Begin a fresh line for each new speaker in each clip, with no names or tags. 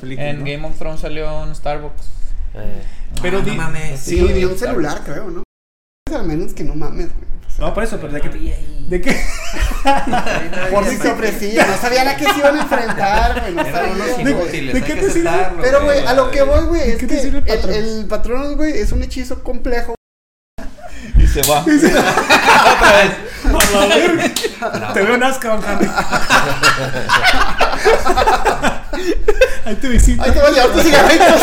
películas.
En
¿no?
Game of Thrones salió un Starbucks.
Eh,
Pero
Ah, no
di-
mames.
sí,
Sí,
lo
vi
de
un celular, creo, ¿no? Al menos que no mames, güey. O sea,
No, por eso, pero de que. De que
por si se ofrecía, no sabían a qué se iban a enfrentar, güey. No
Eran unos
sabían, güey.
inútiles,
¿de
hay
qué
que
te sirve?
aceptarlo,
Pero, güey, a lo que voy, güey, es
¿Qué
que
te sirve el
el,
Patronus?
el Patronus, güey, es un hechizo complejo.
y se va. Otra vez.
te veo en Azkaban, Harry. Ahí te visito.
Ay, te voy a llevar tus cigarritos.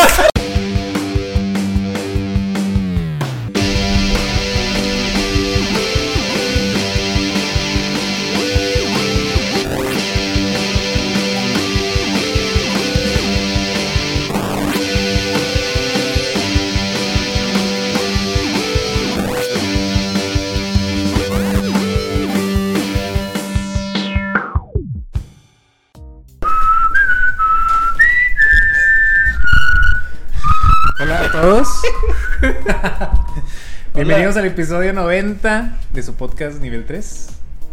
Hola a todos. Bienvenidos al episodio 90 de su podcast nivel 3.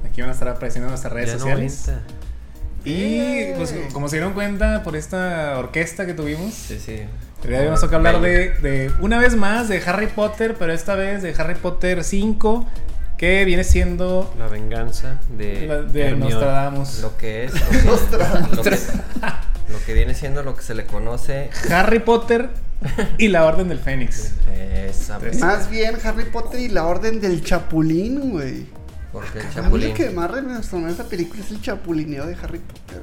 Aquí van a estar apareciendo nuestras redes
Ya no
sociales.
aguanta.
Y
Yay.
pues, como se dieron cuenta por esta orquesta que tuvimos,
Sí, sí.
en realidad nos toca hablar de, de una vez más de Harry Potter, pero esta vez de Harry Potter 5, que viene siendo
La venganza de,
la de
Hermione.
Nostradamus.
Lo que es. Lo que, lo que- lo que viene siendo lo que se le conoce.
Harry Potter y la Orden del Fénix.
Esa.
Tres.
Más bien Harry Potter y la Orden del Chapulín, güey.
Porque el
A mí
chapulín.
lo que más rememoran de esa película es el chapulineo de Harry Potter.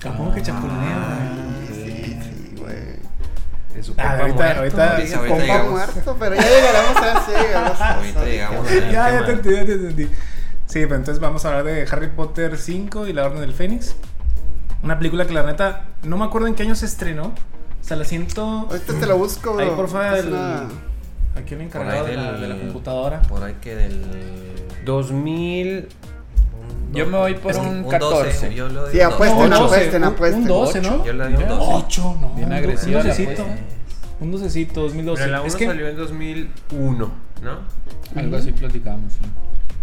Capón que chapulnea.
güey. Sí, sí, güey.
De su
Ah,
compa
ahorita,
muerto.
ahorita.
Pues Ahorita
Compa
llegamos.
muerto, pero ya llegaremos a ese. Llegamos a
Ahorita
ese.
llegamos.
Ya, ya te entendí, ya te entendí. Sí, pero entonces vamos a hablar de Harry Potter 5 y la Orden del Fénix. Una película que la neta, no me acuerdo en qué año se estrenó. O sea, la siento.
Ahorita te lo busco, bro.
Ahí, porfa,
No
el-
pasa nada.
Aquí el
Por
encargado
ahí
de la,
del-
de la computadora.
Por ahí que del.
2000.
un
Yo me voy por
es que
un 14.
yo lo
Sí,
digo
apuesten,
un
No,
doce.
apuesten,
un-
apuesten.
Un 12, ¿no?
Yo le doy un 12.
8, Oh, no.
Bien
un do-
agresiva
Un
la
docecito.
apuesta.
Un docecito, 2012.
Pero la 1
es que
salió en 2001, ¿no?
Algo así platicamos. sí.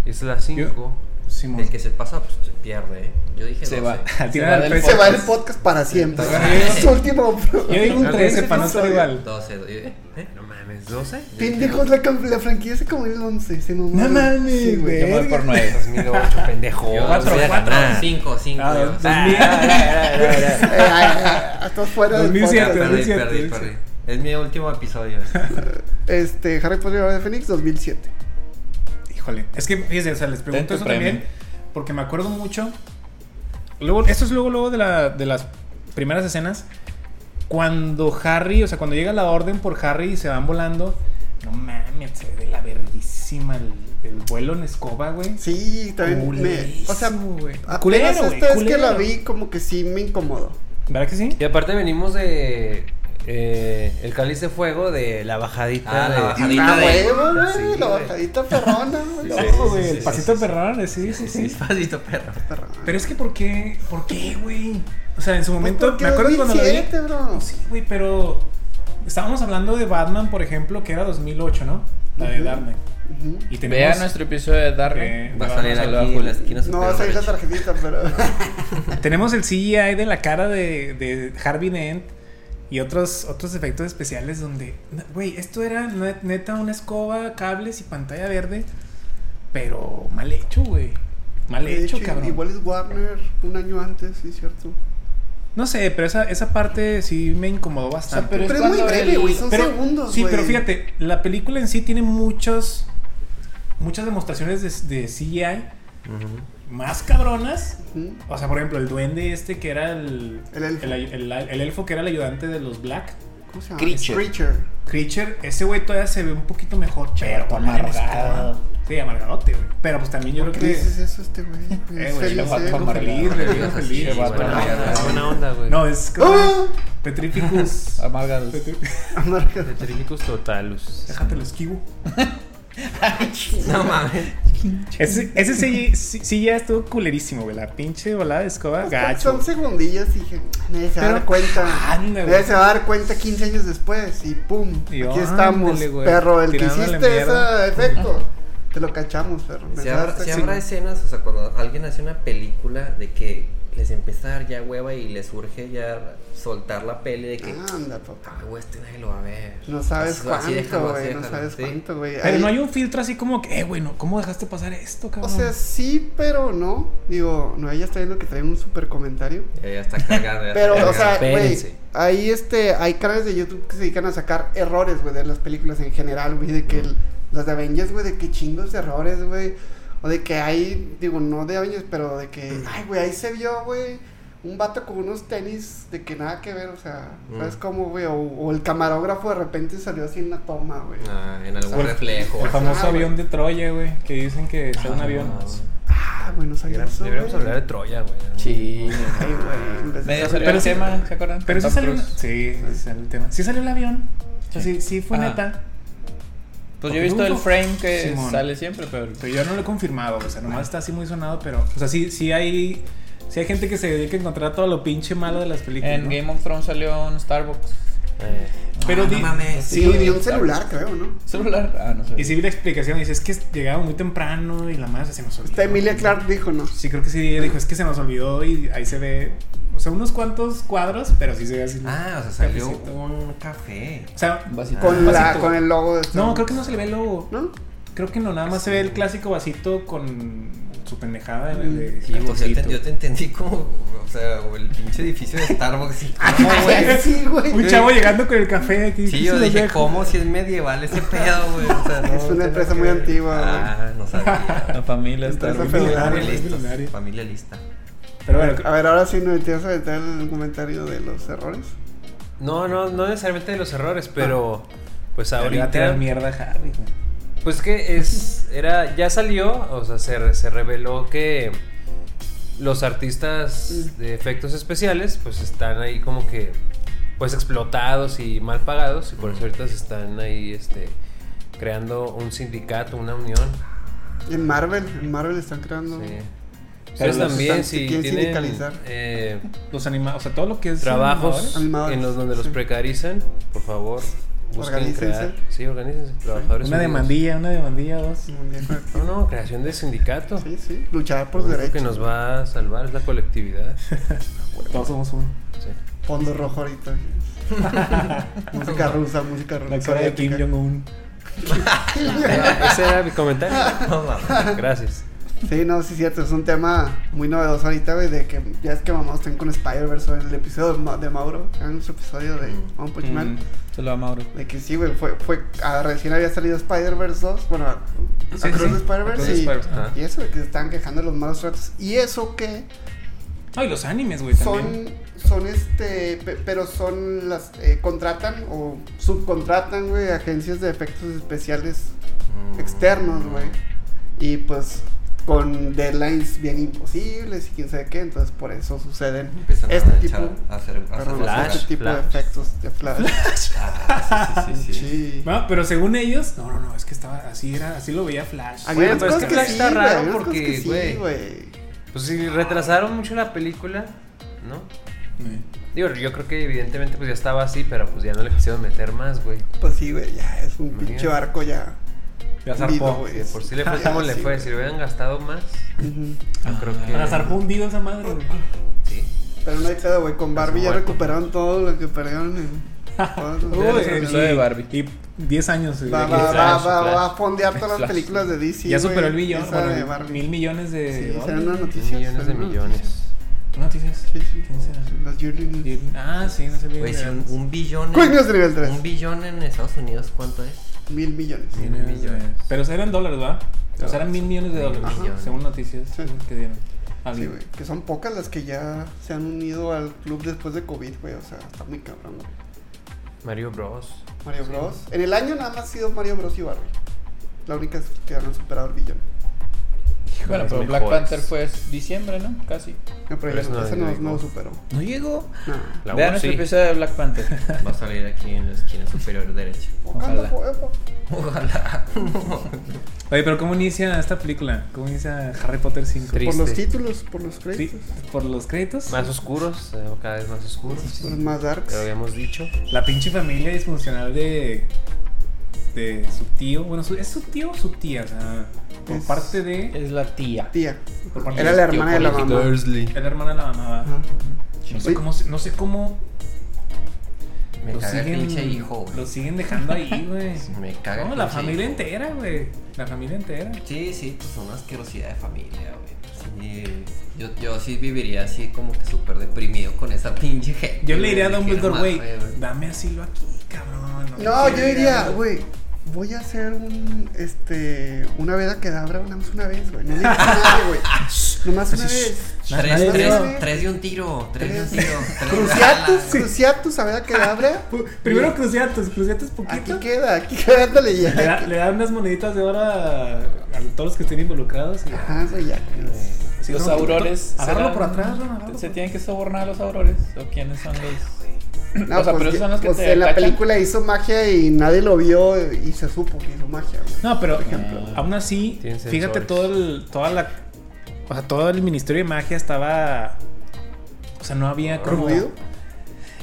Es la 5.
Simón.
El que se pasa, pues se pierde. ¿eh? Yo dije
Se
12.
va.
Al
Se
tirar
va
al
del
precio.
Se va el podcast para siempre. Es su último.
Yo digo un 13 para no estar igual.
12. ¿eh? ¿Eh?
No mames, 12.
Pendejos, la, cam- la franquicia se como el 11. Se nos
No mames, güey.
Yo me voy por 9.
2008, pendejo.
Yo
Cuatro,
voy a
cuatro,
ganar.
cinco.
Cinco, cinco.
Ah,
yo.
dos
Ah,
mil.
Eh, ah, ah, estás fuera del
2007,
podcast.
perdí,
2007,
perdí,
dice.
perdí. Es mi último episodio.
Este, Harry Potter y la Orden de Fénix, 2007.
Híjole, es que fíjense, o sea, les pregunto
Ten
eso
tu premio.
también porque me acuerdo mucho. Luego, esto es luego, luego de, la- de las primeras escenas. Cuando Harry, o sea, cuando llega la orden por Harry y se van volando. No mames, se ve de la verguísima el, el vuelo en escoba, güey.
Sí, también me. O sea,
Culerísimo, güey.
apenas
Culero, güey,
esta vez que
culero.
la vi, como que sí me incomodó.
¿Verdad que sí?
Y aparte venimos de eh, El Cáliz de Fuego, de la bajadita
Ah, la
de...
bajadita.
Y
Bajadita
la
de-
huevo, güey,
Sí,
la
güey.
bajadita perrona, güey.
No,
la Pues,
sí,
güey,
sí,
el
sí,
pasito
sí,
perrón, eh, sí, sí, sí.
Sí, despacito, perro.
perrona.
Pero es que, ¿por qué? ¿Por qué, güey? O sea, en su momento,
Pues porque
me acuerdo cuando la vi.
2007, bro.
Sí, güey, pero estábamos hablando de Batman, por ejemplo, que era 2008, ¿no? La de
Ujú.
Dark Knight.
Ujú.
Y tenemos
Vea nuestro episodio de Darwin.
Eh,
Va a
Vamos
salir
a
aquí en la
Julio.
esquina
No va a salir la
derecha.
tarjetita, pero.
tenemos el CGI de la cara de, de Harvey Dent y otros otros efectos especiales donde, na- güey, esto era ne- neta una escoba, cables y pantalla verde, pero mal hecho, güey. Mal
De
hecho,
hecho,
cabrón.
Igual es Warner un año antes, sí, cierto.
No sé, pero esa, esa parte sí me incomodó
O sea,
bastante.
pero es
Pero es muy
cuando
breve,
él-
güey. Son
Pero-
segundos, güey.
Sí, pero fíjate, la película en sí tiene muchos, muchas demostraciones de, de CGI más cabronas.
Ujú.
O sea, por ejemplo, el duende este que era el.
El elfo.
el- el elfo que era el ayudante de los Black.
¿Cómo se llama?
Creature.
Creature.
Creature, ese güey todavía se ve un poquito mejor, pero
vato
amargado.
amargado.
Sí, amargadote, güey. Pero pues también yo creo
¿Por qué
que.
dices eso a este güey?
Eh,
Es
güey,
feliz,
le va a
eh.
tomar feliz, le digo feliz.
Che, vato
Buena,
amargado.
onda, buena onda, güey.
No, es como.
¡Ah!
Petrificus.
Amargados.
Petri-
Amarga.
Petrificus totalus.
Déjate lo esquivo.
No mames.
Ese, ese sí, sí, sí ya estuvo culerísimo, güey. La pinche volada de escoba, gacho.
Son segundillas y dije, nadie se va a dar
Pero-
cuenta.
Anda, güey.
Nadie se va a dar cuenta 15 años después y pum.
Y
aquí
ándale,
estamos,
güey,
perro. El que
tirándole
hiciste
mierda.
ese efecto. Te lo cachamos, perro. Me vas
Si
a
habrá,
dar
si
cuenta.
habrá escenas, o sea, cuando alguien hace una película de que les empieza a dar ya hueva y les urge ya soltar la peli de que,
Anda, papá.
ah, güey, este nadie lo va a ver.
No sabes
Así- así déjalo,
cuánto,
así
güey. No
déjalo,
sabes
sí.
cuánto, güey.
Pero
Ahí-
no hay un filtro así como que, eh, bueno, ¿cómo dejaste pasar esto,
O
cabrón?
sea, sí, pero no. Digo, no, ella está viendo que trae un super comentario.
Ya, ya está cargado. ya
Pero,
está
o sea,
cargado.
güey,
Espérense.
ahí este, hay canales de YouTube que se dedican a sacar errores, güey, de las películas en general, güey, de que el- las de Avengers, güey, de que chingos de errores, güey, o de que hay, digo, no de Avengers, pero de que, ay, güey, ahí se vio, güey, un vato con unos tenis de que nada que ver, o sea,
Mm.
¿sabes cómo, güey? O, o el camarógrafo de repente salió así en la toma, güey.
Ah, en algún
El-
reflejo.
El famoso
Ah, güey.
avión de Troya, güey, que dicen que es un avión.
Ah, güey, no sabía eso,
Deberíamos
güey.
hablar de Troya, güey.
Sí.
Ay, güey, en vez de-
Medio salió
Pero
el
sí-
tema, ¿se acuerdan?
Pero sí
Tom
salió,
Cruise.
sí, sí salió el tema. Sí salió el avión. O sea, sí, Ah. sí fue
Ajá.
neta.
Pues yo he visto el frame que
Simón.
sale siempre, pero
Pero yo no lo he confirmado, o sea, nomás está así muy sonado, pero. O sea, sí, sí hay. Sí hay gente que se dedica a encontrar todo lo pinche malo de las películas.
en
¿no?
Game of Thrones salió un Starbucks.
Eh,
Pero
ah,
di-
no mames.
Sí, vi un celular, creo, ¿no?
¿Celular? Ah, no sé.
Y sí vi la explicación, dice, es que llegaba muy temprano y la madre se nos olvidó.
Esta Emilia Clark dijo, ¿no?
Sí, creo que sí, dijo, es que se nos olvidó y ahí se ve, o sea, unos cuantos cuadros, pero sí se ve así.
Ah, o sea, salió
Cafecito.
un café.
O sea,
Un vasito.
Con, la,
Vasito.
con el logo de
no, creo que no se le ve el logo.
¿No?
Creo que no, nada más se ve el clásico vasito con su pendejada de, de
Sí, pues yo te,
cartoncito.
yo te entendí como, o sea, o el pinche edificio de Starbucks. y
Ah,
¿Cómo, güey?
sí, güey.
Un chavo llegando con el café aquí.
Sí, yo dije, ¿cómo? Si es medieval ese pedo, güey. O sea, no,
Es una
tiene
empresa
que
muy
ver.
antigua, güey.
Ah, no sabía.
La familia
Entonces,
Starbucks.
fue-
Familia
Millonario,
listos,
millonario.
Familia lista.
Pero bueno,
Ah,
A ver, ahora sí nos empiezas a meter el comentario de los errores.
No, no, no necesariamente de los errores, pero pues
le va a tirar
ahorita.
mierda a Harry. güey.
Pues que es. Era. Ya salió. O sea, se, re- se reveló que los artistas de efectos especiales. Pues están ahí como que. Pues explotados y mal pagados. Y por eso ahorita se están ahí este. creando un sindicato, una unión.
En Marvel, en Marvel están creando.
Sí.
Pero
Ustedes
los
también
están-
si
quieren
tienen
sindicalizar.
eh,
Los animados, o sea, todo lo que es animadores.
trabajos
Animadores.
en los donde los
Sí.
precarizan, por favor, busquen
Organícense.
crear. Sí, organícense, trabajadores.
Una
unidos.
demandilla, una demandilla, dos.
Mundial colectivo.
No, no, creación de sindicato.
Sí, sí, luchar por
Lo único
derechos.
que nos va a salvar es la colectividad.
Todos somos uno.
Sí.
Fondo rojo ahorita. música rusa, música rusa.
La historia de Kim Jong-un.
Ese era mi comentario.
No mames.
Gracias.
Sí, no, sí, cierto. Es un tema muy novedoso ahorita, güey. De que ya es que vamos están con Spider-Verse en el episodio de Ma- de Mauro. En nuestro episodio de
Mm.
One Punch Man.
Se lo va Mauro.
De que sí, güey, fue, fue, ah, recién había salido Spider-Verse 2, bueno, a- Across the
sí,
Spider-Verse
Across the
y,
Spider-Verse,
ajá.
y eso, de que se estaban quejando de los malos tratos. Y eso que
Ay, los animes, güey, también.
son, son este, pe- pero son las, eh, contratan o subcontratan, güey, agencias de efectos especiales
Mm.
externos, güey. Y pues con deadlines bien imposibles y quién sabe qué, entonces por eso suceden
Empiezan a
este tipo,
echar- a hacer, a hacer
perdón,
flash.
este tipo de
flash.
efectos de flash.
Ah, sí, sí, sí, sí.
Sí.
No, pero según ellos, no, no, no, es que estaba así, era, así lo veía Flash.
Había
Bueno,
unas
pero es
cosas
que
que
Flash
sí,
está
güey,
raro
había unas cosas
porque,
que sí,
güey.
güey.
Pues sí, retrasaron mucho la película, ¿no?
Sí.
Digo, yo creo que evidentemente pues ya estaba así, pero pues ya no le quisieron meter más, güey.
Pues sí, güey, ya es un
Imagínate.
pinche barco ya.
Ya
hundido,
zarpó.
güey.
De por sí le fue
Ya,
como le
Ah, sí,
fue.
güey.
Si le hubieran gastado más,
Ujú.
yo creo que.
Ahora zarpó hundido esa madre, güey.
Sí.
Pero no hay pedo, güey. Con Barbie
un
ya
barco.
recuperaron todo lo que perdieron en.
Uy,
Uy, episodio de Barbie.
Y 10 años. güey.
Va,
de
va,
aquí.
va,
Flash,
va,
Flash.
va a fondear todas las
Flash.
películas de DC.
ya
güey,
superó el billón,
Esa de
bueno,
Barbie.
mil millones de
Sí, serán
dólares.
unas noticias.
Millones de
serán unas noticias.
millones.
¿No noticias?
Sí, sí.
¿Quién será?
Las Yearly News.
Ah, sí, no se ve.
Güey, si un, un billón.
Quick News de nivel 3.
Un billón en Estados Unidos, ¿cuánto es?
Mil millones.
Millones de-
millones.
Pero eran dólares, ¿va? O sea, eran mil millones de
Mil
dólares,
millones.
según noticias
Sí.
que dieron. Ah,
Sí,
bien.
güey. Que son pocas las que ya se han unido al club después de COVID, güey. O sea, está muy cabrón, güey.
Mario Bros.
Mario Bros. En el año nada más ha sido Mario Bros. y Barbie. La única es que han superado el billón.
Bueno, pero
Mejores.
Black Panther fue diciembre, ¿no? Casi.
No, pero
Pero
ese
eso no
no, ese
lo
no,
digo.
no superó.
No llegó.
No.
La
Vean
voz,
nuestro
sí.
episodio de Black Panther.
Va a salir aquí en la esquina superior derecha.
Wakanda
Ojalá.
forever.
Ojalá.
Oye, pero ¿cómo inicia esta película? ¿Cómo inicia Harry Potter 5?
Triste.
Por los títulos, por los
Sí,
créditos.
por los créditos.
Más oscuros, eh, cada vez más oscuros.
Por los más darks.
Ya lo habíamos dicho.
La pinche familia disfuncional de. este, su tío, bueno, su- es su tío o su tía, o sea, por
Es-
parte de...
Es la tía.
Tía.
Por parte
Era
de-
la hermana de la
Político
mamá.
Dursley.
Es la hermana de la mamá. ¿va?
Ajá.
No sé
Sí.
cómo, se- no sé cómo
Me
lo
caga el
siguen-
pinche hijo,
Lo
güey.
siguen dejando ahí, güey.
Me caga el
No, la
pinche
familia
hijo.
entera, güey. La familia entera.
Sí, sí, pues una asquerosidad de familia, güey. Sí, yo, yo sí viviría así como que súper deprimido con esa pinche gente.
Yo le diría a
güey,
Dumbledore,
dijera,
güey,
"Madre,
dame asilo aquí, cabrón.
No,
me quieras".
yo diría, güey, voy a hacer un, este, una veda que abra nada más una vez, güey. No me digas a nadie, güey. Nomás una vez.
Nadie-
Tres, tres,
nadie-
tres de un tiro, tres de un tiro. tres
Cruciatus,
balas".
cruciatus, a veda que abra.
Pu- Primero cruciatus, cruciatus
Aquí
poquito.
queda, aquí queda, ándale
Le da,
ya.
le da unas moneditas de oro a, a todos los que estén involucrados.
Ah,
Y,
Ajá, güey, ya.
Eh,
Sí,
los
no, tú- tú-
aurores.
Agárralo
serán-
por atrás, Ron, agárralo
¿Se
por-
tienen que sobornar los aurores? ¿O quiénes son los.?
No,
O sea, pero esos son los que
pues
te
en la
cachan.
película hizo magia y nadie lo vio y se supo que hizo magia, güey.
No, pero
Ah,
ejemplo.
aún así,
Tienen
fíjate
sensores.
todo el, toda la, o sea, todo el Ministerio de Magia estaba, o sea, no había como-
¿Corruptido?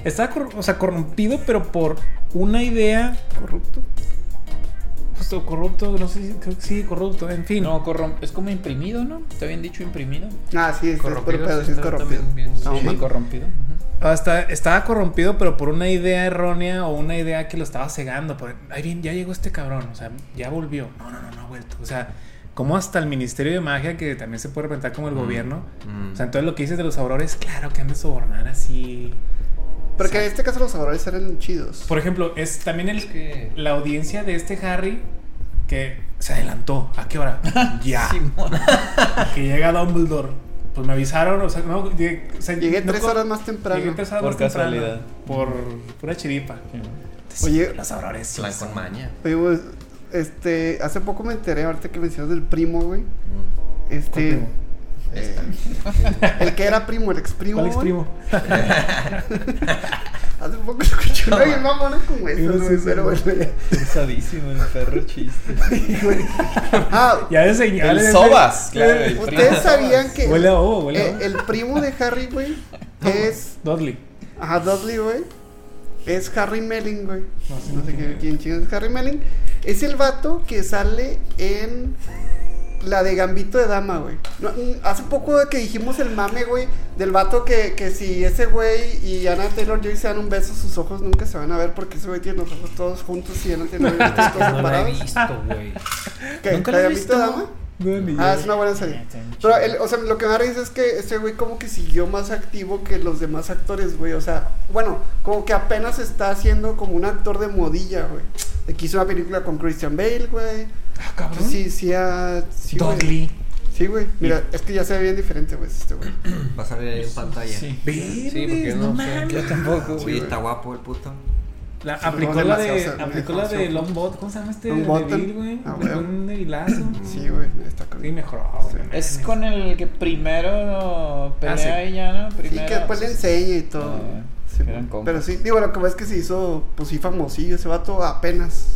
Estaba, cor- o sea, corrompido, pero por una idea,
¿Corrupto?
justo corrupto, no sé, si- creo que sí, corrupto, en fin.
No, corrom- es como imprimido, ¿no? ¿Está bien dicho imprimido?
Ah, sí, es, es puro
Corrompido, Ah.
pedo,
sí,
sí es
está
corrompido.
también bien-
No,
Sí,
man.
corrompido. ujú.
Hasta estaba corrompido, pero por una idea errónea o una idea que lo estaba cegando. Por, Ay, bien, ya llegó este cabrón, o sea, ya volvió. No, no, no, no ha vuelto. O sea, como hasta el Ministerio de Magia, que también se puede representar como el gobierno.
Mm.
O sea, entonces lo que dices de los aurores, claro que han de sobornar así.
Porque en este caso los sabores eran chidos.
Por ejemplo, es también el,
Es que-
la audiencia de este Harry que se adelantó. ¿A qué hora?
Ah,
ya.
Simón.
Que llega Dumbledore. Pues me avisaron, o sea, no, llegué, o sea,
Llegué
no
tres
co-
horas más temprano.
Llegué tres horas
Por
más temprano.
casualidad.
por pura chiripa.
Oye-
los aurores. sí
Plan
son-
con maña.
Oye, güey, este, hace poco me enteré, ahorita que mencionas del primo, güey.
Mm.
Este.
primo?
eh, el que era primo, el ex primo.
¿Cuál es primo?
Hace poco escuché una bien mamona como
Sí,
eso,
sí,
güey,
sí,
pero
güey.
bueno, ya.
Pesadísimo el perro chiste.
Güey. Ah,
Ya de señales. de-
El sobas, claro. el primo.
ustedes sabían que.
Huele a ovo, huele a
eh,
ovo.
el primo de Harry, güey, es.
Dudley.
Ajá, Dudley, güey. Es Harry Melling, güey.
No sé
No sé qué- quién chingados es Harry Melling. Es el vato que sale en la de Gambito de Dama, güey. No, mm, hace poco que dijimos el mame, güey, del vato que, que si ese güey y Anna Taylor Joy se dan un beso, sus ojos nunca se van a ver porque ese güey tiene los ojos todos juntos y Anna Taylor Joy está
No
todos
la he
separados.
visto, güey.
¿Qué?
¿Nunca
¿La
lo has
de
visto?
Gambito de Dama?
No, ni
Ah,
yo.
es una buena serie. Pero, el- o sea, lo que me da risa es que este güey como que siguió más activo que los demás actores, güey. O sea, bueno, como que apenas está haciendo como un actor de modilla, güey. De que hizo una película con Christian Bale, güey.
Ah, cabrón.
Sí, sí, ah, sí, güey.
Dudley.
Sí, güey. Mira, es que ya se ve bien diferente, güey, este güey.
Mm.
Va Mm. a salir ahí en pantalla.
Sí.
Sí, porque
Verdes,
no
no
sé.
mames.
Tampoco.
Uy,
güey.
está guapo el puto.
La,
Sí,
aplicó
pero
la de,
demasiado, o sea,
aplicó la de
demasiado.
Longbot. ¿Cómo se llama este?
Longbottom.
Devil, güey.
Ah,
Le
güey.
pone un debilazo.
Sí, güey, está con...
Sí, mejor.
Sí.
Es con el que primero pelea
Ah, sí.
ella, ¿no?
Sí,
Primero.
que después le enseña y todo.
Ah,
Sí,
eran compas.
pero sí, digo, lo que pasa es que se hizo, pues sí, famosillo ese vato apenas.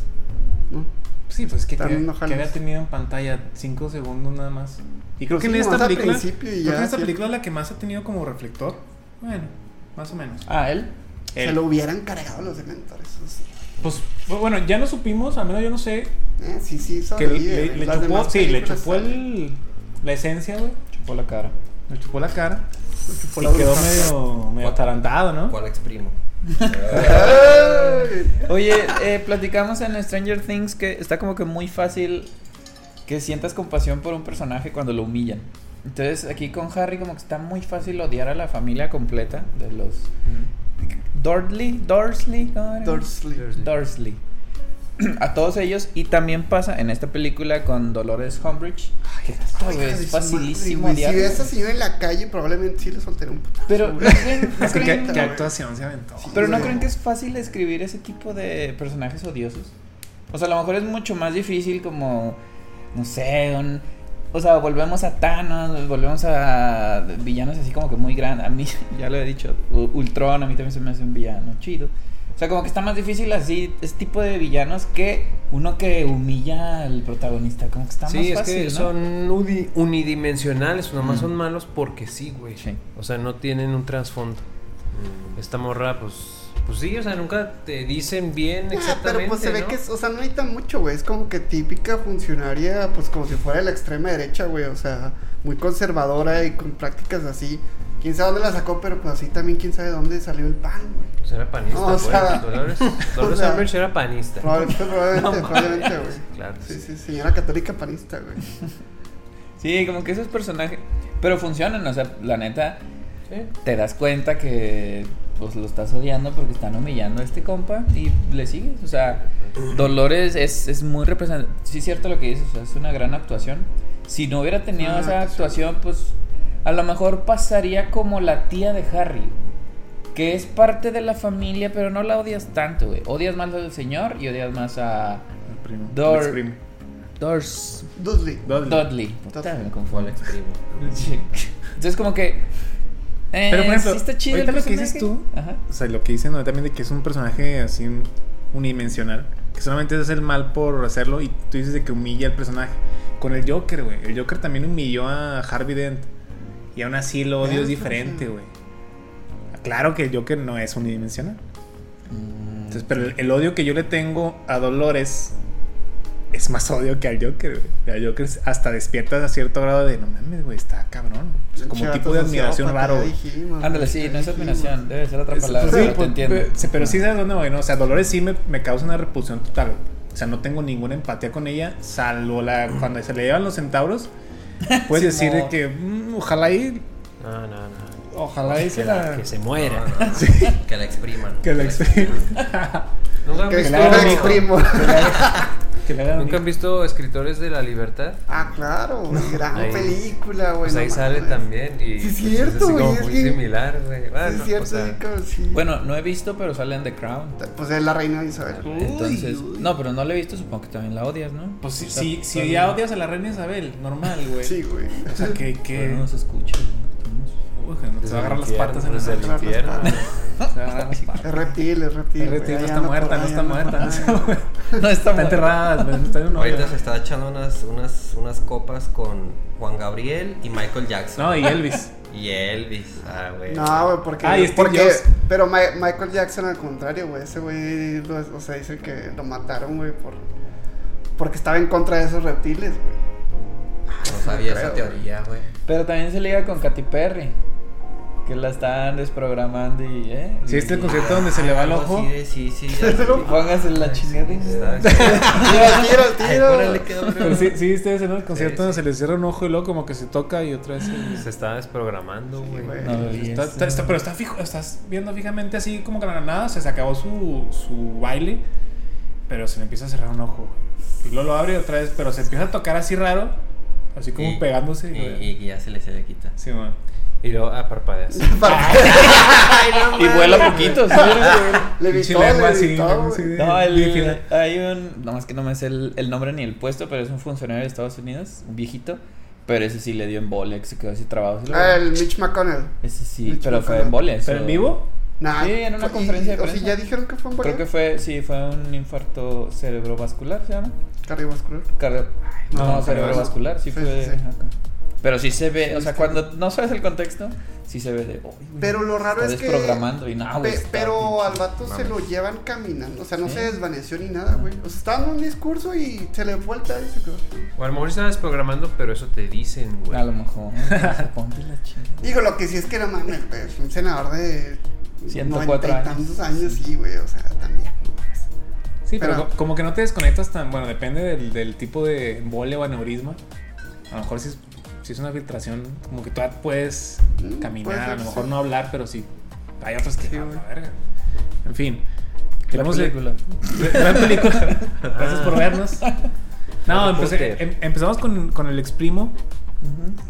¿no?
Sí, pues que, que,
Están
que había
enojándolos.
tenido en pantalla 5 segundos nada más. Y creo que
Sí,
en esta
nomás al
película.
principio y
creo
ya
que en esta
hacía-
película la que más ha tenido como reflector. Bueno, más o menos.
Ah, él.
Se
Él.
lo hubieran cargado los dementores. eso sí.
Pues bueno, ya no supimos, al menos yo no sé.
Eh, sí, sí,
Que le,
sobrevive.
le
Las
chupó,
demás
sí, le
películas
chupó el, la esencia, güey.
Chupó la cara.
Le chupó la cara.
chupó
y
la
quedó
bruja.
medio, medio atarantado, ¿no?
¿Cuál ex primo?
¡Ay!
Oye, eh, platicamos en Stranger Things que está como que muy fácil que sientas compasión por un personaje cuando lo humillan. Entonces aquí con Harry como que está muy fácil odiar a la familia completa de los Dudley, Dursley, ¿cómo era?
Dursley.
Dursley. A todos ellos y también pasa en esta película con Dolores Umbridge. Ay, güey,
Hija de
es
su
facilísimo
madre, güey. Si
odiarla.
ve a esa señora en la calle, probablemente sí le soltaría un putazo,
Pero no
güey.
creen- no
Es que
creen-
qué, qué actuación se aventó.
Sí.
Pero no
güey.
creen que es fácil escribir ese tipo de personajes odiosos. O sea, a lo mejor es mucho más difícil como, no sé, un... O sea, volvemos a Thanos, volvemos a villanos así como que muy grandes. A mí, ya lo he dicho, U- Ultron a mí también se me hace un villano chido. O sea, como que está más difícil así, ese tipo de villanos que uno que humilla al protagonista. Como que está
Sí, es
más fácil,
que
¿no?
son uni- unidimensionales, nada más
Mm.
son malos porque sí, güey.
Sí.
Mm,
O sea, no tienen un trasfondo. Esta morra, pues, Pues sí, o sea, nunca te dicen bien
Ah,
exactamente.
pero pues se ve
¿no?
que, es- o sea, no hay tan mucho, güey. Es como que típica funcionaria, pues como si fuera de la extrema derecha, güey. O sea, muy conservadora y con prácticas así. Quién sabe dónde la sacó, pero pues así también quién sabe dónde salió el pan, güey.
Pues era panista,
No, o
güey.
sea,
Dolores,
o
Dolores
sea,
Umbridge era panista.
Probablemente, probablemente, probablemente, güey.
Claro.
Sí, sí, señora católica panista, güey.
Sí, como que esos personajes. Pero funcionan, o sea, la neta,
Sí.
te das cuenta que pues lo estás odiando porque están humillando a este compa y le sigues. O sea, Dolores es, es muy representante. Sí, es cierto lo que dices, o sea, es una gran actuación. Si no hubiera tenido
Ah,
esa
actuación.
actuación, pues a lo mejor pasaría como la tía de Harry, que es parte de la familia, pero no la odias tanto, güey. Odias más al señor y odias más a
El primo.
Dor-
El ex primo.
Dors
Dudley.
Dudley.
Dudley. Puta, me confundo. Sí. Entonces como que... eh,
Pero, por ejemplo,
sí está chido el
ahorita lo que dices
personaje.
tú,
Ajá.
O sea, lo que dicen ¿no? también de que es un personaje así un- unidimensional. Que solamente hace el mal por hacerlo y tú dices de que humilla al personaje. Con el Joker, güey. El Joker también humilló a Harvey Dent. Y aún así el odio es
Ah,
diferente,
sí.
güey. Claro que el Joker no es unidimensional.
Mm,
Entonces, pero el, el odio que yo le tengo a Dolores es más odio que al Joker, güey. Y al Joker hasta despiertas a cierto grado de, no mames, güey, está cabrón. O sea, Pues, como
Pinche
tipo de
vato
admiración
sociópata,
raro,
ya
güey.
dijimos,
Ándale,
güey,
sí,
ya
no es
dijimos.
admiración, Eh, debe ser otra
mm, Es-
palabra,
sí,
pero te
pues,
entiendo.
pe- sí, pero sí sabes dónde voy, ¿no? O sea, Dolores sí me, me causa una repulsión total. güey. O sea, no tengo ninguna empatía con ella, salvo la cuando se le llevan los centauros. Puedes decir de
Simón.
que mm, ojalá y
No, no, no.
ojalá y se
Que, la-
Ah.
la
que se muera.
No, no, no. Que la expriman.
que la exprime.
¿Nunca han
Que
la
visto-
la
hagan hijo.
exprimo.
que le hagan un-
¿Nunca han visto escritores de la libertad?
Ah, claro, güey, gran
Ahí-
película, güey.
Pues
no
ahí sale
mames.
también. Y
Sí, es
pues,
cierto,
así como
güey, es
muy
que-
similar, güey.
Sí,
Bueno,
es cierto,
o sea,
sí, como sí.
Bueno, no he visto, pero sale en The Crown.
Pues es la reina de Isabel.
Entonces, no, pero no la he visto, supongo que también la odias, ¿no?
Pues sí,
O sea,
si, si
todavía-
ya odias a la reina Isabel, normal, güey.
Sí, güey.
O sea, que, que...
Pero no se escucha.
Uy, que no te va
desde
a agarrar
el
las patas en
infierno,
la
desde el
noche.
infierno.
Se va a agarrar las patas.
Es reptil, es reptil.
El
güey,
reptil no
ahí
está
anda por
muerta, no
ahí,
está
anda por
muerta, no
ahí.
está muerta.
No, no está
Está
muerta.
enterrada, güey, está en un hoyo.
Ahorita se está echando unas, unas, unas copas con Juan Gabriel y Michael Jackson.
No, y Elvis.
Y Elvis. Ah, güey.
No, güey, porque.
Ah, y Steve
porque
Jobs.
pero Ma- Michael Jackson, al contrario, güey. Ese güey, lo- o sea, dicen que lo mataron, güey, por, porque estaba en contra de esos reptiles, güey.
No sabía
No
esa
creo,
teoría, güey.
Pero también se liga con Katy Perry. Que la están desprogramando y, ¿eh?
Sí, este
Y-
concierto donde se le va el
Algo
ojo.
así de- Sí, sí, ya
Se
sé.
lo-
Póngase la chingada. y-
Está-
Tiro, tiro.
Órale, qué
Pero
cabrón.
sí, sí, viste ese, ¿no? El concierto
Sí,
donde
sí.
se le cierra un ojo y luego como que se toca y otra vez. se-
Se está desprogramando, güey.
güey.
No, y
Está-
ese-
está- está- pero está fijo, estás viendo fijamente así como que a la nada, o sea, se acabó su, su baile, pero se le empieza a cerrar un ojo. güey. Y luego lo abre otra vez, pero se empieza a tocar así raro, así como
Y-
pegándose.
Y,
Y, lo-
y ya se le, se le quita.
Sí, man.
Y luego, ah, parpadeas.
Ay, no
Y
mames.
vuela poquito, ¿sí?
Le
Pinche
evitó,
lengua
le
así,
evitó,
así
güey.
de-
No, el-
bífida.
hay un. No, es que no me sé el, el nombre ni el puesto, pero es un funcionario de Estados Unidos, un viejito. Pero ese sí le dio embolia, que se quedó así trabado. así lo-
Ah, El Mitch McConnell.
ese sí,
Mitch
pero fue
McConnell.
embolia.
¿Pero
eso-
en vivo?
Nah,
Sí, en una
fue-
conferencia de
o sea,
prensa.
ya dijeron que fue un
Creo que fue, sí, fue un infarto cerebrovascular, ¿se llama?
Cardiovascular.
Cardio-
No,
no,
no,
cerebrovascular, sí
sí,
fue.
sí, sí.
acá. Pero sí se ve,
Sí,
o sea,
está-
cuando no sabes el contexto, sí se ve de. "Uy, güey,
Pero lo raro
está
es que-
desprogramando y nada,
Pe-
güey, está
pero
pinche-
al vato se
mames.
lo llevan caminando, o sea, no
Sí.
se desvaneció ni nada, güey. O sea, estaba en un discurso y se le vuelta y se quedó.
O a lo mejor se está desprogramando, pero eso te dicen, güey.
A lo mejor. no sé, Ponte la chingada.
Digo, lo que sí es que era mames, güey, es un senador de
104
90 y
años.
tantos años, sí, güey, o sea, también.
Sí, pero,
Pero-
co- como que no te desconectas tan. Bueno, depende del, del tipo de embolia o aneurisma. A lo mejor si es, si es una filtración, como que todavía puedes
Mm,
caminar,
puede ser,
a lo mejor
sí.
no hablar, pero sí. Hay otros que.
Sí,
no,
güey.
la verga. En fin.
La
Queremos.
película.
Gran película. Gracias por vernos. No,
Harry
empecé-
Potter.
em- empezamos con, con el ex primo.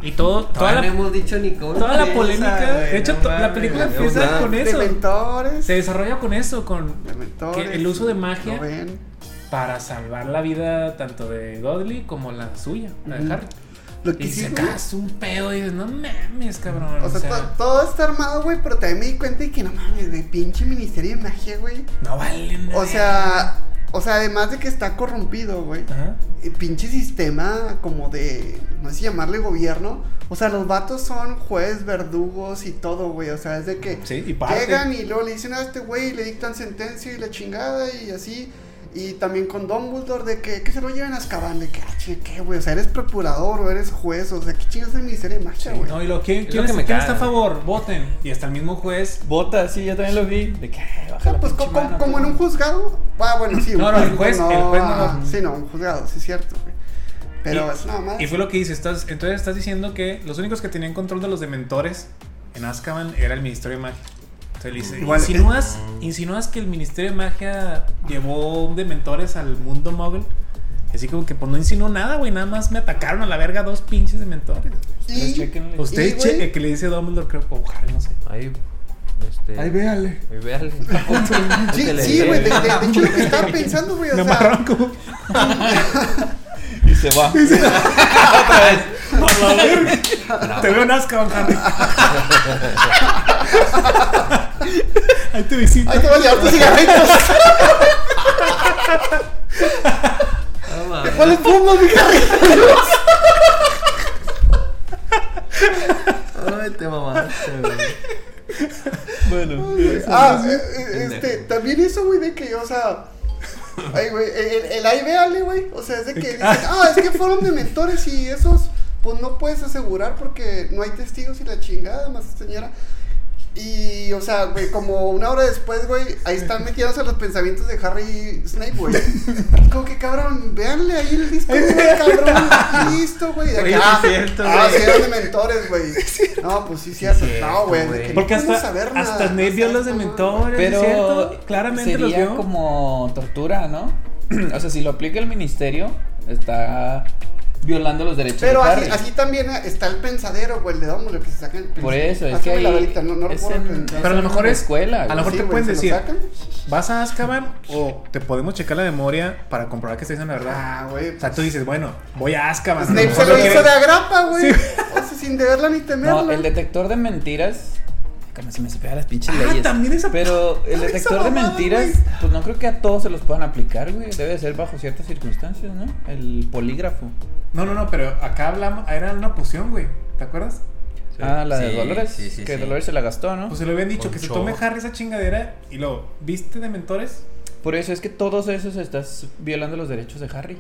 Y todo, toda
Todavía
la,
no hemos dicho ni cómo.
toda la
empieza,
polémica.
güey,
de hecho,
no
to- la
mames,
película
no
empieza
nada.
con eso.
Dementores.
Se desarrolla con eso, con que
Dementores.
el uso de magia
¿Lo ven?
para salvar la vida tanto de Dudley como la suya, la de
Ujú.
Harry.
Lo que
Y
sí,
se
güey,
cagas un pedo y dices, no mames, cabrón.
O sea, to- todo está armado, güey, pero también me di cuenta de que no mames, güey, pinche ministerio de magia, güey.
no vale nada.
O sea, O sea, además de que está corrompido, güey.
Ajá.
el pinche sistema como de, no sé si llamarle gobierno. O sea, los vatos son juez, verdugos y todo, güey. O sea, es de que
Sí, y parte.
llegan y luego le dicen a este güey y le dictan sentencia y la chingada y así. Y también con Dumbledore de que, que se lo lleven a Azkaban, de que, ah, che, ¿qué, güey? O sea, eres procurador o eres juez, o sea, ¿qué chingas de ministerio de marcha, güey?
No, y lo, ¿quién,
Es
quién
lo que
es-
me
quién
caga,
está a
güey.
favor? Voten. Y hasta el mismo juez.
Bota, sí, yo también lo vi. De que, ay,
O
baja
sea,
la
pues
pinche
co- co-
mano,
como
todo.
en un juzgado. Ah, bueno, sí.
No,
un
no, el juez- el juez no,
ah,
no.
Sí, no, un juzgado, sí es cierto, güey. Pero
Y-
es nada más.
Y fue lo que hice. Estás, entonces estás diciendo que los únicos que tenían control de los dementores en Azkaban era el Ministerio de Magia. Entonces le dice,
Igual- eh, mm.
¿insinúas, ¿insinúas que el Ministerio de Magia llevó dementores al mundo móvil? Así como que pues no insinuó nada, güey. Nada más me atacaron a la verga dos pinches dementores.
Ustedes
Y-
Pues, chéquenle.
Usted,
Y,
che-
güey-
el que le dice Dumbledore, creo, o Harry, no sé.
Ahí, este...
Ahí véale.
ahí véale.
Sí,
Ándale,
sí, güey, de,
eh.
de- de hecho lo que estaba pensando, güey, o
Me
sea,
amarraron como...
Y se va.
Te veo en Azkaban, Harry. Ahí te visito.
ahí te va a llevar tus cigarritos,
No mames.
¿cuáles fumas, mi Harry?
Ay, te mamaste, güey.
Bueno.
Ah, eh, eh, este, también eso, güey, de que, o sea, ay, güey, el, el- el ahí véale, güey, o sea, es de que dicen, ah, es que fueron de mentores y esos, pues no puedes asegurar porque no hay testigos y la chingada, más señora. Y, o sea, güey, como una hora después, güey, ahí están metiéndose los pensamientos de Harry Snape, güey. Como que, cabrón, véanle ahí el disco, güey, cabrón, listo, güey. De
Oye,
que,
sí
ah,
es cierto,
ah,
güey.
sí, eran de mentores, güey. No, pues sí, cierto. No, güey, de que no
Porque hasta,
podemos saber nada,
hasta
no
Snape vio
sabes
los
cómo,
dementores,
Pero
¿es ¿cierto? Claramente
sería
los vio.
como tortura, ¿no? o sea, si lo aplica el ministerio, está violando los derechos
Pero
de
así,
Harry.
así también está el pensadero, güey, el de Dumbledore que se saca el
Por
pens-
eso, es
Así,
que
güey, la
ahí
velita, no, no
es
recuerdo
en-
el-
Pero a lo mejor es-
escuela.
a lo
güey.
mejor
Sí,
te
güey,
pueden
se lo
decir,
sacan.
¿vas a Azkaban o te podemos checar la memoria para comprobar que estés en la verdad?
Ah, güey. Pues
O sea, tú dices, ah, bueno, voy a Azkaban. a
Snape
mejor
se lo
quiere-
hizo de agrapa, güey.
Sí.
O sea, sin deberla ni temerla.
No, el detector de mentiras. Como si me supiera las pinches
Ah,
leyes.
también esa-
Pero el
esa
detector de
mamada,
mentiras,
güey.
pues no creo que a todos se los puedan aplicar, güey. Debe de ser bajo ciertas circunstancias, ¿no? El polígrafo.
No, no, no, pero acá hablamos, era una poción, güey. ¿Te acuerdas?
Ah, la de
Sí,
Dolores.
sí, sí,
que
sí.
Dolores se la gastó, ¿no?
Pues se lo habían dicho,
Con
que se
shock.
tome Harry esa chingadera y luego, ¿viste de mentores?
Por eso es que todos esos estás violando los derechos de Harry.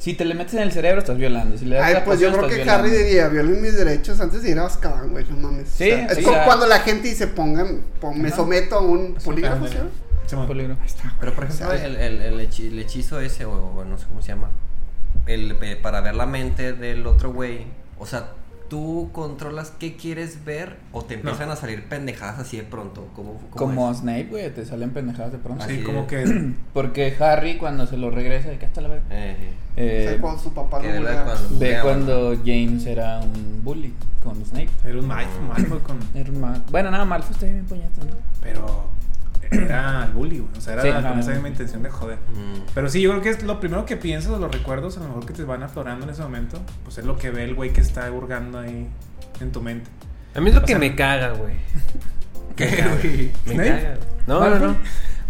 Si te le metes en el cerebro, estás violando. Si le das
Ay,
la
pues yo
poción,
creo que
estás
Harry
violando.
diría, violen mis derechos antes de ir a Azkaban, güey, no mames.
Sí,
O sea, es
sí,
como
ya.
cuando la gente dice, pongan, pon- me
Ajá.
someto a un polígrafo, ¿sí?
Ándale. Simón.
Polígrafo.
Pero por
O
ejemplo,
sea,
el, el- el hechi- el hechizo ese, o, o no sé cómo se llama, el, eh, para ver la mente del otro güey, o sea, ¿tú controlas qué quieres ver o te empiezan a salir pendejadas así de pronto? ¿Cómo, cómo
Como
es?
Snape, güey, te salen pendejadas de pronto.
Sí,
Así
como
es.
que
Porque Harry, cuando se lo regresa, ¿de qué hasta la verga?
Eh,
O sea,
Eh,
cuando su papá
que
lo
de verdad
bulea.
cuando
de
bugueaban.
cuando James era un bully con Snape.
era un mal, mal con...
Era un mal. Bueno, nada, Malfoy está bien puñeto, ¿no?
Pero era el bully, güey. O sea, era
Sí,
la-
no,
con esa
no.
misma intención de joder.
Mm.
Pero sí, yo creo que es lo primero que piensas o los recuerdos, a lo mejor que te van aflorando en ese momento, pues es lo que ve el güey que está hurgando ahí en tu mente.
A mí es lo
O
que
sea,
me caga, güey.
¿Qué,
Me
güey? ¿Snape?
caga. No, no, no.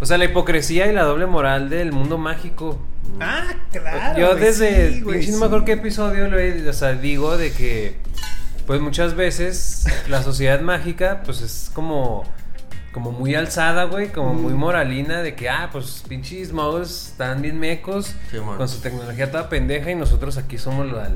O sea, la hipocresía y la doble moral del mundo mágico.
Ah, claro.
Yo
güey,
desde,
sí, güey,
pinche no
sí.
me acuerdo qué episodio, güey, o sea, digo de que, pues muchas veces la sociedad mágica, pues es como, como muy alzada, güey, como
Mm.
muy moralina, de que, ah, pues pinches magos están bien mecos,
Sí, man.
con su tecnología toda pendeja y nosotros aquí somos la,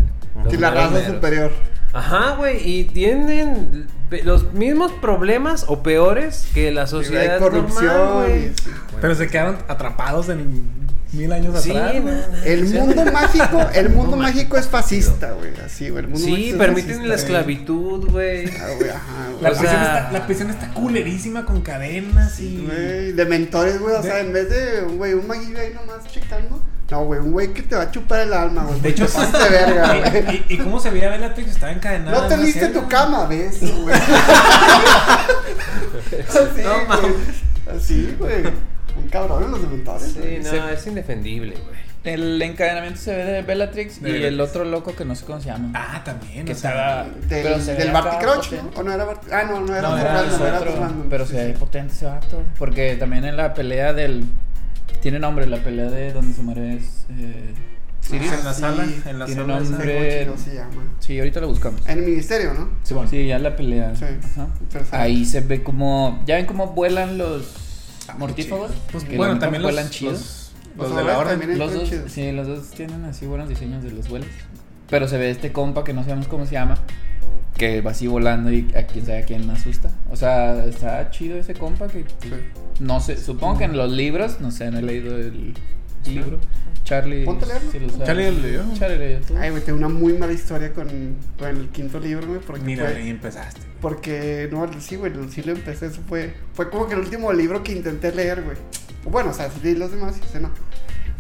Sí, la raza
meros.
superior.
Ajá, güey, y tienen pe- los mismos problemas o peores que la
Y hay
sociedad normal,
corrupción.
güey.
y-
Pero se quedaron atrapados en mil años
Sí,
atrás. güey.
no, no,
El
o sea,
mundo mágico, el mundo
No, man.
mágico es fascista, güey. Así, güey. el mundo
Sí,
mágico es
permiten la
fascista, güey.
esclavitud, güey.
Ah, güey, ajá, güey.
La,
O
prisión
sea-
está, la prisión está culerísima con cadenas y.
Güey, de mentores, güey. O sea, en vez de güey, un maguillo ahí nomás checando. No, güey, un güey que te va a chupar el alma, güey.
De hecho,
te pasaste verga,
¿Y,
güey.
y, y cómo se veía Bellatrix? Estaba encadenada.
No
en una
teniste
celda.
tu cama, ¿ves? Güey. Así,
No,
güey.
mames.
Así, güey. Un cabrón en los dementores.
Sí,
güey.
no,
Se-
es indefendible, güey.
El encadenamiento se ve de Bellatrix
De
y el
Bellatrix.
otro loco que no sé cómo se llama.
Ah, también.
que
o sea,
estaba.
Del,
pero se
del
veía
Barty
acá
Crouch, ¿no?
potente.
¿O no era Barty? Ah, no, no era
No,
otro
era
random,
ese
era
otro,
otro random.
pero
Sí,
se ve
sí.
potente ese vato. Porque también en la pelea del Tiene nombre, la pelea de donde se muere es. eh,
Sirius en la
Ah, sí.
sala, en la
Tiene
sala.
No
esa.
sé
nombre.
cómo chingados se llama.
Sí, ahorita la buscamos.
Eh,
En el ministerio, ¿no?
Simón.
Sí, ya la pelea.
Sí.
Ajá.
Perfecto.
Ahí se ve como. ¿Ya ven cómo vuelan los mortífagos?
Pues,
Que la
bueno,
neta
también los,
vuelan chido.
los,
Los
los de la
ahora
orden.
también
Los
están
dos,
chidos.
sí, los dos tienen así buenos diseños de los vuelos. Pero se ve este compa que no sabemos cómo se llama, que va así volando y a quién sabe a quién asusta. O sea, está chido ese compa que no sé, supongo que en los libros, no sé, no he leído el libro. Charlie,
Ponte a leerlo.
si lo sabe.
Charlie lo leyó.
Charlie leyó tú.
Ay, güey, tengo una muy mala historia con, con el quinto libro, güey, porque
Mira,
fue-
ahí empezaste.
Porque, no, sí, güey, sí lo empecé, eso fue, fue como que el último libro que intenté leer, güey. Bueno, o sea, sí leí los demás y ese no.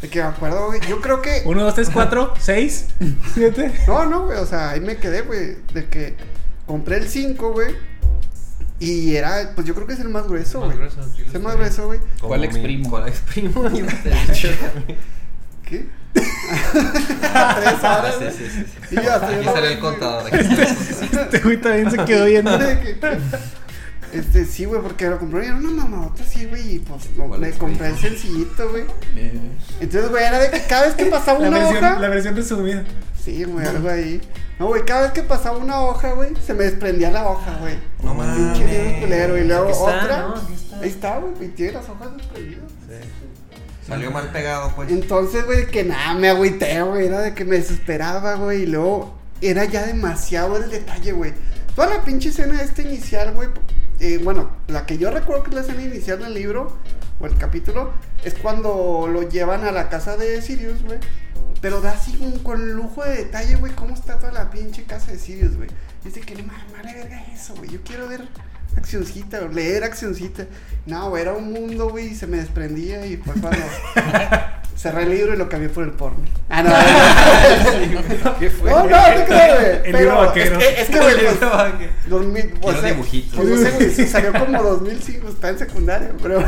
De que me acuerdo, güey, yo creo que...
1, 2, 3, 4, 6, 7.
No, no, güey, o sea, ahí me quedé, güey, de que compré el 5, güey, y era, pues yo creo que es el más grueso, güey. Es el más grueso, güey.
¿Cuál exprimo?
¿Cuál exprimo?
¿Qué? Tres horas,
Ah, Sí,
güey.
sí, sí,
Y
sí.
ya, hasta yo
Aquí
no-
sale el contador. aquí sale el contador.
Este güey también se quedó viendo.
De que- Este, sí, güey, porque lo compré y era una mamadota así, güey, y pues no,
¿Cuál
me
exprimo?
compré el sencillito, güey.
Eh,
Entonces, güey, era de que cada vez que pasaba
La
una
versión,
hoja.
la versión resumida.
Sí, güey, algo ahí. No, güey, cada vez que pasaba una hoja, güey, se me desprendía la hoja, güey.
No
Pinche libro culero. Y luego
Aquí está,
otra.
¿no? Aquí está.
Ahí está, güey, y tiene las hojas desprendidas.
Salió mal pegado, pues.
Entonces, güey, que nada, me agüité, güey. Era de que me desesperaba, güey. Y luego era ya demasiado el detalle, güey. Toda la pinche escena esta inicial, güey. eh, bueno, la que yo recuerdo que es la escena inicial del libro, o el capítulo, es cuando lo llevan a la casa de Sirius, güey. Pero da así un- con lujo de detalle, güey, cómo está toda la pinche casa de Sirius, güey. Dice que no mames, vale verga eso, güey. Yo quiero ver accioncita, o leer accioncita. No, güey, era un mundo, güey, y se me desprendía y fue cuando cerré el libro y lo cambié por el porno. Ah, no.
¿Qué fue?
Oh, No, no, no te creo, güey.
El
Pero
libro vaquero.
Es que, es que, güey, pues, dos mil- o
Quiero
sea,
dibujitos.
pues, no sé, güey, si salió como 2005, está en secundaria, pero,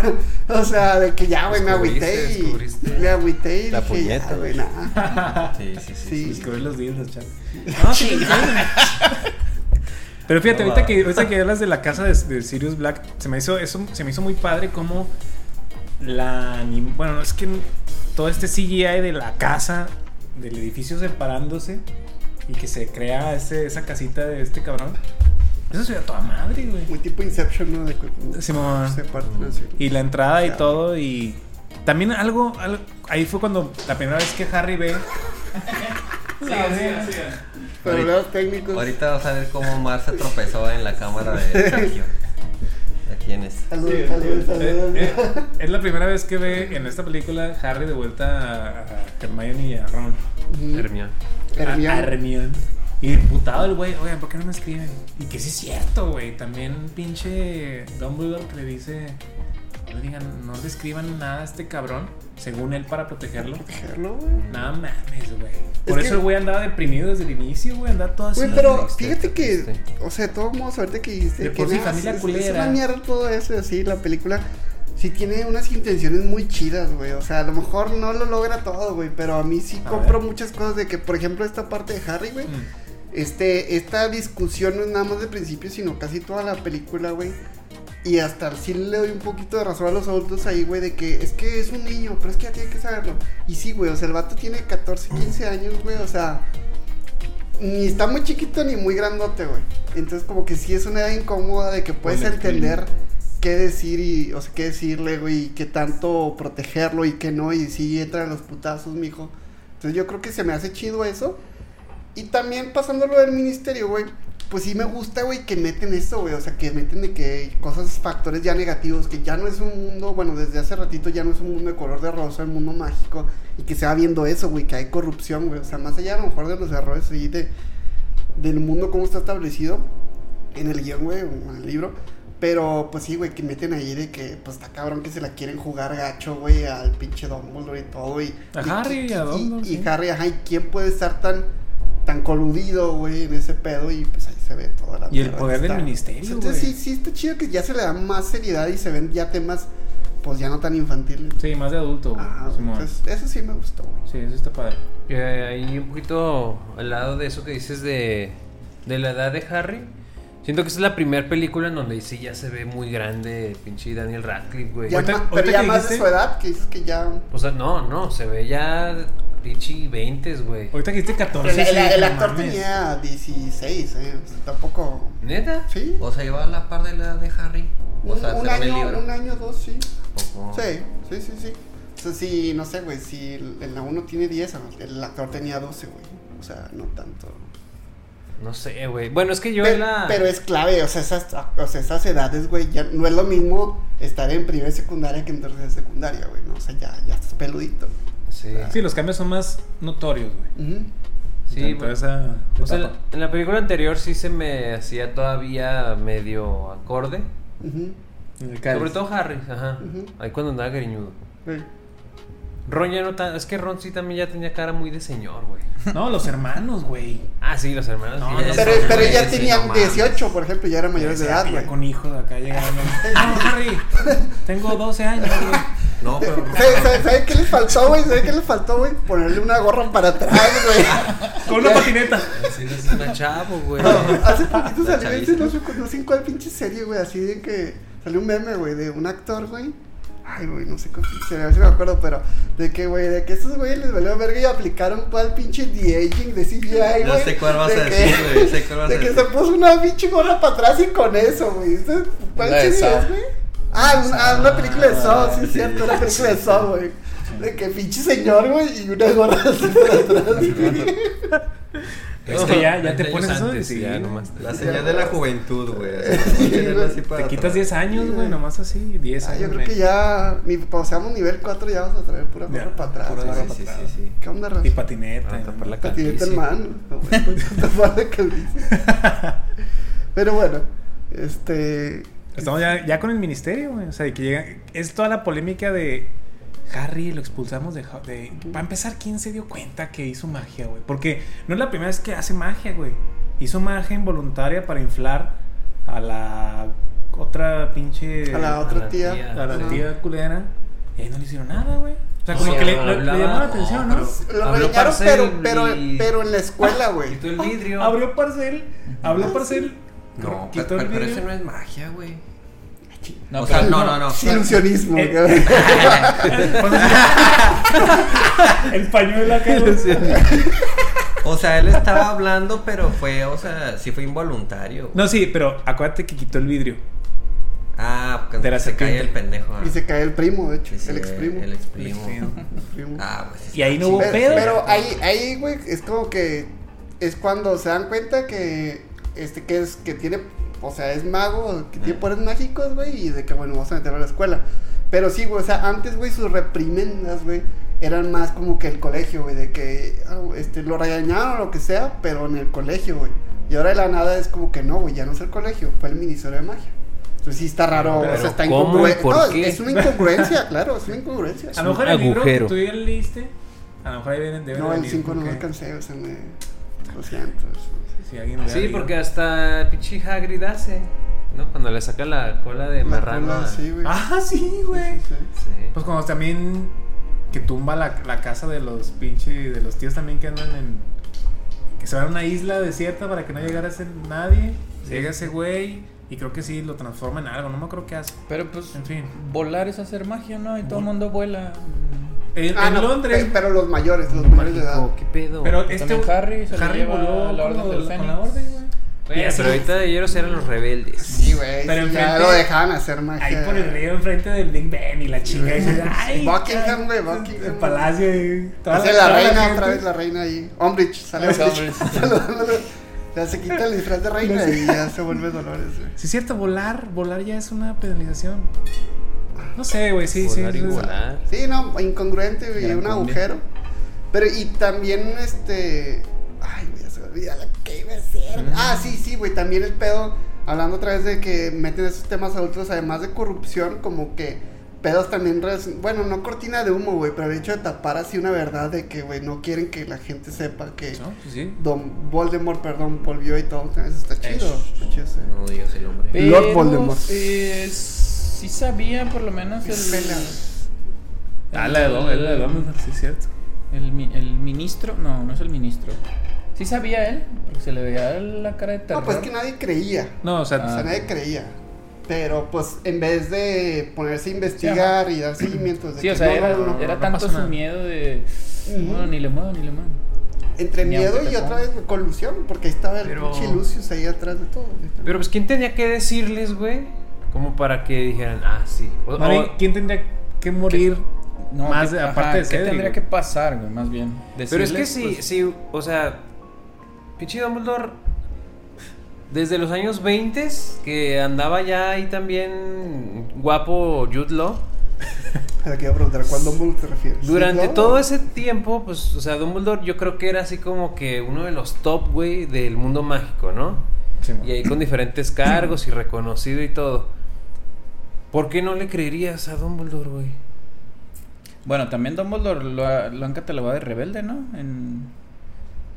o sea, de que ya, güey, me
Descubriste,
agüité y,
descubriste.
me agüité y
La
dije, ya,
puñeta.
güey, nada,
Sí, sí, sí.
sí.
Descubrí los libros, chaval. No, Ah, sí, sí. Pero fíjate,
No,
ahorita,
va.
que, ahorita que hablas de la casa de, de Sirius Black, se me hizo, eso, se me hizo muy padre cómo la anim- Bueno, es que todo este CGI de la casa, del edificio separándose y que se crea ese- esa casita de este cabrón. Eso se ve a toda madre, güey.
Muy tipo Inception, ¿no? De que
Simón.
se parten así.
Y la entrada y
Ya.
todo y... También algo, algo- ahí fue cuando la primera vez que Harry ve...
Problemas técnicos.
Ahorita vas a ver cómo Omar se tropezó en la cámara de Sergio. ¿A quién es?
Saludos, saludos, saludos.
Eh, eh, es la primera vez que ve en esta película Harry de vuelta a a Hermione y a Ron.
Ujú.
Hermión.
Mm, Hermione.
A- a Ah, Hermione. Y putado el güey, oigan, ¿por qué no me escriben? Y que sí es cierto, güey. También pinche Dumbledore que le dice, no le digan, no le escriban nada a este cabrón, según él, para protegerlo.
Protegerlo, güey.
No mames, güey. Por
Es
eso
que-
el güey andaba deprimido desde el inicio, güey. Andaba todo así.
Güey, pero
triste,
fíjate que,
triste.
o sea, de todos modos, ahorita que dijiste
este, De
que
por sí,
nada,
familia
es- es,
culera.
una mierda todo eso, y así, la película sí tiene unas intenciones muy chidas, güey. O sea, a lo mejor no lo logra todo, güey, pero a mí sí
A
compro
ver.
muchas cosas de que, por ejemplo, esta parte de Harry, güey,
Mm.
este, esta discusión no es nada más de principio, sino casi toda la película, güey. Y hasta sí le doy un poquito de razón a los adultos ahí, güey, de que es que es un niño, pero es que ya tiene que saberlo. Y sí, güey, o sea, el vato tiene 14, 15 años, güey, o sea, ni está muy chiquito ni muy grandote, güey. Entonces, como que sí es una edad incómoda de que puedes
Ponle
entender qué decir y, o sea, qué decirle, güey, y qué tanto protegerlo y qué no, y sí entran los putazos, mijo. Entonces, yo creo que se me hace chido eso. Y también pasándolo del ministerio, güey. Pues sí me gusta, güey, que meten esto, güey. O sea, que meten de que cosas, factores ya negativos, que ya no es un mundo, bueno, desde hace ratito ya no es un mundo de color de rosa, un mundo mágico. Y que se va viendo eso, güey, que hay corrupción, güey. O sea, más allá a lo mejor de los errores y de, del mundo como está establecido en el guión, güey, o en el libro. Pero, pues sí, güey, que meten ahí de que, pues está cabrón que se la quieren jugar gacho, güey, al pinche Dumbledore y todo. Y,
A
y-
Harry y a Dumbledore,
Y,
sí.
Harry, ajá, ¿y quién puede estar tan, tan coludido, güey, en ese pedo? Y pues ahí se ve toda la
Y el
mierda
poder
que
del
está.
ministerio,
O sea, Entonces
güey.
sí, sí está chido que ya se le da más seriedad y se ven ya temas, pues ya no tan infantiles.
Sí, más de adulto, güey.
Ajá, güey,
Oh, Simón.
Ah, entonces, eso sí me gustó, güey.
Sí, eso está padre.
Eh, ahí un poquito al lado de eso que dices de, de la edad de Harry. Siento que esa es la primera película en donde sí ya se ve muy grande el pinche Daniel Radcliffe, güey.
Ya
Ahorita-
ma- pero
ahorita
ya
que
más de su
dijiste-
edad, que dices que ya.
O sea, no, no, se ve ya pinche 20, güey.
Ahorita que dijiste
El,
14.
el-
sí,
el
no
actor
mames.
tenía 16, ¿eh? O sea, tampoco.
¿Neta?
Sí.
O sea, iba a la par de la edad de Harry. O sea,
un, un
según el
año,
libro.
un año, dos, sí.
Oh.
Ojo.
Sí, sí, sí, sí. O sea, sí, no sé, güey, si el- en la 1 tiene 10, el actor tenía 12, güey. O sea, no tanto.
No sé, güey. Bueno, es que yo
Pe-
en la.
Pero es clave, o sea, esas, o sea, esas edades, güey, ya no es lo mismo estar en primera y secundaria que en tercera y secundaria, güey, ¿no? O sea, ya, ya estás peludito.
Sí.
Ah.
Sí, los cambios son más notorios, güey.
Ujú.
Sí,
Dentro de
güey.
esa
O sea, en la-
etapa.
en la película anterior sí se me hacía todavía medio acorde.
Ujú.
Sobre todo Harry, ajá.
Ujú.
Ahí cuando andaba greñudo.
Güey.
Ron ya no tan. Es que Ron sí también ya tenía cara muy de señor, güey.
No, los hermanos, güey.
Ah, sí, los hermanos.
No,
sí,
no,
Pero,
son,
pero
güey,
ya
sí,
tenían
no mames.
18, por ejemplo, ya eran mayores de
Ya
edad, güey.
con hijos acá llegando. No, Harry, tengo 12 años, güey.
No, pero.
¿Sabes qué les faltó, güey? ¿Sabes qué les faltó, güey? Ponerle una gorra para atrás, güey.
Con una patineta.
Sí, no es una chavo, güey.
Hace poquito
Está
salió ese,
chavísimo.
no sé, cu- no sé en cuál pinche serie, güey, así de que salió un meme, güey, de un actor, güey. Ay, güey, no sé cuál pinche serie, a ver si me acuerdo, pero de que, güey, de que estos güeyes les valió verga y aplicaron cuál pinche de-aging de CGI, güey.
Ya sé cuál vas
de
a
que-
decir, güey, sé cuál vas
De
a
que se
decir.
puso una pinche gorra para atrás y con eso, güey. ¿Sabes ¿Cuál
La de
serie
Saw.
es, güey? Ah, un- ah, una película de Saw, sí,
sí,
es cierto, una película de
sí.
Saw, güey. De que pinche señor, güey, y una gorra así para atrás, güey.
Es que ya, ya te
20
pones
años
eso de
antes,
sí.
ya nomás te-
La señal de la juventud, güey. Te
Te quitas 10 años,
Sí,
güey,
güey.
nomás así, 10
Ah,
años.
yo creo que ya ni paseamos nivel 4 ya vas a traer pura gorra
Ya,
para atrás.
pura
güey.
gorra
Sí,
para
sí, sí.
¿Qué onda,
Y
Rafa?
patineta.
Para tapar Ah, la
¿no?
Patineta
calvicie.
en mano. No, güey, pues, con tapar la calvicie. Pero bueno, este...
Estamos ya, ya con el ministerio, güey. O sea, que llega. Es toda la polémica de Harry, lo expulsamos de. Ha- de- Para empezar, ¿quién se dio cuenta que hizo magia, güey? Porque no es la primera vez que hace magia, güey. Hizo magia involuntaria para inflar a la otra pinche.
A la otra
la
tía.
tía.
a la
Ajá.
tía culera. Y ahí no le hicieron nada, güey. O sea,
No,
como
sí,
que le,
hablaba-
le- le llamó la atención, ¿no?
no,
Lo
Habló
regañaron,
Parcel
pero, pero,
y-
pero en la escuela, güey.
Quitó el vidrio.
Abrió parcel. Habló parcel.
Ah, No,
quitó
pero, pero,
el
pero
vidrio.
eso no es magia, güey.
No,
o
pero-
sea, no, no, no.
Ilusionismo.
Eh,
güey.
El pañuelo acá. güey.
O sea, él estaba hablando, pero fue, o sea, sí fue involuntario. güey.
No, sí, pero acuérdate que quitó el vidrio.
Ah, cuando
De la
se cae
serpiente.
el pendejo. ah.
Y se cae el primo, de hecho.
Sí, sí,
el ex primo.
El ex primo.
primo.
Ah, pues.
Y ahí no hubo
Pero,
pedo.
pero ahí, ahí, güey, es como que es cuando se dan cuenta que este que es que tiene, o sea, es mago, que tiene poderes mágicos, güey, y de que bueno, vamos a meterlo a la escuela. Pero sí, güey, o sea, antes, güey, sus reprimendas, güey, eran más como que el colegio, güey, de que ah, este lo regañaron o lo que sea, pero en el colegio, güey. Y ahora de la nada es como que no, güey, ya no es el colegio, fue el Ministerio de Magia. Entonces sí está raro, o
Pero,
sea, está
¿cómo y
incongruente.
por
No,
qué?
es una incongruencia, claro, es una incongruencia.
a lo mejor
un
el libro que
agujero.
tú ya leíste. A lo mejor ahí deben deben
No,
de
el
venir,
5 no
porque
lo alcancé, o sea, me... Lo siento.
si alguien lo hubiera
Sí,
leído.
porque hasta pinche Hagrid hace, ¿no? Cuando le saca la cola de marrano. a-
Sí, güey.
Ah, sí, güey.
Sí, sí, sí.
Sí.
Pues cuando también. Que tumba la, la casa de los pinches. De los tíos también que andan en. Que se van a una isla desierta para que no llegara a ser nadie. Llega ese güey. Y creo que sí, lo transforma en algo. No me acuerdo qué hace.
Pero pues,
En fin.
volar es hacer magia, ¿no? Y todo el mundo vuela.
En,
Ah,
en
no,
Londres.
pe- pero los mayores, los mayores de edad.
Mágico, Oh, ¿Qué pedo?
Pero
Pero
este
también Harry se lo lleva
voló
a la Orden
con
del
lo- con
Fénix.
la orden, güey.
Bueno,
Y así-
pero ahorita ellos eran los rebeldes.
Sí, güey.
Pero
sí, ya
enfrente-
lo dejaban hacer magia.
Ahí por el río enfrente del Big Ben y la chinga. y dices, ay,
Buckingham,
ca-
güey, Buckingham.
El palacio. y toda
Hace la
toda
reina
gente.
otra vez, la reina ahí. Umbridge, sale
Es
Umbridge.
Umbridge.
Saludándolo. ya se quita el disfraz de reina y ya se vuelve Dolores, güey.
Sí, es cierto, volar, volar ya es una penalización. No sé, güey, sí,
volar
sí.
y
sí.
volar.
Sí, no, incongruente, güey,
Gran
un
combi.
agujero. Pero, y también, este. Ay, güey, se me olvida la que iba a ser. Ah, sí, sí, güey, también el pedo. Hablando otra vez de que meten esos temas adultos, además de corrupción, como que pedos también. relacion- Bueno, no cortina de humo, güey, pero el hecho de tapar así una verdad de que, güey, no quieren que la gente sepa que
No, pues sí.
Don Voldemort, perdón, volvió y todo. Eso está chido. está chido ese.
No digas el nombre.
Pero,
Lord Voldemort.
Eh, sí sabía por lo menos el,
Pela.
Ah, la de Dom, la de Dom, sí, es cierto.
el, mi- el ministro. No, no es el ministro. Sí sabía él, porque se le veía la cara de terror.
No, pues que nadie creía.
No, o sea,
O sea,
Ah.
nadie creía. Pero pues en vez de ponerse a investigar y dar seguimientos de
Sí, o
que
sea,
no,
era,
no, no,
era
no
tanto
pasa
su
nada.
miedo de.
Ujú.
No, ni le muevo, ni le muevo.
entre
ni
miedo
aunque te
y otra
pongas.
vez colusión, porque ahí estaba el
Pero-
pinche Lucius ahí atrás de todo. güey.
Pero pues, ¿quién tenía que decirles, güey? Como para que dijeran, ah, sí. O-
Mami,
o-
¿quién tendría que morir
No,
más
que-
de-
ajá,
aparte de
¿qué
Cedric?
tendría que pasar, güey? Más bien.
pero es que
Decirles,
sí,
pues,
sí, o sea, pinche Dumbledore, desde los años 20, que andaba ya ahí también guapo Jude Law,
Ahora que iba a preguntar, ¿cuál Dumbledore te refieres?
durante
¿No?
todo ese tiempo, pues, o sea, Dumbledore yo creo que era así como que uno de los top, güey, del mundo mágico, ¿no?
pues,
Sí, mo.
Y ahí con diferentes cargos y reconocido y todo. ¿Por qué no le creerías a Dumbledore, güey?
Bueno, también Dumbledore lo, ha- lo han catalogado de rebelde, ¿no? En...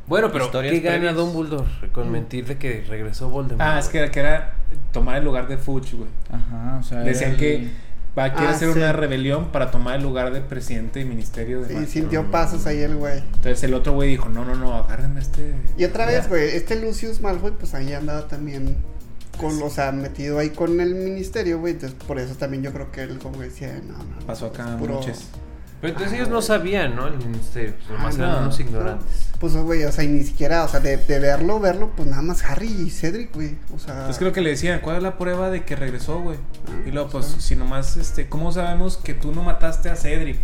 Bueno, pero
Historias
¿qué gana
previas.
Dumbledore con mentir de que regresó Voldemort?
Ah, es
güey?
que, que era tomar el lugar de Fuchs, güey.
Ajá, o sea.
Decían
el-
que va a querer
Ah,
hacer
sí.
una rebelión para tomar el lugar de presidente y ministerio de
Sí,
magia.
sintió pasos ahí el güey.
Entonces el otro güey dijo, no, no, no, agárrenme a este...
Y otra vez,
Ya.
güey, este Lucius Malfoy, pues ahí andaba también con, o sea, metido ahí con el ministerio, güey. Entonces, por eso también yo creo que él como que decía, no, no, no.
Pasó acá
es puro-
noches.
Pero entonces ellos no sabían, ¿no? El ministerio. Pues nomás
Ah,
eran
no.
unos ignorantes.
Pues, güey, o sea, y ni siquiera, o sea, de, de verlo, verlo, pues nada más Harry y Cedric, güey. O sea,
Entonces creo que le decían, ¿cuál es la prueba de que regresó, güey?
Ah,
Y luego,
sí.
pues, si nomás, este, ¿cómo sabemos que tú no mataste a Cedric?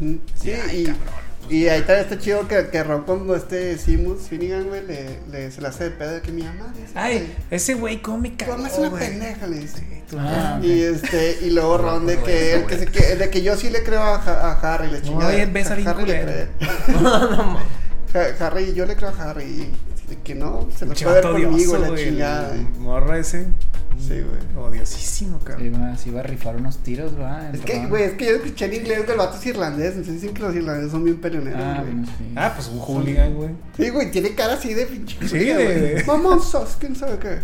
ujú, mm, Sí,
Ay,
y,
cabrón.
y ahí también está chido que, que Ron cuando este Simus Finnegan, güey, le, le- se la hace de pedo de que mi mamá dice,
Ay, ese güey, ¿cómo me
tu
cagó,
mamá es una
güey?
pendeja, le dice.
Ah, ok.
Y este, y luego
No,
Ron
no,
de
no,
que
no,
él, que
güey.
se que- de que yo sí le creo a, Ja- a Harry, le
No,
chingada.
bien, besa
A
bien
Harry le
culero.
cree. Ja- Harry, yo le creo a Harry, y de que no, se lo
Pinche
puede ver
vato
conmigo,
odioso,
la
güey,
chingada.
el Morra ese,
Sí, güey.
odiosísimo,
Se
cabrón.
iba, se iba a rifar unos tiros, va. el
Es que,
Ron.
güey, es que yo escuché en inglés que el vato es irlandés, entonces dicen que los irlandeses son bien peleoneros,
Ah,
güey.
bueno, sí.
Ah, pues un hooligan, güey.
Sí, güey, tiene cara así de pinche.
Sí,
judía,
de-
güey. Mamonzos, quién sabe qué.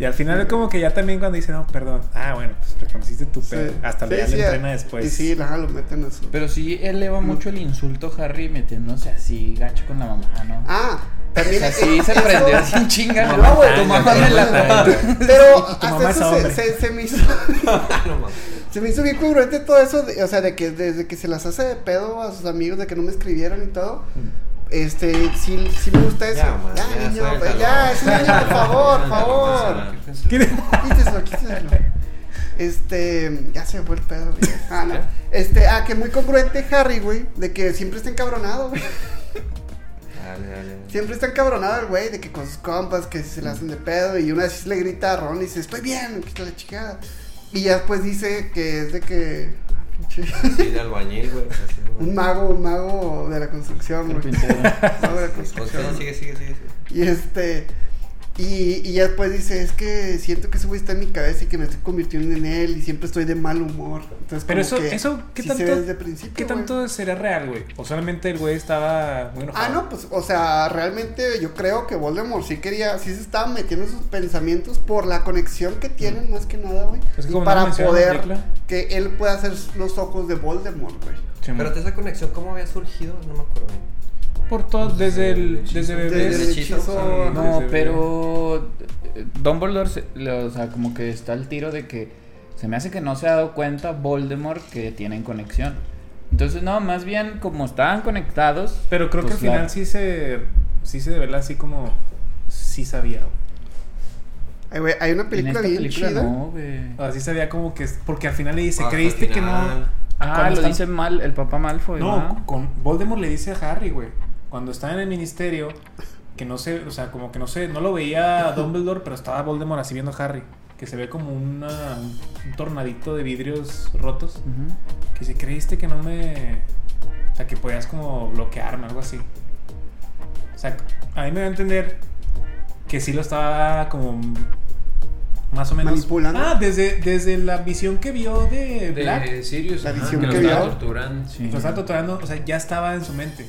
Y al final como que ya también cuando dice, no, perdón. Ah, bueno, pues reconociste tu pedo. Hasta
Sí,
ya
sí,
le entrena
Y
después.
sí, la lo meten a su.
Pero sí eleva mucho el insulto Harry metiéndose así gacho con la mamá, ¿no?
Ah,
o
también.
sea, sí
eh,
se
eso-
prendió sin chinga,
No, güey,
Tu
tu
mamá
mamá
me la
la-
Pero
Tu mamá
hasta
es
eso se,
hombre.
se, se me hizo.
No mames.
Se me hizo bien congruente todo eso, de- o sea, de que desde que se las hace de pedo a sus amigos de que no me escribieron y todo. Este, sí, sí me gusta eso.
Mm. Ya, man,
ya,
ya,
niño,
suéltalo.
ya, ese niño, por favor, por
Ya,
favor.
ya, ya.
¿Quién-
Quíteselo, quíteselo. Este, ya se me fue el pedo, güey. Ah, no. Este, ah, que muy congruente Harry, güey, de que siempre está encabronado, güey.
Dale, dale, dale.
Siempre está encabronado el güey, de que con sus compas, que se la hacen de pedo. Y una vez le grita a Ron y dice, estoy bien, quita la chingada. Y ya después dice que es de que. ah, pinche.
Sí, de albañil, güey. así, güey.
Un mago, un mago de la construcción, güey. Mago de la
Continúa,
construcción.
sigue, sigue, sigue. sigue.
Y este. Y, y ya después dice, es que siento que ese güey está en mi cabeza y que me estoy convirtiendo en él y siempre estoy de mal humor. Entonces,
Pero
como
eso,
que
eso, ¿qué
sí se
tanto,
ve desde el principio,
¿qué
güey.
tanto será real, güey? O solamente el güey estaba muy enojado.
Ah, no, pues, o sea, realmente yo creo que Voldemort sí quería, sí se estaba metiendo sus pensamientos por la conexión que tienen, más que nada, güey.
Mm. Es que
Y
como no lo
para
menciona la
poder
película.
que él pueda hacer los ojos de Voldemort, güey.
Sí,
Pero
mo.
esa conexión, ¿cómo había surgido? No me acuerdo.
Por todo, Pues desde el, desde
Desde el
bebés.
Derechito,
hechizo,
sí.
ajá.
No,
Sí, sí,
pero eh, Dumbledore, se- le- o sea, como que está el tiro de que se me hace que no se ha dado cuenta Voldemort que tienen conexión. Entonces, no, más bien como estaban conectados.
Pero creo que
pues,
al final
la-
sí se, sí se devela así como, sí sabía, güey.
Ay, güey, hay una
en esta
película bien
película
chida.
no, güey.
Así sabía como que, es- porque al final le dice,
Hasta
¿creíste
el
que no?
final.
Ah,
cuando
lo
están-
dice mal, el papá Malfoy.
No,
No.
con Voldemort le dice a Harry, güey, cuando estaba en el ministerio, que no sé, o sea, como que no sé, no lo veía a Dumbledore, pero estaba Voldemort así viendo a Harry, que se ve como una- un tornadito de vidrios rotos,
Ujú.
que si creíste que no me, o sea, que podías como bloquearme, algo así. O sea, a mí me va a entender que sí lo estaba como más o menos
Manipulando.
Ah, desde, desde la visión que vio de Black.
De Sirius,
La
ajá,
visión
que lo
que
estaba
vio.
torturando.
Sí.
Lo estaba torturando, o sea, ya estaba en su mente.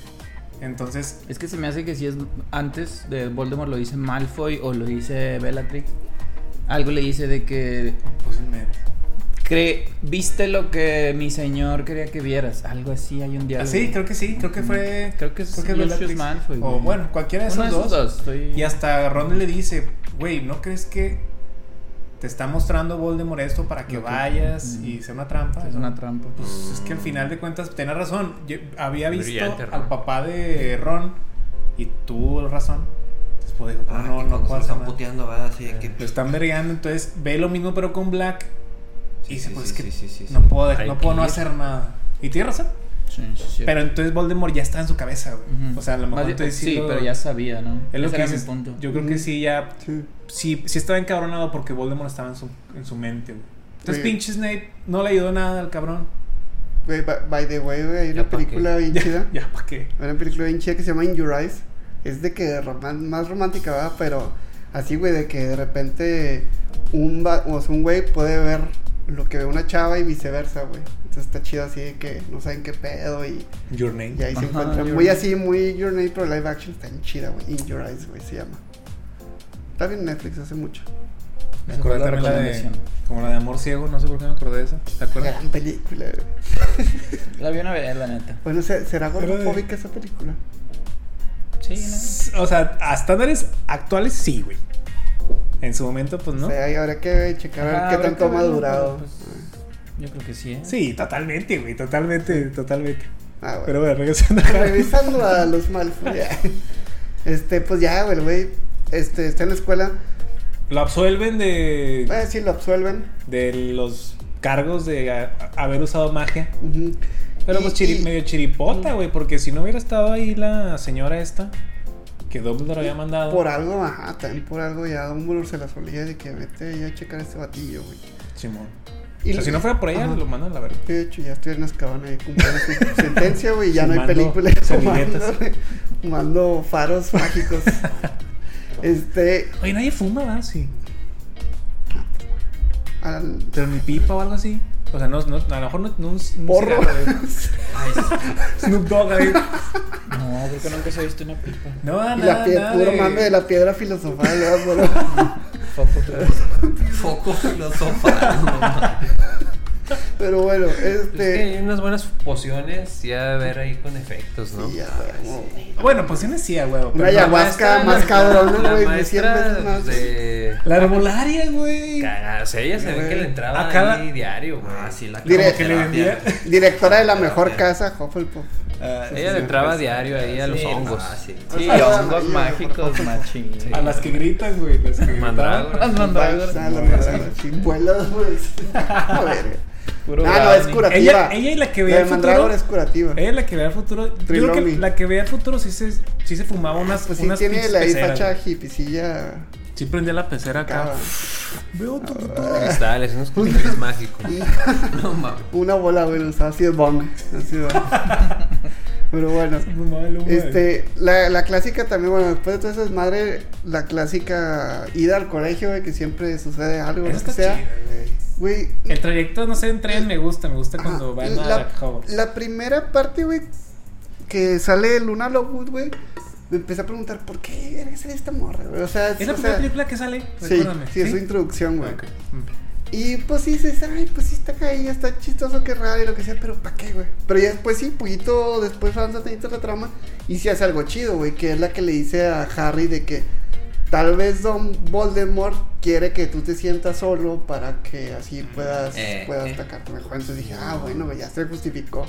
Entonces,
Es que se me hace que si es antes de Voldemort lo dice Malfoy o lo dice Bellatrix. Algo le dice de que
pues, posiblemente.
Cre- ¿Viste lo que mi señor quería que vieras? Algo así, hay un
Ah,
diálogo.
sí, creo que sí, creo que fue.
Creo que es Lucius
Bellatrix.
Malfoy,
O
güey.
bueno, cualquiera de esos,
Uno de esos
dos.
dos, estoy-
Y hasta Ron le dice, güey, ¿no crees que te está mostrando Voldemort esto para que
Lo que-
vayas
Mm.
y sea una trampa?
Es una trampa.
Pues es que al final de cuentas, tenés razón. Yo había visto
Brillante, Ron.
al papá de Ron y tuvo razón. Entonces, pues dijo,
Ah,
no,
que
no,
cuando se
no,
lo
pasa
están
nada.
puteando, va así de que. pues,
Lo están vergueando, entonces ve lo mismo pero con Black.
Sí,
y dice,
sí,
pues
sí,
es que
sí, sí, sí, sí.
no puedo, dej-
Hay
no,
que
puedo no
ir.
hacer nada. Y tiene razón.
Sí, sí, sí.
Pero entonces Voldemort ya está en su cabeza, güey.
Ujú.
O sea, a lo
Más
mejor
bien-
entonces
Sí,
lo-
pero ya sabía, ¿no?
Es lo que
Ese era mi
dices.
punto.
Yo creo que sí, ya.
Sí.
Sí, sí estaba encabronado porque Voldemort estaba en su, en su mente, güey. Entonces,
Sí.
pinche Snape no le ayudó nada al cabrón.
Güey, by, by the way, güey, hay
Ya
una
pa'
película bien chida.
Ya, ¿para qué?
Hay una película bien chida que se llama In Your Eyes. Es de que roman- más romántica, ¿verdad? Pero así, güey, de que de repente un, va- o sea, un güey puede ver lo que ve una chava y viceversa, güey. Entonces está chido así de que no saben qué pedo y,
Your name.
y ahí se
Ajá,
encuentran.
Your
Muy
Eyes.
así, muy Your Name, pero live action está bien chida, güey. In Your Eyes, güey, se llama. Está bien en Netflix hace mucho.
Me
Esa fue
acordé
la
también la de.
recomendación.
Como la de Amor Ciego, no sé por qué me acordé de esa. ¿Te acuerdas?
Gran película, güey.
La vi una vez, la neta.
Bueno, ¿se- ¿será
eh,
Pero de-
gordofóbica esa película?
Sí, ¿no?
O sea, a estándares actuales sí, güey. En su momento, pues no.
O sea, ahí habrá que checar a ver
Ajá,
qué
Ah, habrá
tanto ha
que verlo, pero,
madurado.
pues, Yo creo que sí, ¿eh?
Sí, totalmente, güey. Totalmente, totalmente.
Ah, bueno.
Pero bueno, regresando.
Regresando a los Malfoy. ya. Este, pues ya, güey, el güey. Este, está en la escuela.
Lo absuelven de.
Eh, sí, lo absuelven.
de los cargos de a- a- haber usado magia.
Ujú.
Pero
Y-
pues chiri-
y- Mm.
medio chiripota, güey, porque si no hubiera estado ahí la señora esta, que Dumbledore había mandado.
Por algo, ajá, también por algo ya Dumbledore se la solía de que vete ya a checar a este batillo, güey.
Simón.
Y
O sea, si no fuera por ella,
Ajá.
lo mandan a la verga.
De hecho, ya estoy en Azkaban ahí cumpliendo su sentencia, güey, y ya no hay
Fumando
película.
servilletas.
Fumando, güey, fumando faros mágicos. Este,
Oye, nadie fuma, ¿verdad? Sí.
al
Pero ni pipa o algo así. O sea, no, no- a lo mejor no. no un, un
porro.
cigarro, güey. Snoop Dogg ahí.
No, creo que nunca se ha visto una pipa.
No, nada,
Y la piedra,
nada
puro
de-
mame de la piedra filosofal, ¿verdad, boludo?
Foco,
Foco filosofal. no mames.
Pero bueno,
Pues es que
este.
hay unas buenas pociones ya a ver ahí con efectos, ¿no?
sí, ya, güey.
Bueno, pues sí, no decía, güey. pero-
Una ayahuasca
maestra,
más
la-
cabrona,
la
güey. de cien veces
maestra
más.
de...
La arbolaria, güey.
Caga, o sea, ella se ve que le entraba
Acá la-
ahí diario, güey.
Ah, sí, la
Diré-
Que le vendía.
cromoterapia.
Directora de la mejor casa, Hufflepuff.
Ah,
Ella le entraba diario ahí a los
Sí, no,
hongos.
Ah, sí.
Sí,
Ah,
hongos
sí,
mágicos, machín.
a las que gritan, güey. Las que gritaban.
Mandrágoras.
Las mandrágoras.
Ah, la madre, sí, vuelas, güey. pues. A ver.
Puro
Ah, no, es
brownie.
curativa.
Ella- ella y la que ve
La
el
de
futuro. Eh,
Mandrágora es curativa.
Ella la que vea el futuro. Yo creo que
Triloli.
la que vea el futuro sí se, sí se fumaba unas.
Pues sí,
unas
tiene
pinches
la ahí
peceras,
facha
güey.
hipicilla.
Sí prendía la pecera acá.
acá.
Veo
Ah,
tu futuro.
Cristales, unos cristales mágicos.
Y
No mames.
una bola, güey, o sea, así de bong. Así de bong. Pero bueno.
Se fumaba el humo de-
Este, la, la clásica también, bueno, después de todas esas madres, la clásica ida al colegio, güey, que siempre sucede algo,
Eso
lo que
está
sea.
chido, güey.
Güey,
El trayecto, no sé, en tren me gusta. Me gusta cuando
ajá,
van a
la,
la Hogwarts.
la primera parte, güey, que sale Luna Lovegood, güey, me empecé a preguntar, ¿por qué vergas es esta morra, güey? O sea,
Es la
o
primera
sea,
película que sale.
Sí,
Recuérdame.
sí, es su introducción, güey.
Ok. Mm.
Y pues sí, dices, ay, pues sí está caída, está chistoso, qué raro y lo que sea, pero ¿para qué, güey? Pero ya después sí, poquito después avanza tantito la trama y sí hace algo chido, güey, que es la que le dice a Harry de que tal vez Don Voldemort quiere que tú te sientas solo para que
Mm,
así puedas,
Eh,
puedas
eh.
atacarte mejor. Entonces dije, ah, bueno, güey, ya se justificó.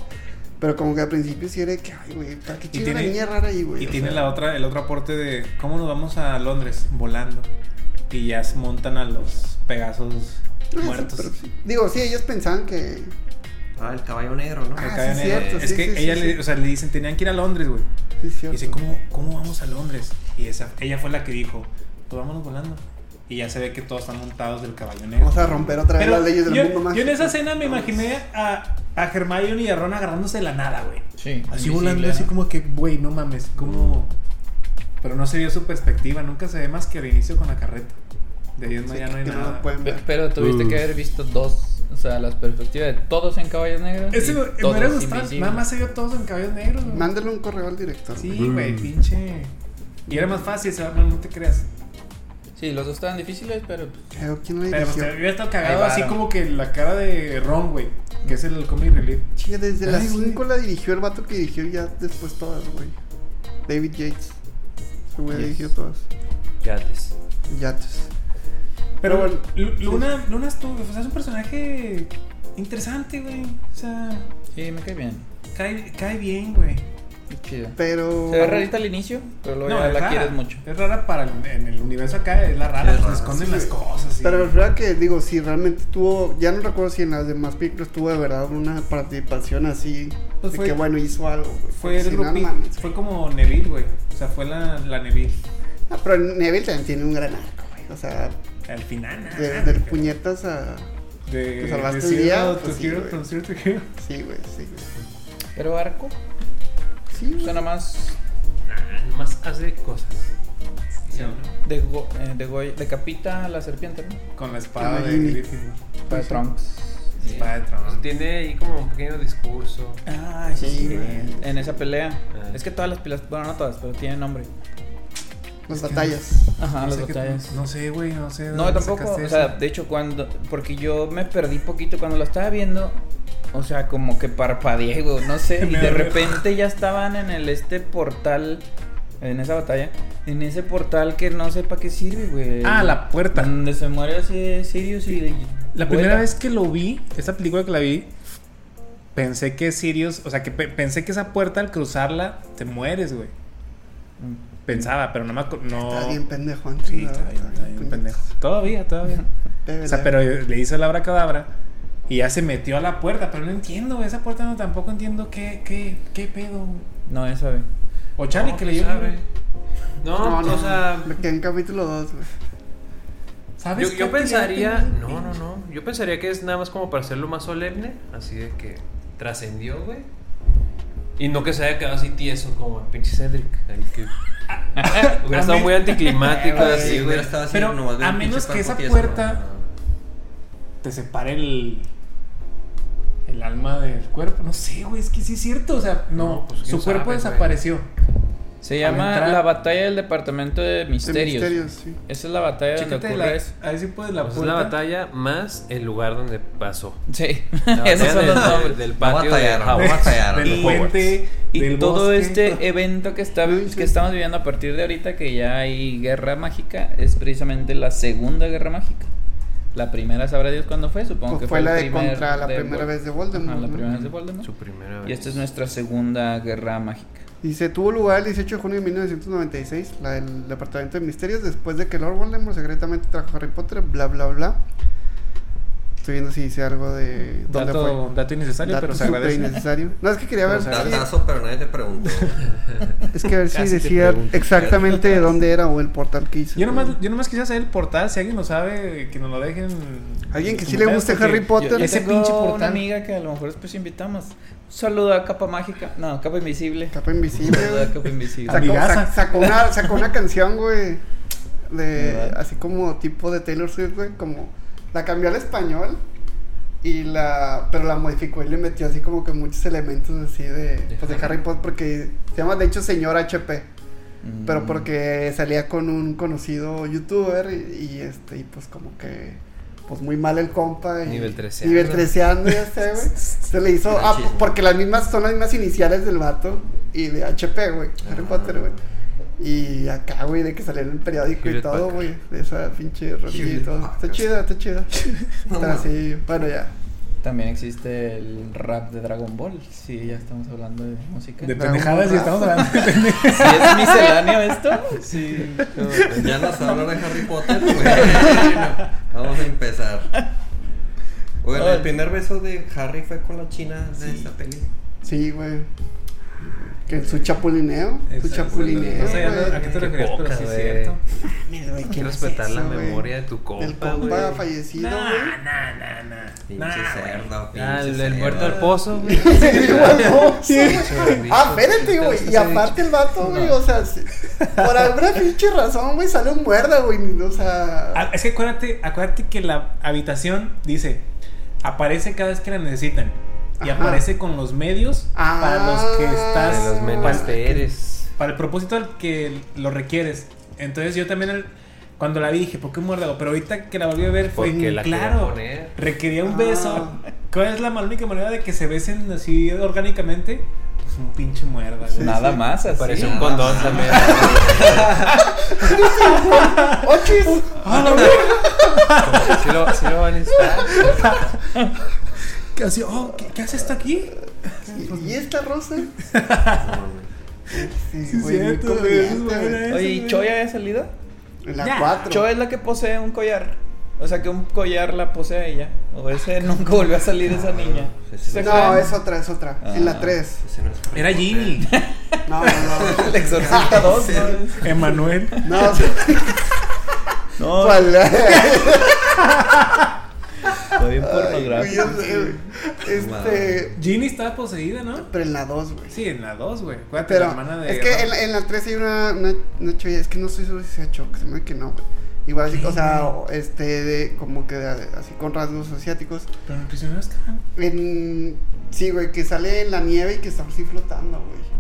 Pero como que al principio sí era de que, ay, güey, ¿para qué
Y
tiene una
tiene-
niña rara ahí, güey?
Y
O
tiene
sea, ah,
la otra, el otro aporte de cómo nos vamos a Londres volando. Y ya se montan a los Pegasos
ah, sí,
muertos.
pero sí. Digo, sí, ellos pensaban que...
Ah, el caballo negro, ¿no?
Ah,
Que
sí,
caen en-
cierto,
es
sí,
que
sí,
ella
sí,
le,
sí.
o sea, le dicen tenían que ir a Londres, güey.
Sí, es
Y
cierto.
dice, ¿cómo, ¿cómo vamos a Londres? Y esa, ella fue la que dijo, pues vámonos volando. Y ya se ve que todos están montados del caballo negro.
Vamos a romper otra vez
Pero
las leyes del
yo,
mundo mágico.
yo en esa escena me imaginé a, a Hermione y a Ron agarrándose de la nada, güey.
Sí.
Así
invisible,
volando,
¿no?
así como que, güey, no mames, como... Pero no se vio su perspectiva, nunca se ve más que al inicio con la carreta. De ahí en
Sí,
más ya
que-
no hay
que no
nada.
lo pueden
Pe-
ver.
Pero tuviste que haber visto dos, o sea, las perspectivas de todos en Caballos Negros.
Ese
y
me, me
todos
hubiera gustado,
invisibles.
nada más se vio todos en caballos negros, güey.
Mándale un correo al director.
Sí, güey, pinche. Y era más fácil, se va- bueno, no te creas.
Sí, los dos estaban difíciles, pero pues,
Pero ¿quién lo
Pero pues,
dirigió?
te hubiera estado
Ahí
cagado
va,
así
¿no?
como que la cara de Ron, güey. Que es el comic relief.
Chinga, desde
Ay,
las
güey.
5 la dirigió el vato que dirigió ya después todas, güey. David Yates. Ese güey
Yes.
dirigió todas.
Yates.
Yates.
Pero
Pero,
Lu- Luna, Luna es tu- o sea, es un personaje interesante, güey. O sea,
sí, me cae bien.
cae, cae bien, güey.
Qué Chido.
Pero.
Se ve rarita al inicio, pero luego ya
es
la
rara.
quieres mucho.
Es rara para el- en el universo acá, es la rara,
Sí, es
se
rara,
esconden
sí.
las cosas. y-
Pero la verdad que digo, si realmente tuvo, ya no recuerdo si en las demás películas tuvo de verdad una participación así,
Pues
de
fue-
que bueno, hizo algo, güey.
fue el
Si no, no
grupi-
mames.
fue como Neville, güey. O sea, fue la, la Neville.
Ah, pero Neville también tiene un gran arco, güey. O sea,
Al final. nada,
de- del
güey.
puñetas a...
De,
que salvaste
de
el día,
Zero to
pues sí,
Hero,
güey.
from Zero to Hero.
Sí, güey, sí, güey.
Pero Arco,
Sí,
o sea,
güey.
nada más
Ah,
Nah, nomás hace cosas.
Sí.
de go- eh, de goy- decapita a la serpiente, ¿no?
Con la espada de
Imagínate.
Griffin.
Para Trunks.
Sí.
Espada de Tron.
O sea, Pues tiene ahí como un pequeño discurso.
Ah, sí,
Sí,
sí,
güey.
En esa pelea.
Ah.
Es que todas las pilas, bueno, no todas, pero tienen nombre.
Las
Es que-
Pues batallas.
Ajá,
No
las
sé qué-
batallas.
No sé, güey, no sé. de
No,
dónde
tampoco.
sacaste
O sea,
eso.
de hecho, cuando. Porque yo me perdí poquito cuando lo estaba viendo. O sea, como que parpadeé, güey, no sé. Y
Me
de
dormí.
repente ya estaban en el este portal. En esa batalla. En ese portal que no sé para qué sirve, güey.
Ah, la puerta.
Mm,
Donde se muere así Sirius y.
La primera
vuela.
vez que lo vi, esa película que la vi, pensé que Sirius, o sea, que pe- pensé que esa puerta al cruzarla te mueres, güey.
Mm,
Pensaba, pero no me acu- no.
Está bien pendejo antes.
Sí,
la
está bien,
verdad,
está bien,
puñetas.
pendejo. Todavía, todavía.
De
O sea,
verdad.
pero le hizo el abracadabra y ya se metió a la puerta, pero no entiendo, güey, esa puerta no tampoco entiendo qué, qué, qué pedo. güey.
No, esa vez.
O Charlie
No, pues
que le dio.
sabe. No, pues,
No, no,
o sea,
Me quedé en capítulo 2, güey.
¿Sabes
yo,
qué
yo
te
pensaría,
lleva,
no, no, no, yo pensaría que es nada más como para hacerlo más solemne, así de que trascendió, güey. Y no que se haya quedado así tieso como el pinche Cedric. ahí que- Hubiera
A
estado
mí-
muy anticlimático
Ay,
así,
Sí,
güey. Pues
hubiera estado así,
Pero
nomás de
a
un pinche
menos que
cuerpo
esa
tieso,
puerta-
¿no?
te separa el el alma del cuerpo, no sé, güey, es que sí es cierto, o sea, no,
No, pues,
su
quién
cuerpo
sabe, güey.
desapareció.
Se
Al
llama
entrar-
La Batalla del Departamento de
De
Misterios.
misterios, sí.
Esa es la batalla donde
Chécate
ocurre
la,
eso.
a ver si puedes la
Pues es
puerta.
la batalla más el lugar donde pasó.
Sí,
La
esos
batalla
son los
del-
nombres.
Del
No
patio de
batallaron, no
Howard.
batallaron.
del
Y-
puente,
Y
del
todo
bosque.
este evento que, está,
Sí, sí.
que estamos viviendo a partir de ahorita, que ya hay guerra mágica, es precisamente la segunda guerra mágica. La primera, sabrá Dios cuándo fue, supongo
Pues
que
fue,
fue
la
el
de
primer
contra la
de
primera
Vol-
vez de Voldemort.
Ajá, la
¿no?
primera vez de Voldemort.
Su primera vez.
Y esta es nuestra segunda guerra mágica.
Y se tuvo lugar el 18 de junio de 1996, la del Departamento de Misterios, después de que Lord Voldemort secretamente trajo a Harry Potter, bla, bla, bla. Estoy viendo si dice algo de dónde
dato,
fue.
dato innecesario,
Dato
pero se
súper
agradece.
innecesario. No, es que quería ver,
Pero se agradece.
si,
Datazo, pero nadie te preguntó.
es que a ver si
Casi te
decía
pregunto.
exactamente de dónde era o el portal que hizo.
Yo nomás, yo nomás quisiera saber el portal, si alguien lo sabe, que nos lo dejen.
Alguien que
en
sí le
comentarios,
guste
porque
Harry Potter.
Yo, yo
Ese
tengo
pinche
una
portal.
amiga que a lo mejor después invitamos. Un saludo a Capa Mágica. No, Capa Invisible.
Capa
Un
invisible.
saludo a
güey.
Capa Invisible.
Sacó,
Amigaza.
sac- sacó una, sacó una canción, güey. De,
¿Verdad?
así como tipo de Taylor Swift, güey. Como la cambió al español. Y la. Pero la modificó y le metió así como que muchos elementos así de. Pues de Harry Potter. Porque se llama de hecho Señor HP.
Mm.
Pero porque salía con un conocido youtuber. Y, y este. Y pues como que. Pues muy mal el compa. Y,
Nivel treceando.
Nivel 13 ya sé, güey. Se le hizo. Ah,
Machismo.
porque las mismas son las mismas iniciales del vato. Y de HP, güey. Harry
Ah.
Potter, güey. Y acá, güey, de que salió en el periódico y
Hewlett
todo,
Packard.
güey. De esa pinche rolilla y
Hewlett
todo. Está
Packard.
chida, está chida.
No
Está
mames.
así, bueno, ya.
También existe el rap de Dragon Ball. Sí, ya estamos hablando de música.
De pendejadas, y estamos hablando de pendejadas.
¿Sí es misceláneo esto? Sí.
Ya nos hablaron de Harry Potter, güey. Bueno, Vamos a empezar. Bueno, el primer beso de Harry fue con la china de esa peli.
Sí, güey. Que su chapulineo. Su
Exacto.
chapulineo.
No sé a qué
güey.
te refieres, pero
poca,
sí es
güey.
cierto.
Mira, güey,
Hay que
¿quién es
respetar la
eso, güey?
memoria de tu
Del
compa, güey.
compa fallecido,
Nah,
güey.
nah, nah, nah.
Pinche
Nah, güey.
cerdo, pinche
Ah, el, el
cerdo.
muerto al pozo, güey.
Sí, güey, no, sí.
Chorizo,
Ah, espérate,
chorizo,
güey. Y
chorizo.
aparte el vato, güey,
No.
o sea, sí, por alguna pinche razón, güey, salió muerda, güey. O sea,
Ah, Es que acuérdate, acuérdate que la habitación dice aparece cada vez que la necesitan y
Ajá.
aparece con los medios
Ah.
para los que estás
De los
para,
menesteres.
para el propósito al que lo requieres. Entonces yo también el- Cuando la vi dije, ¿por qué muérdago? Pero ahorita que la volví a ver fue
Porque la quería
pues, claro.
poner.
Requería un
Ah.
beso. ¿Cuál es la mal- única manera de que se besen así orgánicamente? Pues un pinche muerda, güey.
Sí,
Nada
sí.
más, así.
Parece un condón también.
¡Ochis!
¡Ah, la verga!
Sí lo, sí lo van a necesitar.
¿Qué, así, oh, ¿qué, qué hace esto aquí?
¿Y- ¿Y esta rosa? Sí,
Sí,
güey, muy
cierto, güey,
conveniente,
es buena
güey.
esa,
Oye, ¿y
güey.
Choya había salido?
En la
Ya.
4.
Choya es la que posee un collar. O sea, que un collar la posee ella. O ese nunca volvió a salir esa niña.
ese
¿Se
No,
acuerdan?
es otra, es otra. En
Ah.
la 3.
pues, Ese no es Harry
Era
Potter.
Ginny.
No, no,
El exorcista 2, ¿no?
Emanuel.
no. No, sí.
No,
¿Cuál?
fue bien
Ay,
pornográfico.
yo sé, güey. Este.
Ginny estaba poseída, ¿no?
Pero en la 2, güey.
Sí, en la 2, güey. Acuérdate,
Pero
la hermana de.
es que en, la- en la 3 hay una, una, una chavilla, es que no estoy seguro si sea Cho, que se me hace que no, güey. Igual así, o sea, o- este, de, como que de- así con rasgos asiáticos.
Pero los prisioneros estaban.
En, sí, güey, que sale en la nieve y que está así flotando, güey.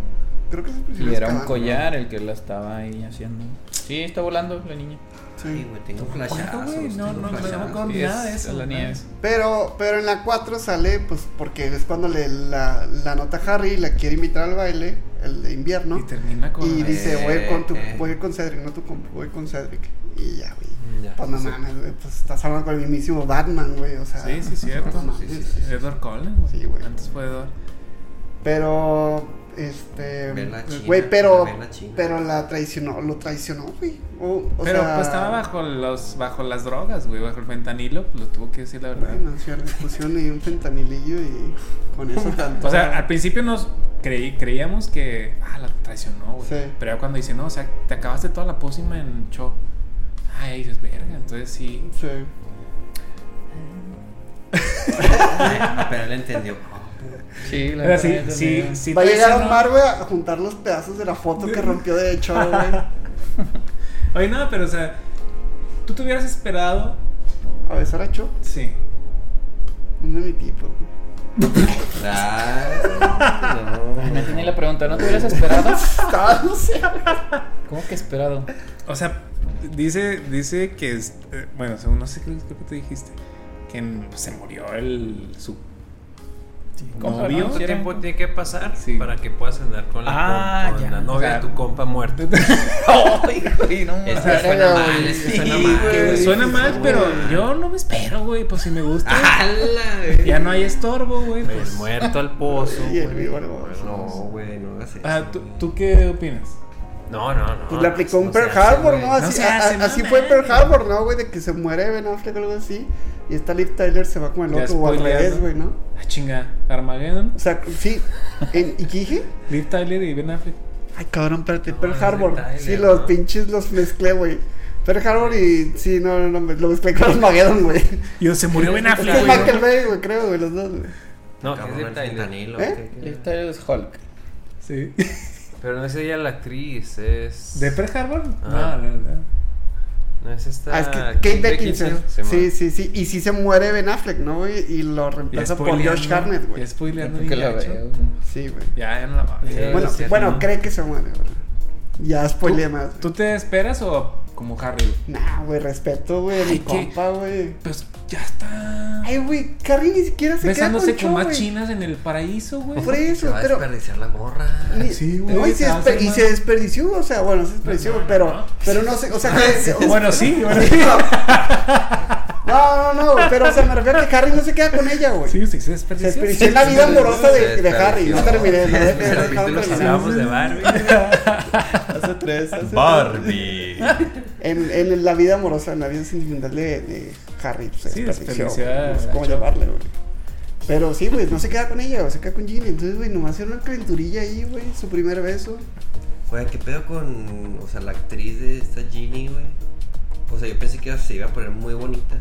Creo que es el
Y
prisionero
era un
Azkaban,
collar el que la estaba ahí haciendo. Sí, está volando la niña.
¿no?
Sí,
Sí.
güey, tengo
No me acuerdo,
flashazos.
güey, no,
tengo
no, no me
flashazos.
acuerdo.
Sí,
nada de
es
eso, nada.
La nieve.
Pero, pero en la 4 sale, pues, porque es cuando le la, la nota Harry y la quiere invitar al baile, el de invierno.
Y termina con.
Y dice, voy a ir con, tu,
Eh, eh.
voy a ir con Cedric, no tú con, voy con Cedric. Y ya, güey.
Ya.
Pues no
sí.
mames, güey, pues estás hablando con el mismísimo Batman, güey, o sea.
Sí, sí, cierto.
"Ah, no
Sí, sí,
mames.
sí, sí.
Edward Cullen, güey.
Sí, güey.
Antes fue Edward.
Pero, este.
Vela china,
Güey, pero.
vela china.
Pero la traicionó, lo traicionó, güey. O, o
Pero
sea,
pues estaba bajo los bajo las drogas, güey, bajo el fentanilo, pues lo tuvo que decir la verdad.
Bueno, sí, le pusieron ahí un fentanilillo y con eso tanto.
O sea, al principio nos creí, creíamos que ah, la traicionó, güey.
Sí.
Pero ya cuando dice, "No, o sea, te acabaste toda la pócima en Cho." Ay, dices, "Verga." Entonces sí.
Sí.
Eh, Pero él entendió.
Sí, la
Era sí,
neta,
sí,
mira.
sí
Va a llegar
traicionó.
Omar, güey, a juntar los pedazos de la foto que rompió de hecho, güey.
Oye, no, pero o sea, tú te hubieras esperado,
A besar a Cho,
sí.
no es mi tipo. güey.
Ay, no
Ay,
entendí la pregunta, ¿no te hubieras esperado?
Estaba, no sé.
¿Cómo que esperado?
O sea, dice, dice que es, eh, bueno, según no sé qué creo que te dijiste, que en- pues, se murió el su
compa,
novio.
¿no?
¿Cuánto
Sí, era-
tiempo tiene que pasar
Sí.
para que puedas andar con la,
Ah,
com- con
ya.
la novia
O sea,
de tu compa muerta?
Ay, güey, no
no. Es
mames.
que suena
Ay,
mal, es que
sí,
suena
güey.
mal.
Suena mal, pero yo no me espero, güey, pues si me gusta.
¡Hala!
Ya no hay estorbo, güey.
El
Pues.
muerto al pozo.
Y el
güey.
vivo al pozo.
No, güey, no hagas eso.
Ah, ¿tú, tú qué opinas?
No, no, no.
Pues le aplicó un
Ah, No
Pearl
se hace,
Harbor,
güey.
¿no? Así,
se hace,
a-
no
así fue
mames.
Pearl Harbor, ¿no, güey? De que se muere Ben Affleck o algo así. Y esta Liv Tyler se va con el
Ya
otro, o al
spoileando.
revés, güey, ¿no?
Ah, chinga. Armageddon,
O sea, sí. En, ¿Y qué dije?
Liv Tyler y Ben Affleck.
Ay, cabrón, espérate.
No,
Pearl
Liv
Harbor.
Tyler,
sí, los
¿no?
pinches los mezclé, güey. Pearl Harbor y. Sí, no, no, no. Lo mezclé con Armageddon, güey.
Yo, se murió Ben
Es
Affleck,
que
güey.
Michael Bay, güey, creo, güey, los dos, güey.
No, que es
Cabrón,
de
el
Tyler.
fentanilo,
¿Eh?
¿qué- qué-
La historia es Hulk.
Sí.
Pero no es ella la actriz, es.
¿De Pearl Harbor?
Ah.
No, no, no.
No es esta.
Ah, es que Kate Beckinsale.
se llama.
Sí, sí, sí. Y sí se muere Ben Affleck, ¿no, güey? Y lo
Ya
reemplaza por Josh Hartnett, güey.
Ya spoileando.
Porque
bien
la
gacho.
veo.
Sí, güey.
Ya, ya no la va.
Eh,
Bueno,
sí,
bueno
¿no?
cree que se muere, güey. Ya spoileé más. güey.
¿Tú te esperas o como Harry? güey?
Nah, güey, respeto, güey, a mi
Ay, qué-
compa, güey.
Pues ya está.
Ay, güey, Carrie ni siquiera se
Besándose
queda
con
con,
más
Cho, güey.
chinas en el paraíso, güey.
Por
Se
eso,
va a
pero.
desperdiciar la morra.
ni-
Sí, güey,
no, y se,
se va a
desper-
hacer
y
mal.
se desperdició, o sea, bueno, se desperdició,
No, no,
pero,
no.
pero no sé, o sea, que-
Bueno, sí, bueno, sí.
no, no, no, güey, pero, o sea, me refiero a que Harry no se queda con ella, güey.
Sí, sí, se
se
desperdició.
desperdició en la vida amorosa
Se
de, de
desperdició.
Harry, no terminé, no,
En
no, no,
el
no,
capítulo
no,
que
no,
hablábamos de Barbie.
hace tres, hace
Barbie.
En, en la vida amorosa, en la vida sentimental de, de Harry, pues,
Sí,
desperdició,
desperdició
güey,
a-
no sé
a
cómo
Cho.
llamarle, güey. Pero sí, güey, no se queda con ella, güey, se queda con Ginny. Entonces, güey, nomás era una calenturilla ahí, güey, su primer beso.
Güey, ¿qué pedo con, o sea, la actriz de esta Ginny, güey? O sea, yo pensé que se iba a poner muy bonita,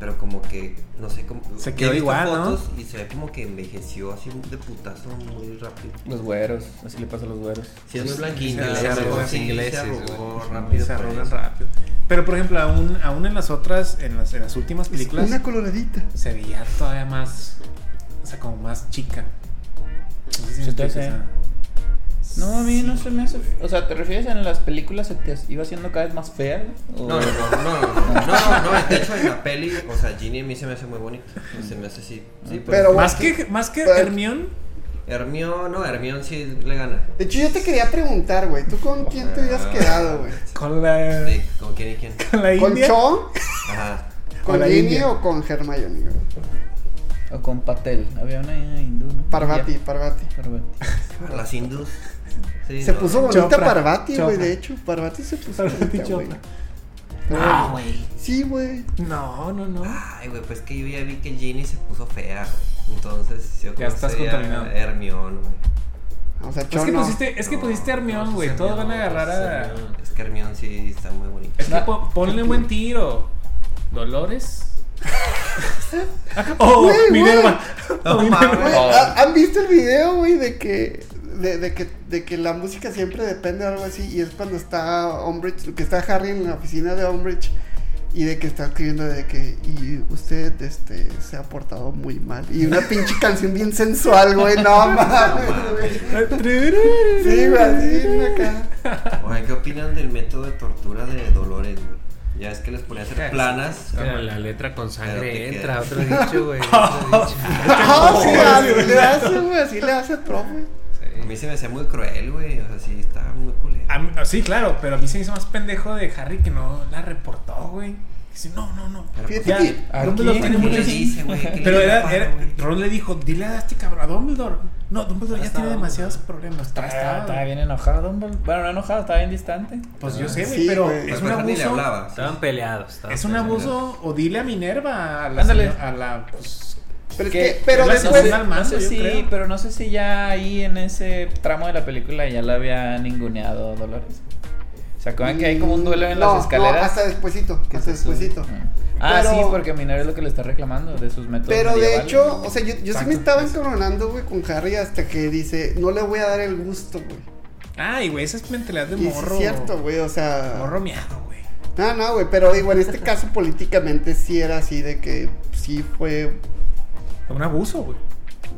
pero como que, no sé, como...
Se
he
quedó
visto
igual, ¿no?
fotos Y se ve como que envejeció así de putazo muy rápido.
Los güeros, así le pasa a los güeros.
Si es muy
Sí,
blanquita,
se
se arrugó,
arrugan
sí,
ingleses,
se arrugó
güey.
rápido. pues.
Se
pues.
por
arrugan
eso.
rápido. Pero por ejemplo, aún, aún en las otras, en las, en las últimas
Es
películas,
Una coloradita.
se veía todavía más, o sea, como más chica. No sé si me
Sí, te
explicas,
hace.
o sea,
No, a mí no se me hace. O sea, ¿te refieres en las películas se te iba haciendo cada vez más fea?
No,
¿O-
no, no, no, no, no, no, no, de hecho en la peli, o sea, Ginny a mí se me hace muy bonita, se me hace así, sí, pues,
Pero
pero,
Más que, más que
Pero-
Hermión,
Hermión, no, Hermión sí le gana,
De hecho, yo te quería preguntar, güey. ¿Tú con quién te hubieras quedado, güey?
con la,
Sí, ¿con quién y quién?
con Ah. la
¿Con
India.
Cho?
Ajá,
¿Con
Con la
Ginny
India.
o con Hermione, güey?
O con Patel. Había una hindú, ¿no?
Parvati,
Ya,
Parvati.
Parvati.
las hindus, sí,
Se
no.
puso bonita
Chopra.
Parvati, güey.
Chopra.
De hecho, Parvati se puso
Parvati
bonita, güey.
Chopra.
Pero,
Ah, güey.
Sí, güey.
No, no, no.
Ah,
Ay, güey, pues que yo ya vi que Ginny se puso fea, güey. Entonces, yo
Ya estás
conocí a
contaminado.
Hermión, güey.
O sea, Cho
Es que
no.
pusiste, es que
No,
pusiste
no,
Hermión,
sí,
güey. Todos van a
Hermión,
agarrar
sí,
a.
Hermión. Es que Hermión sí está muy bonita.
Es que po- ponle un buen tiro. Dolores. oh,
Güey,
Minerva.
No
Oh, Minerva.
Güey,
Oh.
¿ha- ¿Han visto el video, güey, de que, de, de que, de que la música siempre depende de algo así? Y es cuando está Umbridge, que está Harry en la oficina de Umbridge y de que está escribiendo de que y usted este, se ha portado muy mal. Y una pinche canción bien sensual, güey, no mames, güey. Sí, güey, así, güey, acá.
Oye, ¿qué opinan del método de tortura de Dolores, güey? Ya es que les ponía a hacer planas.
Mira, La letra con sangre
Pero te
entra,
queda.
otro dicho, güey. otro dicho.
Ah, sí, así le hace, güey, así le hace el profe.
A mí se me hacía muy cruel, güey. O sea, sí, estaba muy culero.
A mí- sí, claro, pero a mí se me hizo más pendejo de Harry que no la reportó, güey. Dice, no, no, no.
Pero, pues,
Fíjate
Ya,
que-
¿a
Dumbledore
quién?
tiene
¿qué le
muchas.
dice, güey? ¿Qué le
Pero
dice
era,
papá,
era-
güey?
Ron le dijo, dile a este cabrón, a Dumbledore. No, Dumbledore ya
Está-
tiene demasiados problemas. Está,
Estaba, estaba,
está-
bien enojado, Dumbledore. Bueno, no enojado, estaba bien distante.
Pues yo sé, güey,
Sí,
pero
güey.
es
Pues
un
mejor Ni le
abuso.
hablaba. sí.
Estaban peleados. estaban
Es un
peleados.
abuso. O dile a Minerva, a la.
Ándale.
señora- A la pues,
Pero, es
Que-
que, pero
es la
después...
segunda- al mando,
no sé
yo
si,
creo.
pero no sé si ya ahí en ese tramo de la película ya la había ninguneado Dolores. ¿Se acuerdan que hay como un duelo en
No,
las escaleras?
No, hasta despuesito,
Que
hasta
se sube.
despuesito.
Ah,
Pero-
sí, porque Minerva es lo que le está reclamando de sus métodos.
Pero de
medievales.
hecho, o sea, yo, yo sí
Exacto.
me estaba encabronando, güey, con Harry hasta que dice, no le voy a dar el gusto, güey.
Ay, güey, esa es mentalidad de
Y sí
morro.
es cierto, güey, o sea...
Morro miado, güey.
No, no, güey, pero digo, en este caso políticamente sí era así de que sí fue...
Un abuso, güey.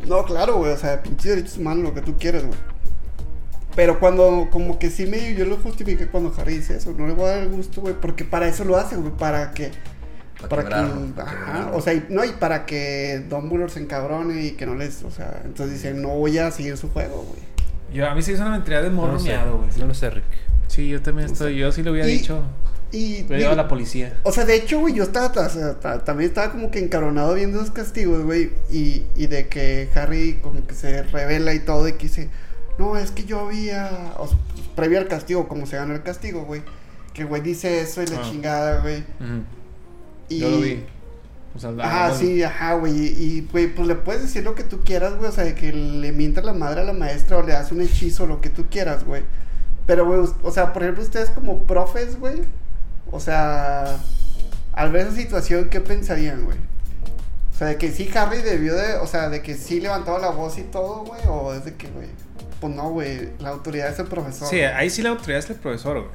No, claro, güey, o sea, pinche derechos humanos, lo que tú quieres, güey. Pero cuando, como que sí medio, yo lo justifiqué cuando Harry dice eso, no le voy a dar el gusto, güey, porque para eso lo hace, güey, para que...
Para
para
quebrarlo,
que
para
ajá,
quebrarlo.
o sea, y- no y para que Dumbledore se encabrone y que no les, o sea, entonces dice, "No voy a seguir su juego, güey."
Yo, a mí se hizo una mentalidad de
No
morro
lo sé,
miado, güey.
No lo sé, Rick.
Sí, yo también estoy. Yo sí lo hubiera
Y-
dicho.
Y
Lo
digo,
llevado a la policía.
o sea, de hecho, güey, yo estaba ta- o sea, ta- también estaba como que encabronado viendo esos castigos, güey, y, y de que Harry como que se revela y todo y que dice, "No, es que yo había o sea, pues, previo al castigo, como se ganó el castigo, güey." Que el güey dice eso y la
Ah.
chingada, güey.
Ujú.
Y
Yo lo vi. O sea, la-
Ajá,
la-
sí, ajá, güey. Y, güey, pues le puedes decir lo que tú quieras, güey. O sea, de que le mientas la madre a la maestra o le das un hechizo, lo que tú quieras, güey. Pero, güey, us- o sea, por ejemplo, ustedes como profes, güey. O sea, al ver esa situación, ¿qué pensarían, güey? O sea, de que sí Harry debió de... O sea, de que sí levantaba la voz y todo, güey. O es de que, güey... Pues no, güey. La autoridad es el profesor.
Sí, eh. ahí sí la autoridad es el profesor, güey.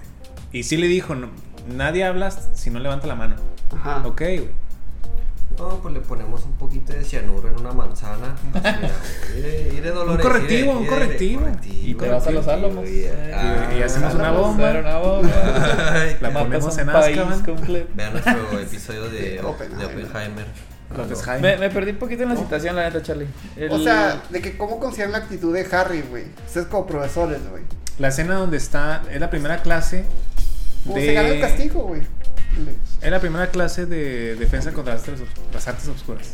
Y sí le dijo, no, nadie habla si no levanta la mano.
Ajá.
Ok, güey.
No, pues le ponemos un poquito de cianuro en una manzana. Y de, y de Dolores.
correctivo,
y de- y
un
de-
correctivo.
Y te vas a los álamos.
y-
Y- y hacemos una bomba.
Era ah, una bomba.
Ay,
La
Matas
ponemos
a un
en
país
Azkaban.
completo.
Vean nuestro episodio de, de
Oppenheimer.
Oppenheimer.
Los de
Me,
Jaime.
me perdí un poquito en la situación, la neta, Charlie.
O
El-
sea, de que cómo consideran la actitud de Harry, güey. Ustedes como profesores, güey.
La escena donde está, es la primera clase de...
Como Uh, Pues se gana el castigo, güey. Le-
Es la primera clase de defensa contra las artes, obs- las artes obscuras.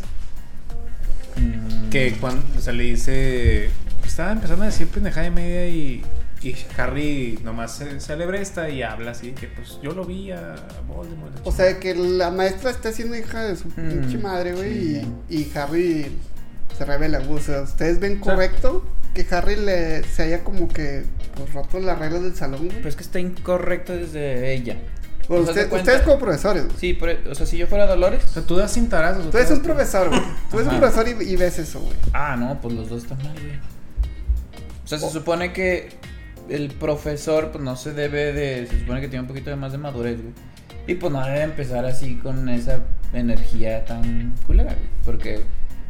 Mm.
Que cuando o sea, le dice. pues, Estaba empezando a decir pendejada y media y, y Harry nomás se celebra esta y habla así. Que pues yo lo vi a Voldemort.
O sea, que la maestra está siendo hija de su pinche madre, güey.
Mm, sí.
Y, y Harry se revela, güey. O sea, ¿ustedes ven
O sea-
correcto que Harry le, se haya como que pues, roto las reglas del salón, güey?
Pero es que está incorrecto desde ella.
Bueno,
¿Te das
usted-
Pues, cuenta?
ustedes como profesores, güey.
Sí, pero, o sea, si yo fuera Dolores.
O sea, tú das cintarazos. o
Tú eres un
das-
profesor, güey. Tú eres un
Ajá.
profesor y, y ves eso, güey.
Ah, no, pues los dos están mal, güey. O sea, se supone que el profesor, pues no se debe de. Se supone que tiene un poquito de más de madurez, güey. Y pues no debe empezar así con esa energía tan culera, güey. Porque,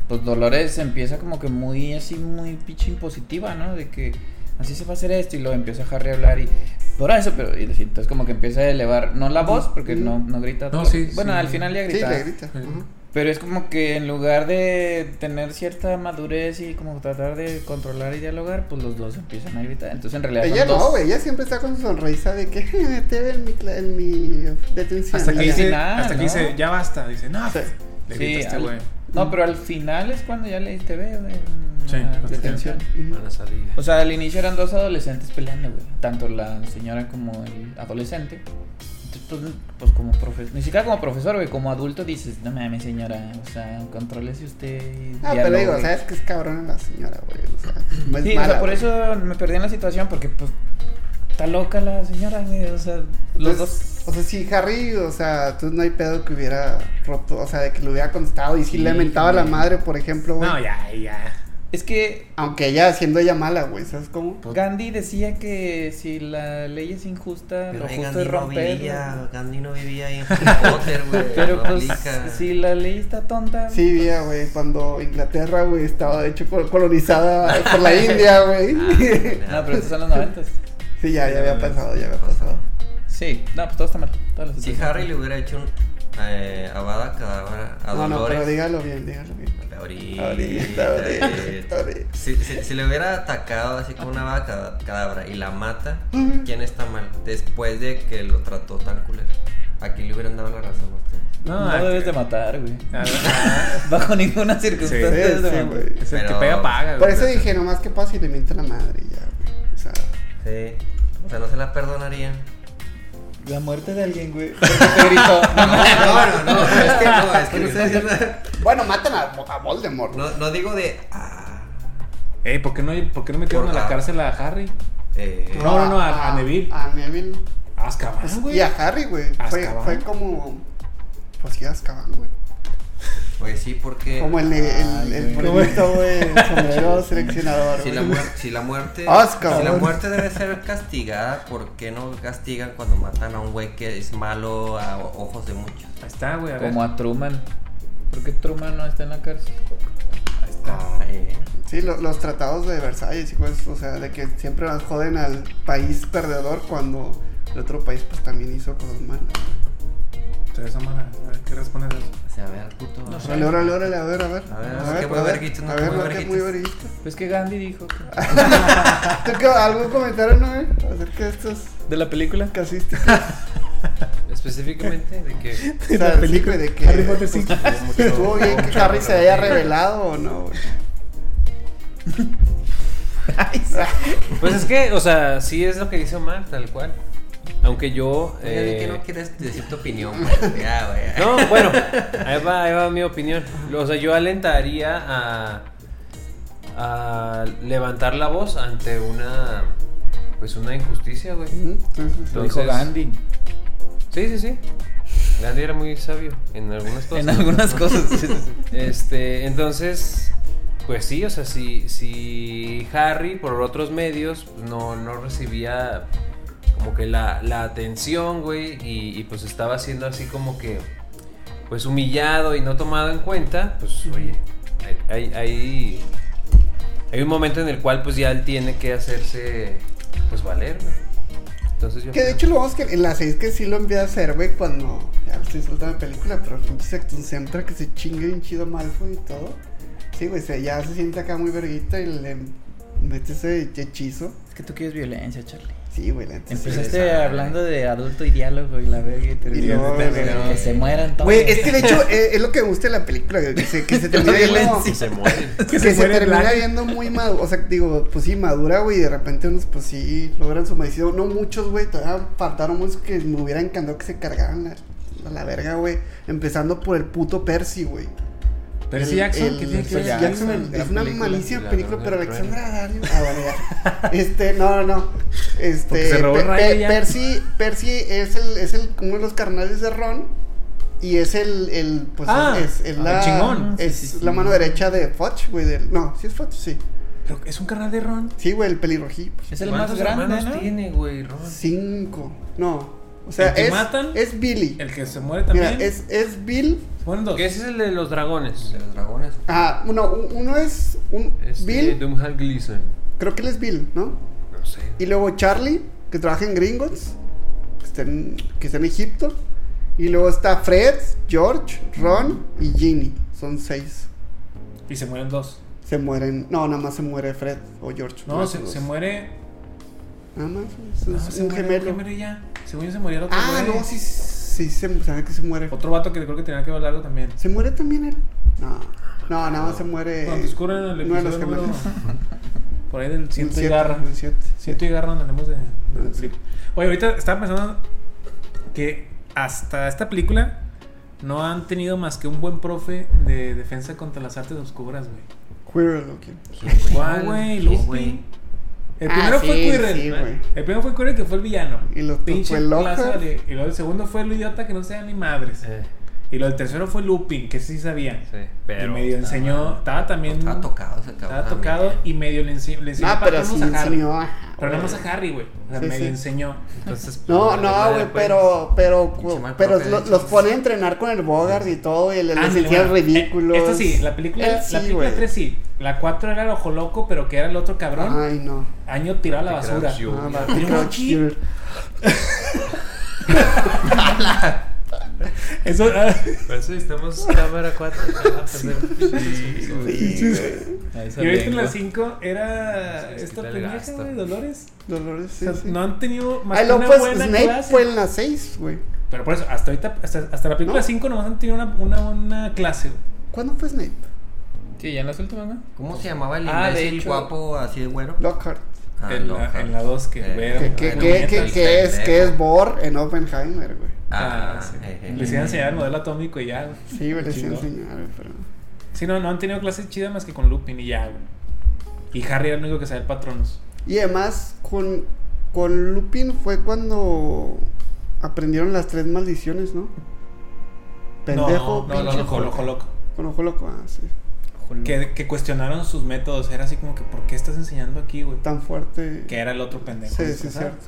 pues Dolores empieza como que muy así, muy pinche impositiva, ¿no? De que. así se va a hacer esto. Y luego empieza Harry a hablar y. Por eso, pero. Y así, entonces, como que empieza a elevar. No la voz, porque
Ujú.
no, no grita.
No,
todo.
sí,
Bueno,
sí.
al final ya
Sí,
grita.
le grita.
Sí.
ujú.
Pero es como que en lugar de tener cierta madurez y como tratar de controlar y dialogar, pues los dos empiezan a gritar. Entonces, en realidad.
Ella
son dos.
no, güey, ella siempre está con su sonrisa de que "Eh, te ve en mi, cla- en mi detención.
Hasta que
Y ya.
dice-
dice,
"Ah, final,
hasta que
¿no?
dice, ya basta. Dice, no,
Sí.
le
Sí,
grita a este
al-
güey.
No, pero al final es cuando ya le te veo en
Sí,
la
hasta
detención.
Ujú.
Van a salir.
O sea, al inicio eran dos adolescentes peleando, güey. Tanto la señora como el adolescente. Entonces, pues, pues como profesor, ni siquiera como profesor, güey, como adulto dices, no mames, señora, o sea, contrólese usted. y
Ah, pero
dialogue".
digo, sabes que es cabrona la señora, güey. O sea, no es
Sí,
mala,
o sea, por
güey.
eso me perdí en la situación, porque pues está loca la señora, güey, o sea, los
Entonces,
dos.
O sea, si Harry, o sea, tú no hay pedo que hubiera roto, o sea, de que lo hubiera contestado y si
Sí,
le mentaba a la
güey.
madre, por ejemplo, güey.
No, ya, ya.
Es que
Aunque ella siendo ella mala, güey, ¿sabes cómo?
Gandhi decía que si la ley es injusta,
Pero
lo
ahí
justo
Gandhi
es
no
romperla.
vivía, Gandhi no vivía ahí en Harry Potter, güey.
Pero
no
pues,
aplica.
si la ley está tonta.
Sí, vía, güey, cuando Inglaterra, güey, estaba de hecho col- colonizada por la India, güey.
No, pero estos son los 90.
sí, ya, ya había pasado, ya había pasado.
Sí, no, pues todo está mal. todas las
Si
situaciones.
Harry le hubiera hecho un eh, Avada Kedavra a
No, no, pero
Dolores.
dígalo bien, dígalo bien.
Ahorita,
Ahorita, ahorita,
ahorita. eh,
ahorita.
Si, si- si le hubiera atacado así como una vaca cadabra y la mata, ¿quién está mal? Después de que lo trató tan culero. Aquí le hubieran dado la razón a usted.
No,
No,
ah,
debes de
ah,
matar, güey.
ah,
Bajo ninguna circunstancia.
Sí,
debes de
sí,
matar.
güey.
Es el que
Pero-
pega, paga.
Por
güey.
eso dije, nomás que pasa y le miente a la madre, y ya, güey. O sea,
Sí. O sea, no se la perdonaría.
La muerte de alguien, güey. Porque te gritó.
No, no, no, no. Es que no, es que no estoy diciendo nada.
bueno, matan a, a Voldemort.
No, no digo de. Ah,
Ey, ¿por qué no, por qué no metieron a
Por
la
la-
cárcel a Harry?
eh,
No, no, no, a- a Neville.
A Neville. Pues,
Azkaban, Ah, güey.
Y a Harry, güey. Fue,
Azkaban.
fue como. Pues sí, Azkaban, güey.
pues sí, porque.
Como el, el, el,
Ay, güey.
bonito, güey. El sombrero seleccionador.
Si la,
güey.
muer- si la muerte
Asca,
si la
güey.
muerte debe ser castigada, ¿por qué no castigan cuando matan a un güey que es malo a o- ojos de muchos?
Ahí está, Ah, güey, a ver.
Como a Truman. ¿Por qué Truman no está en la cárcel?
Ahí está. eh.
Sí, lo- los tratados de Versalles, chicos. O sea, de que siempre nos joden al país perdedor cuando el otro país, pues también hizo cosas malas.
Entonces, Amara, a ver qué respondes a eso.
O sea, a ver, puto.
No sé.
Órale, órale, órale, a ver, a ver.
A ver, no, que muy verguitos, no,
a
que
ver,
muy
no, que muy
verguitos.
verguitos.
Pues que Gandhi dijo que-
¿Tú qué, algo comentaron, no, eh? Acerca de estos
de la película.
casísticas.
Específicamente de que.
O sea, sí, güey, de que.
Harry Potter sí.
Estuvo bien que Harry se haya revelado o no, güey.
Pues es que, o sea, sí es lo que dice Omar, tal cual. Aunque yo.
Oye, di
eh,
que no quieres decir tu opinión, güey. Ya, güey.
No, bueno, ahí va, ahí va mi opinión. O sea, yo alentaría a, a levantar la voz ante una pues una injusticia, güey.
Ujú, sí, sí, sí.
Lo dijo
Entonces-
Gandhi.
Sí, sí, sí. Gandhi era muy sabio en algunas cosas.
En algunas cosas. sí, sí, sí.
Este, entonces, pues sí, o sea, si, si Harry por otros medios pues, no, no recibía como que la, la atención, güey, y, y, pues estaba siendo así como que, pues humillado y no tomado en cuenta, pues oye, hay, hay, hay, hay un momento en el cual pues ya él tiene que hacerse, pues valer, güey. Entonces yo...
Que de
creo-
hecho lo vamos que en la 6 que sí lo envié a hacer, güey, cuando ya lo estoy soltando la película, pero pinche Sectum Centra que se chingue bien chido Malfoy y todo. Sí, güey, se, ya se siente acá muy verguita y le mete ese hechizo.
Es que tú quieres violencia, Charlie.
Sí, güey, la neta, sí.
Empezaste
sí, esa-
hablando de adulto y diálogo y la verga y te
Y luego,
que se mueran todos.
Güey, es que de hecho eh, es lo que me gusta de la película, güey, que se, que se termina viendo,
Violencia.
Se muere.
que
se
se,
muere
termina
Blanca.
viendo muy madura, o sea, digo, pues sí, madura, güey, y de repente unos, pues sí, logran su merecido. No muchos, güey, todavía faltaron muchos que me hubiera encantado que se cargaran la, a la verga, güey, empezando por el puto Percy, güey.
Pero
El-
sí, Jackson,
el-
¿qué tiene que ver?
Percy Jackson,
Jackson,
es
gran
una
película,
malísima
la
película,
verdad,
pero
de
Alexandra Daddario. Ah, bueno, ya. Este, no, no. Este,
Porque se robó
Pe-
Riley
Pe-
ya.
Percy, Percy es el, es el, uno de los carnales de Ron. Y es el, el pues
Ah,
es, es
el
la
chingón.
Es
Sí, sí, sí.
la mano derecha de Fudge, güey. del- No, sí es Fudge, sí.
Pero es un canal de Ron.
Sí, güey, el pelirrojí.
Es el más
¿Cuántos
grande,
hermanos
¿no?
tiene, güey, Ron?
Cinco. No. O sea,
¿El que
es,
matan?
es Billy.
El que se muere también.
Mira, es, es Bill.
Se mueren dos.
Que ese es el de los dragones.
De los dragones.
Ah, uno, uno es un
Este,
Bill.
Doomhall Gleason.
Creo que él es Bill, ¿no? Y luego Charlie, que trabaja en Gringotts, que está en, que está en Egipto. Y luego está Fred, George, Ron y Ginny. Son seis.
Y se mueren dos.
Se mueren. No, nada más se muere Fred o George.
No,
más
se,
pues,
dos.
se muere.
Nada más. es- es
no, se
un
muere
gemelo.
ya. Según yo se murió el otro.
Ah,
güey.
no, sí, sí, se, sabe que se muere.
Otro vato que creo que tenía que hablarlo también.
¿Se muere también él? No. No, nada más se muere.
Cuando escurren el
uno de los
episodio número-
gemelos.
Por ahí del ciento y
siete,
garra.
el siete.
Siento y garra tenemos de, de la
Sí.
película. Oye, ahorita estaba pensando que hasta esta película no han tenido más que un buen profe de defensa contra las artes oscuras, güey.
Quirrell, ¿o quién?
¿Cuál, güey? Lupin. El
Ah,
primero fue
sí,
Quirrell.
sí, güey.
el primero fue Quirrell que fue el villano.
Y lo-
Pinche
fue Lockhart.
plaza de- y luego el segundo fue el idiota que no sea ni madres.
Eh,
Y lo del tercero fue Lupin, que sí sabía.
sí,
y
pero.
medio
está-
enseñó, estaba también.
Estaba tocado ese cabrón.
Estaba tocado y medio le, ense- le enseñó.
No, Ah, pero
patronos a
sí
Harry.
enseñó. ajá,
Pero nada
güey.
más a Harry, güey. O sea,
Sí,
medio
sí.
enseñó.
Entonces, pues,
No,
vale
no,
madre,
güey,
pues.
pero, pero,
Pinche mal
pero
profe,
lo-
de hecho.
los pone a entrenar con el Bogart y todo, y le les
Ándale,
hacía
Ah, bueno.
ridículos.
Eh, Esta sí, la película,
Él
la
sí,
película
güey.
3 sí. La 4 era el ojo loco, pero que era el otro cabrón.
Ay, no.
Año tirado a la
Cracks
basura.
you.
Ah,
Yo-
va,
Pero
creo
aquí-
que-
Eso. ah,
Por eso necesitamos pues cámara 4.
Sí, güey.
Ahí se
y ahorita en
lengua.
la 5 era
Sí, sí,
esta
quítale
pendeja,
gasto.
güey, Dolores.
Dolores, sí,
o sea,
sí.
no han tenido más
Ay,
que
lo
una
pues
buena
Snape
clase.
fue en la 6, güey.
Pero por eso, hasta ahorita, hasta, hasta la película
No.
5 nomás han tenido una, una, una clase. güey.
¿Cuándo fue Snape?
Sí, ya en las últimas, ¿no?
¿Cómo se llamaba el
Ah, de
imbécil
hecho-
guapo así de güero?
Lockhart.
Ah,
En la-
Lockhart.
en la dos que
Eh,
güero.
Que,
Bueno,
que,
bueno,
que,
neta,
que,
el
que es, que
pendejo.
es Bohr en Oppenheimer, güey.
Ah,
Ah, sí.
eh, eh.
Les iba a enseñar el modelo atómico y ya. güey.
Sí, güey, les iba a
Chingón.
enseñar, güey, pero...
Sí, no, no han tenido clases chidas más que con Lupin y ya, güey. Y Harry era el único que sabía el patronos.
Y además, con, con Lupin fue cuando aprendieron las tres maldiciones, ¿no? Pendejo,
no, no, no,
pinche-
no, ojo loco, loco.
Con ojo loco, ah, sí.
Que, que cuestionaron sus métodos. Era así como que, ¿por qué estás enseñando aquí, güey?
Tan fuerte.
Que era el otro pendejo.
Sí, sí,
disfrazado.
cierto.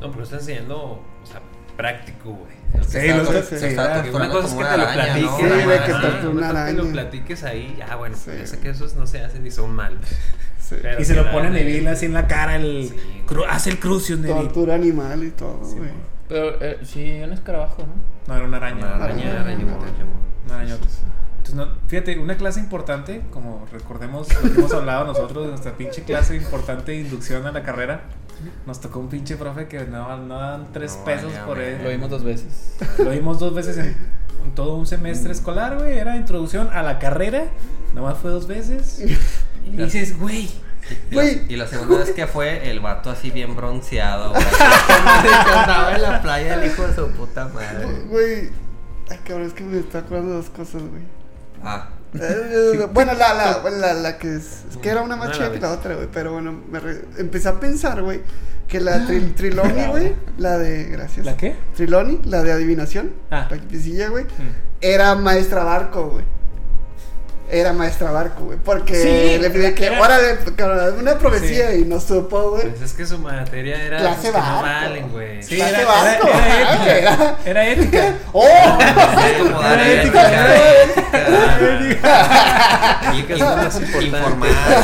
No, pero está enseñando, o sea, práctico, güey.
Sí,
Está
los
to-
dos-
se
sí,
está
ah,
torturando
Una cosa es
como
que
una
te lo
araña, ¿no?
platiques.
Sí, güey,
güey,
que está
te
una
lo
araña.
platiques ahí, ya bueno,
Sí.
ya sé que esos no se hacen ni son mal.
Sí.
Y se lo ponen Neville así en la cara. El,
Sí,
cru- hace el crucius, Neville.
Tortura animal y todo,
Sí,
güey.
güey.
Pero eh, sí, un escarabajo, ¿no?
No, era una araña.
Una araña,
Araña,
araña,
araña.
araña.
Una arañota. Entonces, no, fíjate, una clase importante, como recordemos lo que hemos hablado nosotros de nuestra pinche clase importante de inducción a la carrera, nos tocó un pinche profe que no, no dan tres
No,
pesos
vale,
por
vale.
él.
Lo vimos dos veces.
Lo vimos dos veces en, en todo un
Mm.
semestre escolar, güey. Era introducción a la carrera. Nomás fue dos veces. Y dices, güey.
Y la-
Güey.
Y la segunda vez que fue, el vato así bien bronceado, güey. que andaba en la playa el hijo de su puta madre.
Güey. Ay, cabrón, es que me está acordando de dos cosas, güey.
Ah,
Eh, bueno, la, la, la, la que es. Es que era una más
Una
chida
la
que la otra, güey. Pero bueno, me re- empecé a pensar, güey, que la tri- Triloni, güey. La de. Gracias.
¿La qué?
Triloni, la de adivinación.
Ah.
La que pisilla, güey.
Mm.
Era maestra barco, güey. Era maestra barco, güey. Porque
Sí,
le pide que.
era-
Órale, cabrón, una profecía
Sí.
y no supo, güey.
Pues es que su materia era
Clase
pues, que no
barco.
valen, güey.
Sí,
¿La
era,
qué
era-
vasco?
era
Ah,
ética.
güey.
Era ética.
¡Oh!
acomodar
Era
ética, informática, informática,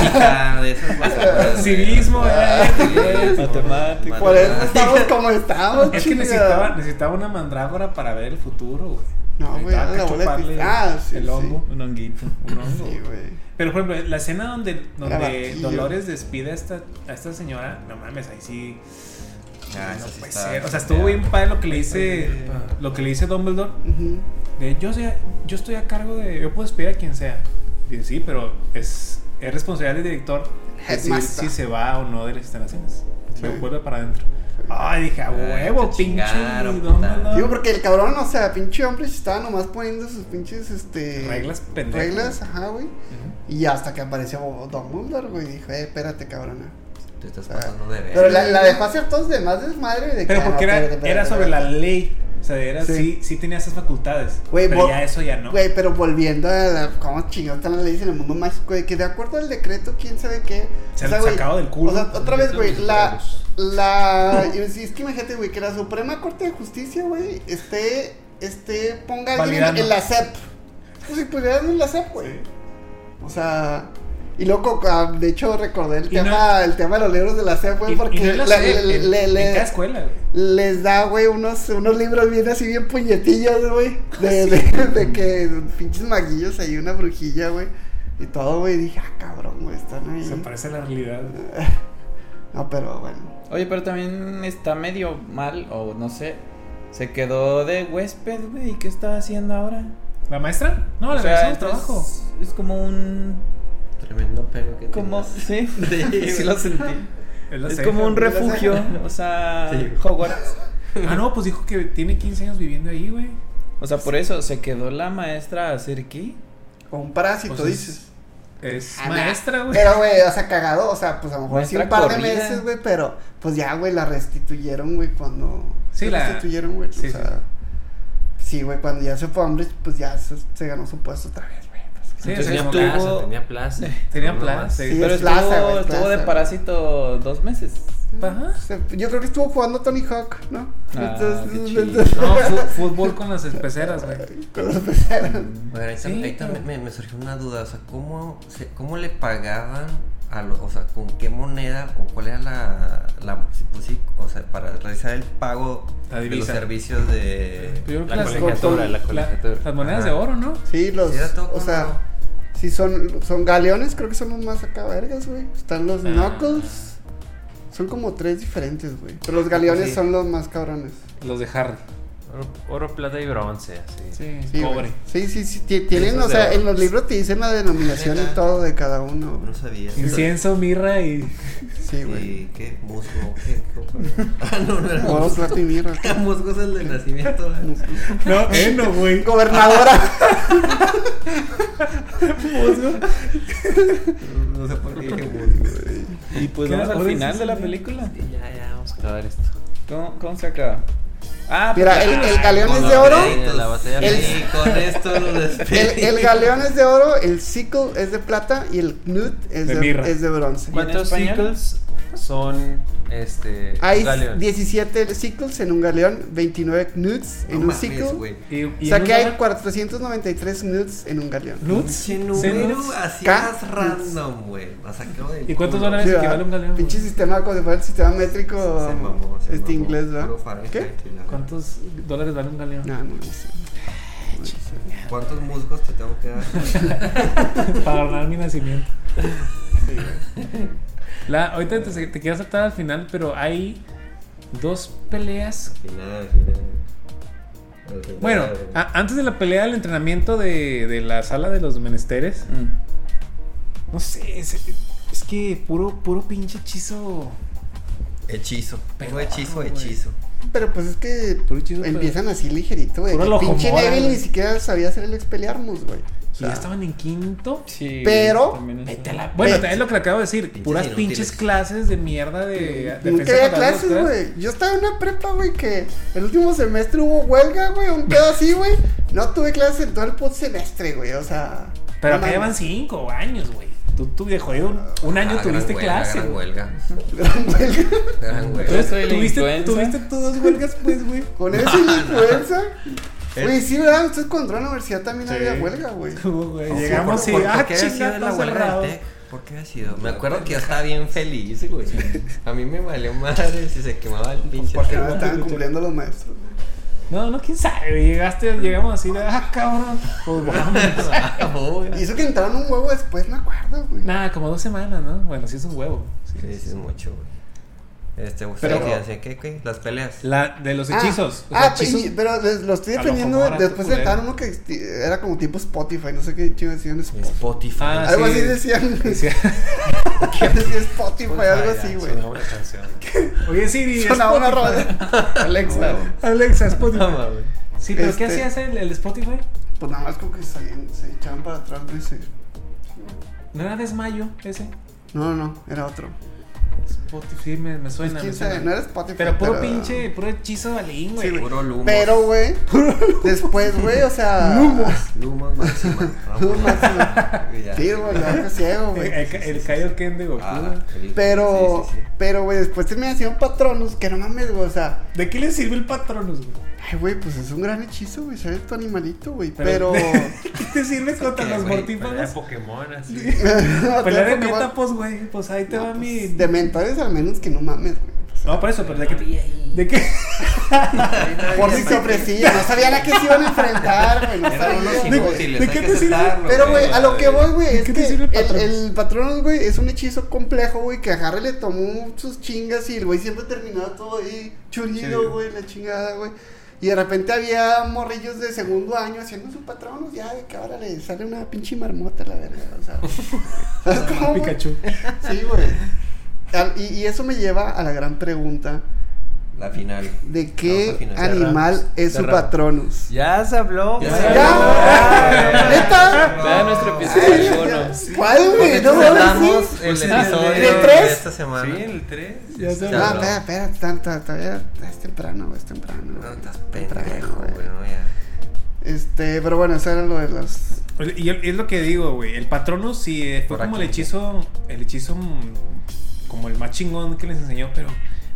de ah, esas cosas.
Civismo, eh. era ética.
Matemáticas.
Por eso estamos como estamos,
Es que
chinga.
necesitaba, necesitaba una mandrágora para ver el futuro, güey.
No, güey,
Necesitaba
era la
que
bola de
chuparle
cristal. Ah, sí,
El
sí.
hongo.
Un honguito.
Un hongo.
Sí, güey.
Pero por ejemplo, la escena donde, donde
Rabatillo.
Dolores despide a esta, a esta señora, no mames, ahí sí.
Ah,
no
eso sí
puede
está-
ser. Pues O sea, estuvo bien padre lo que le dice. Lo que le dice Dumbledore.
Ujú.
De yo soy, yo estoy a cargo de. Yo puedo despedir a quien sea. Dice, sí, pero es, es responsabilidad del director decir
Headmaster.
si se va o no de las instalaciones. Se
Sí.
vuelve para adentro. Ay, dije, a
Ay,
huevo,
te
pinche.
chingaron,
Dumbledore".
Ah, puta.
Digo, porque el cabrón, o sea, pinche hombre se estaba nomás poniendo sus pinches, este...
Reglas pendejas.
Reglas, ajá, güey.
Ujú.
Y hasta que apareció Dumbledore, güey, y dijo, eh, espérate, cabrona.
Te estás
O sea,
pasando de
Pero
ver.
la, la dejó hacer todos de más desmadre y de
Pero
que, ah,
porque
no,
era,
espérate, espérate,
era sobre la
espérate.
ley. O sea, era, sí.
Sí.
Sí, tenía esas facultades.
Güey,
pero
vol-
ya eso ya no.
Güey, pero volviendo a la, cómo chingados están las leyes en el mundo mágico, de que de acuerdo al decreto, quién sabe qué.
Se han
güey,
sacado del culo. pues,
O sea, otra vez, güey,
Los
la.
huevos.
La. y Es es que imagínate, güey, que la Suprema Corte de Justicia, güey, esté. Esté. Ponga a alguien en- E
Validando.
en la CEP. Pues si pudieran en la CEP, güey. O sea. Y loco, ah, de hecho recordé el
Y no-
tema, el tema de los libros de la SEP, güey,
Y- y
Pues, porque
no en la
la-
serie,
le-
en-
le-
en
le-
cada escuela, güey.
les da, güey, unos, unos libros bien así, bien puñetillos, güey. De, de, de que pinches maguillos ahí, una brujilla, güey. Y todo, güey, dije, ah, cabrón, güey, están ahí.
Se parece a la realidad.
No, pero bueno.
Oye, pero también está medio mal, o no sé. Se quedó de huésped, güey. ¿Y qué está haciendo ahora?
¿La maestra? No, la
O sea,
maestra del
entonces,
trabajo.
Es como un.
Tremendo pelo que
Como.
tienes.
Sí,
Sí,
sí lo sentí.
la
Es
ceja,
como un
güey.
refugio, o sea,
Sí.
Hogwarts.
Ah, no, pues dijo que tiene 15 años viviendo ahí, güey.
O sea, por eso se quedó la maestra a hacer qué?
O un parásito,
O sea, es-
dices.
Es
Ah, nah.
maestra, güey.
Pero, güey, o sea, cagado, o sea, pues a lo mejor sí
Maestra
un par de
corrida.
meses, güey, pero pues ya, güey, la restituyeron, güey, cuando...
Sí, la-
restituyeron, güey,
sí,
o
sí,
sea... Sí, güey, cuando ya se fue a Umbridge, pues ya se, se ganó su puesto otra vez, güey. pues,
Sí,
Entonces
o sea,
tenía
como
estuvo-
plaza,
que- ah,
tenía plaza.
Tenía
No, no
plaza,
más.
sí.
Sí,
Pero
es plaza,
estuvo,
güey, es
estuvo de
plaza.
parásito dos meses.
Ajá.
se- yo creo que estuvo jugando Tony Hawk, ¿no?
Ah, qué chido.
No, fu- fútbol con las especeras, güey.
con los peceras.
Bueno, ahí, tam-
Sí,
ahí
pero-
también me, me surgió una duda, o sea, ¿cómo, se- cómo le pagaban a los, o sea, con qué moneda o cuál era la, la pues sí, o sea, para realizar el pago
La
de los
divisa.
servicios de...
Yo creo que
La
las-
colegiatura, la
la-
colegiatura.
Las monedas
Ajá.
de oro, ¿no?
Sí, los...
Sí, era todo
o sea, sí son, son galeones, creo que son los más acá vergas, güey. Están los
Ah.
knuckles. Son como tres diferentes, güey. Pero los galeones
Sí.
son los más cabrones.
Los de Harry.
Oro, oro, plata y bronce, así.
Sí,
Sí,
cobre.
güey. Sí, sí, sí. ti- Tienen,
Esos
o sea,
de-
en los libros te dicen la denominación y
Neta.
todo de cada uno.
No
güey.
sabía.
Incienso, mirra y.
Sí, güey.
¿Y qué? ¿Musgo? ¿Qué? ¿Cómo? ah, no, no era
Oro,
musgo.
plata y mirra.
musgo es el de nacimiento. ¿eh? ¿verdad?
No, heno, güey.
Gobernadora.
No sé por qué dije musgo.
Y pues
¿Qué
vamos al
orden
final
se
de la
salió?
película.
Y Ya, ya, vamos a acabar esto.
¿Cómo, cómo se acaba? Ah,
Mira, el, el galeón es de oro. El-
Y con esto nos
El,
despedimos.
el galeón es de oro, el sickle es de plata y el knut es
De
de,
mirra.
es de bronce.
¿Cuál?
¿Cuántos
¿Y en español?
ciclos son este
Hay
galeón?
17 sickles en un galeón, 29 knuts en
No
un
mames,
sickle.
güey.
Y, y
O sea
en
que
un
hay
dólar-
493 knuts en un galeón.
Nuts.
Pinche número
Zeros.
así
K.
más random, güey. La saqué de
¿Y cuántos
culo.
dólares?
Sí,
equivale a
¿verdad?
un galeón,
Pinche
güey.
sistema, como si fuera el sistema métrico
Se mamó, se
este
mamó.
inglés,
Puro
¿verdad?
Fahrenheit
¿Qué?
y la-
¿Cuántos dólares vale un galeón?
No, no lo sé. No lo sé.
¿Cuántos musgos te tengo que dar?
Para ahorrar mi nacimiento. La, ahorita te, te quiero aceptar al final, pero hay dos peleas.
Al final, al final. Al final,
Bueno, ah.
güey.
a- antes de la pelea del entrenamiento de, de la sala de los menesteres,
Mm.
no sé, es, es que puro, puro pinche hechizo.
Hechizo. Tengo
Pero,
hechizo,
güey.
hechizo.
Pero pues es que
Puro hechizo, pero-
empiezan así ligerito, güey.
Puro
que
locomoda,
Pinche Neville
güey.
ni siquiera sabía hacer el Expelliarmus, güey. O
Y ya
sea,
estaban en quinto.
Sí,
Pero-
también eso.
Vete a la
Bueno,
Pinche-
también lo que le acabo de decir,
Pinches
puras
inútiles.
pinches clases de mierda de
Nunca
defensa contra
había
los
clases,
tres.
güey. Yo estaba en una prepa, güey, que el último semestre hubo huelga, güey, un pedo así, güey. No tuve clases en todo el post semestre, güey, o sea.
Pero
no
acá
mames.
llevan cinco años, güey. Tú, tú de jodido, un, un año
Ah,
tuviste
gran huelga,
clase.
Gran
güey.
Gran
huelga.
huelga.
Gran
Yo
huelga.
soy la
¿Tuviste,
influenza.
tuviste tú dos huelgas, pues, güey.
Con eso y la influenza.
Eh.
El-
Güey, sí, ¿verdad? Ustedes cuando entró a la universidad también
Sí.
había huelga, güey.
Tú, güey,
Sí,
Llegamos
¿por-
y.
por-
¡Ah,
¿Por qué había sido
chingada!
de la
Todo
huelga
cerrado.
del TEC? ¿Por qué había sido? Me acuerdo que yo estaba bien feliz, güey. A mí me valió madre si se quemaba el pinche.
Porque
TEC.
no estaban cumpliendo los maestros.
No, no, quién sabe. güey. Llegaste, llegamos así de. ¡Ah, cabrón! Pues vamos.
Ah, güey.
Y eso que entraron un huevo después, me acuerdo, güey.
Nada, como dos semanas, ¿no? Bueno, sí es un huevo. Sí,
Sí, sí, es mucho, güey. Este,
Pero-
ustedes decían, ¿qué, qué? Las peleas.
La, de los
Ah,
hechizos.
Ah,
los hechizos.
y- pero les- lo estoy
A lo
defendiendo.
mejor hará
después
tu culero.
sentaron uno que esti- era como tipo Spotify, no sé qué chido decían Spotify.
Spotify.
Ah,
Algo
sí.
así decían.
Sí.
¿Qué decía Spotify?
Pues,
Algo
ah, ya,
así, güey.
sonaba una canción.
Oye, Siri.
Sonaba una
Spotify.
roda. Alexa.
Huevo.
Alexa, Spotify.
No, mames.
Sí, pero ¿qué
Este-
hacías el, el Spotify?
Pues nada más como que se, se echaban para atrás, güey. se-
No era desmayo ese.
No, no, no, era otro.
Spotify, sí, me, me
Pues
suena.
quién
me suena.
sabe, no era Spotify.
Pero puro pinche, puro hechizo balín, güey.
Sí, güey.
Puro Lumos.
Pero, güey. Después, güey, o sea. Lumos.
Lumos máxima.
Lumos máxima.
Ya.
Sí, güey, la verdad que ciego,
el
güey.
Eh, el, el Kaioken de Goku.
Ah, el-
Pero,
sí, sí, sí.
pero, güey, después terminan siendo patronos, que no mames, güey, o sea,
¿De qué le sirve el Patronus, güey?
Ay, güey, pues es un gran hechizo, güey, ser tu animalito, güey.
Pero-
Pero.
¿Qué te sirve contra
¿Qué,
los
güey?
Pelea
mortífagos?
Pues, Pokémon así.
Pelear
Pelear
en metapos, güey. Pues ahí te va mi.
De mentores, al menos que no mames, güey. O sea,
No, por eso, pero de que.
Había ahí.
¿De qué?
por si se ofrecía, no sabía la que se iban a enfrentar, güey. No
Eran unos
sabía, güey.
inútiles,
¿De
hay
qué
que
te sirve?
aceptarlo,
Pero, güey, a lo que voy, güey,
¿De
es
qué
que
te sirve el
el,
Patronus?
el Patronus, güey, es un hechizo complejo, güey, que a Harry le tomó sus chingas y el güey siempre terminaba todo ahí
Sí.
churido, güey, la chingada, güey. Y de repente había morrillos de segundo año haciendo su Patronus, ya, de que ahora le sale una pinche marmota a la verga, o sea. ¿sabes cómo, güey?
Pikachu.
Sí, güey. Al- Y, y eso me lleva a la gran pregunta
La final.
de qué
Vamos al final.
animal
Cerramos.
es su
Cerramos.
Patronus.
Ya se habló.
Ya
güey.
se
habló.
Ya.
¿Neta?
Vean nuestro
Ay,
episodio uno.
¿Cuál,
Con
güey?
esto
No mames.
cerramos
sí.
el
Pues,
episodio
¿de
tres?
de esta semana.
Sí, el 3.
Ya se va.
No,
Claro.
espera, espera, tan- tan- todavía es temprano, güey, es temprano.
No
güey,
estás
temprano,
pendejo,
güey.
güey. no, ya.
Este, pero bueno, eso era lo de los.
Y el- es lo que digo, güey. El Patronus sí eh, fue
Por
como
aquí.
el hechizo. El hechizo. mm, Como el más chingón que les enseñó, pero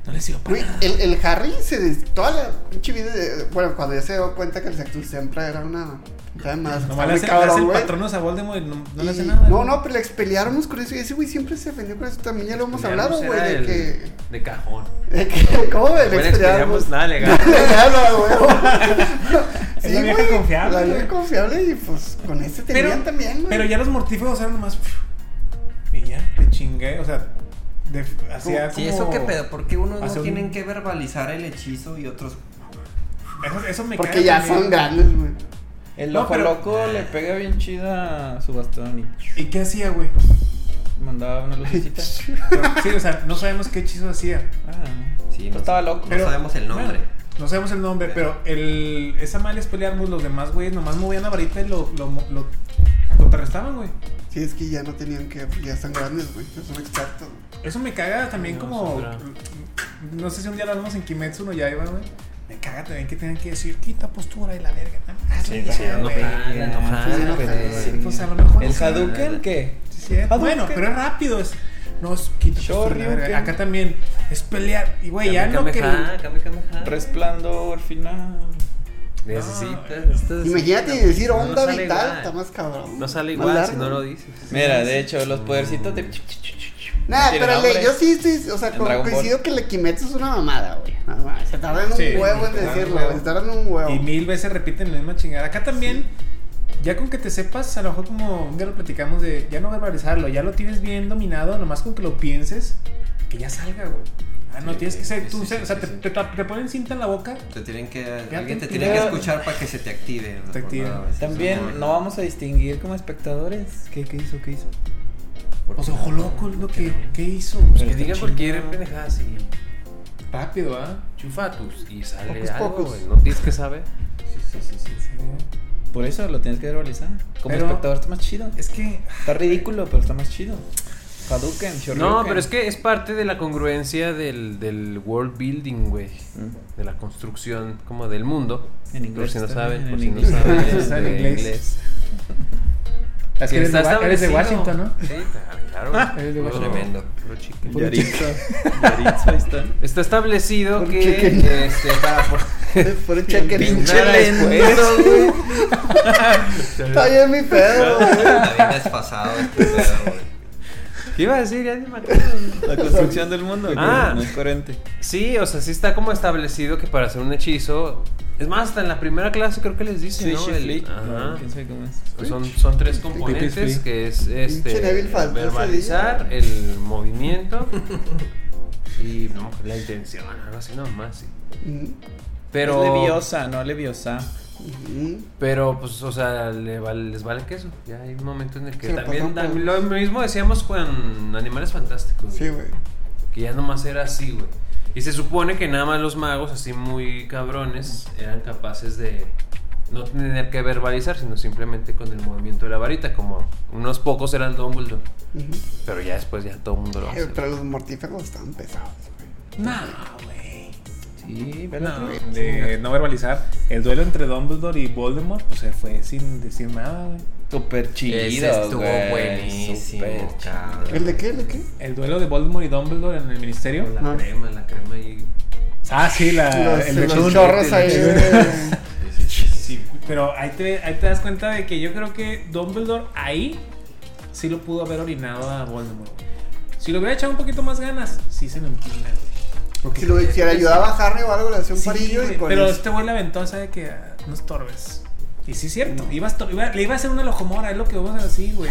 no les sirvió para
Güey,
nada.
el, el Harry se. des- Toda la pinche vida. de- Bueno, cuando ya se dio cuenta que el Sectus siempre era una. Cada más.
Nomás le hace, le hace el Patronus a Voldemort y no, no le hace nada.
no, no, pero le expeliáramos con eso. Y ese güey siempre se ofendió con eso. También ya lo hemos hablado, güey. De que,
De cajón.
de que. ¿Cómo el
Bueno, expediamos
expeliáramos?
nada legal.
Legal, güey.
Es la vieja
güey,
confiable.
La vieja confiable y pues con este
Pero-
tenían también, güey.
Pero ya los mortífagos eran nomás. pf, Y ya, te chingué. O sea, de- hacía
Sí,
como-
eso qué pedo, porque unos
hace
no
un-
tienen que verbalizar el hechizo y otros.
Eso, eso me
Porque
cae
ya
también.
son grandes, güey.
El
No,
ojo
pero-
loco le pega bien chida su bastón y
¿Y qué hacía, güey?
mandaba una lucecita.
Pero, sí, o sea, no sabemos qué hechizo hacía.
Ah,
Sí, no,
Pues estaba loco.
No
Pero-
sabemos el nombre.
Bueno, no sabemos el nombre, pero el, esa madre pelearnos, los demás güeyes nomás movían la varita y lo, lo, lo, lo terrestaban, güey.
Sí, es que ya no tenían que. Ya están grandes, güey. Ya son expertos. güey.
Eso me caga también
No,
como...
Sandra.
No sé si un día lo hablamos en Kimetsu no Yaiba, güey. Me caga también que tengan que decir, quita postura y la verga. ¿no? Ah, sí,
Sí,
sí,
no,
güey.
ah,
Sí,
la enojada,
Sí, la
pues,
enojada.
sí,
pues, a lo mejor
¿El
sí.
Hadouken qué?
sí, es-
Ah,
Bueno,
¿qué?
pero es rápido, es... No, es quita postura y la
Shoryuken.
verga. Acá también es pelear. Y, güey, ya no que...
Resplandor final.
Necesitas.
No.
estás-
Imagínate decir
No
onda
sale
vital.
igual.
Está más cabrón.
No sale
Más
igual si
largo.
no lo dices.
Mira, de hecho, los podercitos de.
Nah,
Tiene
pero
nombre.
le- yo sí, sí, o sea,
En
co-
Dragon Ball.
coincido que le Kimetsu es una mamada, güey. No mames, Se tardan un
Sí,
huevo en
se tardan
decirlo,
un huevo.
güey. Se tardan un huevo.
Y mil veces repiten la misma chingada. Acá también, ya con que te sepas, a lo mejor como un día lo platicamos de ya no verbalizarlo, ya lo tienes bien dominado, nomás con que lo pienses, que ya salga, güey.
Pues
Ah, no,
Sí,
tienes que
sí,
ser
sí,
tú,
sí,
ser-
sí,
o sea,
sí,
te,
sí.
te- te ponen cinta en la boca.
Te tienen que,
te
alguien te
entiendo.
tiene que escuchar para que se te active.
Te active.
Por nada, sí, sí,
También no vamos a distinguir como espectadores. ¿Qué, qué hizo? ¿Qué hizo?
porque
O sea,
no,
pues, ojo loco,
no,
lo
porque
que,
no.
¿qué hizo?
Pues que
Está
diga
chingado.
cualquier pendejada así.
Rápido, ¿ah?
Chufatus y sale
Pocus,
algo,
pocus.
güey. No tienes que saber.
Por eso lo tienes que verbalizar. Como
Pero-
espectador está más chido.
Es que
Está ridículo, pero está más chido. Hadouken,
No,
Shoryuken.
pero es que es parte de la congruencia del, del world building, güey.
Mm.
De la construcción como del mundo.
En inglés
Por si no
está,
saben,
en
por si no
inglés.
saben.
Está en
de
inglés. ah, es que
Que
eres, de,
está
Wa- eres de
establecido.
Washington, ¿no?
Sí, claro.
Eres de
Puro-
Washington.
Tremendo.
puro chicken.
Puro
Yaritza. Yaritza, ahí está.
Está establecido
Puro
que
chicken.
este, para poder
Por cheque
Pinche
pinche lento. Está bien mi pedo, güey.
Está bien desfasado este pedo, güey.
¿Qué iba a decir? Ya ni me acuerdo.
La construcción del mundo.
Ah.
Ah. No es coherente.
Sí, o sea, sí está como establecido que para hacer un hechizo. Es más, hasta en la primera clase creo que les dicen, ¿no?
Switch,
El-
flick,
Ajá. Pues
¿Quién sabe cómo es?
Son, son tres
Pipis
componentes
free.
que es
Pinche
este
débil faltoso,
verbalizar el movimiento y no, pues, la intención, algo así nomás. sí.
Mm,
Pero
Es leviosa, no leviosa.
mm.
pero pues o sea, le val- les vale queso. Ya hay un momento en el que
Sí,
también
pues, no,
tam- lo
pues.
mismo decíamos con Animales Fantásticos.
Sí, güey.
Que ya nomás era así, güey. Y se supone que nada más los magos, así muy cabrones, eran capaces de no tener que verbalizar, sino simplemente con el movimiento de la varita, como unos pocos eran Dumbledore.
Ujú.
Pero ya después ya todo el mundo lo hace.
Eh, Pero los mortífagos estaban pesados, güey.
No, güey.
Sí,
No,
¿verdad?
de no verbalizar. El duelo entre Dumbledore y Voldemort, pues se fue sin decir nada, güey.
Súper chido.
Ese estuvo
güey,
buenísimo,
súper chido.
cabrón.
Eh,
¿El de qué? ¿El de qué?
El duelo de Voldemort y Dumbledore en el ministerio.
La
No.
crema, la crema y...
Ah, sí, la,
los,
el
los
mechón.
chorros
El
ahí.
mechón.
de-
Sí, pero ahí te, ahí te das cuenta de que yo creo que Dumbledore ahí sí lo pudo haber orinado a Voldemort. güey. Si lo hubiera echado un poquito más ganas, sí se lo empina, güey.
Si, lo, si le ayudaba a Harry o algo, le hacía un
Sí,
parillo y
güey,
con
Pero
eso-
este güey le aventó esa de que ah, no estorbes. Y sí es cierto, iba a estor- iba- le iba a hacer una lojomora, es lo que vamos a hacer así, güey.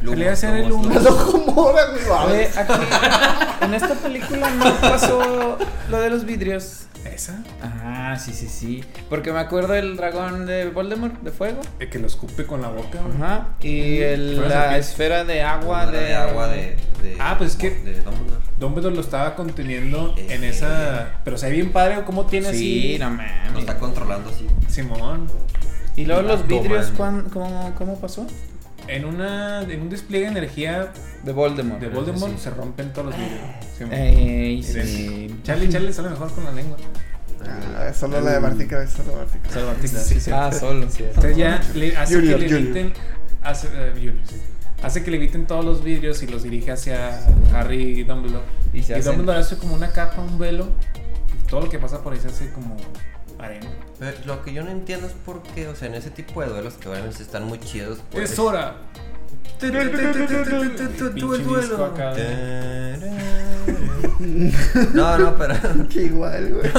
Lumos,
le iba a hacer el
lumos,
humo.
Las ojo mora, güey. a
Oye,
ver.
aquí, en esta película no pasó lo de los vidrios.
¿Esa?
Ah, sí, sí, sí. Porque me acuerdo del dragón de Voldemort, de fuego.
El que lo escupe con la boca, güey.
Ajá. Y el-
Pero eso
la
qué-
esfera de agua de...
de agua de, de-
Ah, pues es que-
de Dumbledore.
Dumbledore lo estaba conteniendo
Eh,
en esa. Pero se ve bien padre cómo tiene
Sí,
así.
no
Lo
mames.
está controlando así.
Simón.
Y luego los
Toma,
vidrios,
¿no?
¿cuán- cómo, ¿cómo pasó?
En, una, en un despliegue de energía
De Voldemort.
de Voldemort
sí.
se rompen todos los vidrios. Simón.
Ey, sí.
Idéntico. Charlie, Charlie sale mejor con la lengua.
Ah, solo la de Barty Crouch, solo Barty Crouch.
Salvatista, sí, sí.
Ah, solo.
Entonces ya le, hace
Junior,
que le
Junior.
eviten. Hace, eh, Junior, sí. Hace que le eviten todos los vidrios y los dirige hacia Harry y Dumbledore.
Y
Y,
se hacen-
Dumbledore hace como una capa, un velo. Y todo lo que pasa por ahí se hace como arena.
Pero lo que yo no entiendo es por qué, o sea, en ese tipo de duelos que obviamente están muy chidos. pues-
¡Es hora! Pinche disco acá.
No, no, pero.
Que igual, güey.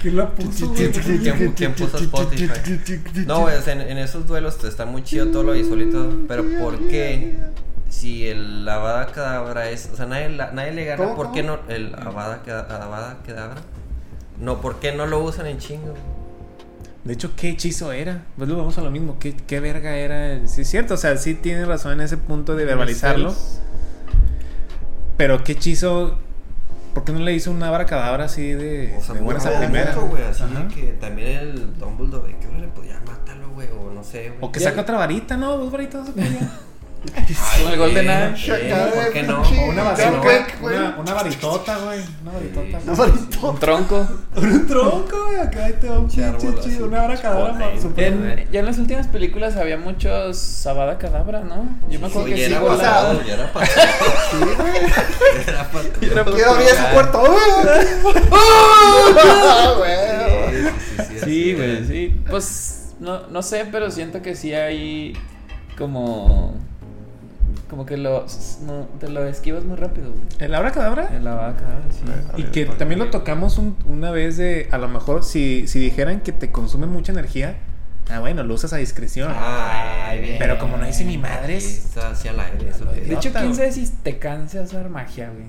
¿Quién la puso? güey?
¿Quién, quién puso Spotify? No, güey, o sea, en, en esos duelos está muy chido todo lo visualito, pero ¿por qué? Si el Avada Kedavra es. O sea, nadie, la- nadie le gana.
¿Cómo,
¿Por
cómo?
qué no. El Avada Keda- Avada Kedavra? No, ¿por qué no lo usan en chingo?
De hecho, ¿qué hechizo era? Pues lo vamos a lo mismo. ¿Qué, qué verga era? el- Sí, es cierto. O sea, sí tiene razón en ese punto de verbalizarlo. Pero qué hechizo. ¿Por qué no le hizo una vara cadabra así de,
O sea,
de
muy
buenas a
redondo,
primeras?
güey, así de
Ajá.
que también el Dumbledore, que le podía matarlo, güey, o no sé, güey.
O que
Ya-
saca otra varita, ¿no? Dos varitas. ¿no?
Ay,
Con el Golden
eh,
Eye.
eh, ¿Por qué no?
Pinche-
O una vasija,
basura, No,
güey.
creo que, güey.
Una, una varitota, güey. Una varitota.
No, Barito.
Un tronco.
Un tronco, güey. Acá ahí te va un
Pinche árbol
pinche
así,
chido. Una vara cadabra.
potente,
ma- super-
En- ya en las últimas películas había muchos Sabada Cadabra, ¿no? Yo me acuerdo
Oye,
que sí
era
o
volaba.
sea,
pasado, ya era pasado.
Sí, güey.
Era pasado.
Quiero abrir ese cuarto. Ah, güey.
Sí, güey, sí. Pues no, no sé, pero siento que sí hay como. Como que lo, no, te lo esquivas muy rápido, güey.
¿El abra cadabra?
En la vaca, sí.
Y que también lo tocamos un- una vez de, a lo mejor, si, si dijeran que te consume mucha energía, ah, bueno, lo usas a discreción.
Ah,
Ay, bien.
Pero como no hice ni madres,
Está hacia el aire, eso que-
De hecho,
Nota, güey.
quién sabe si te cansa usar magia, güey.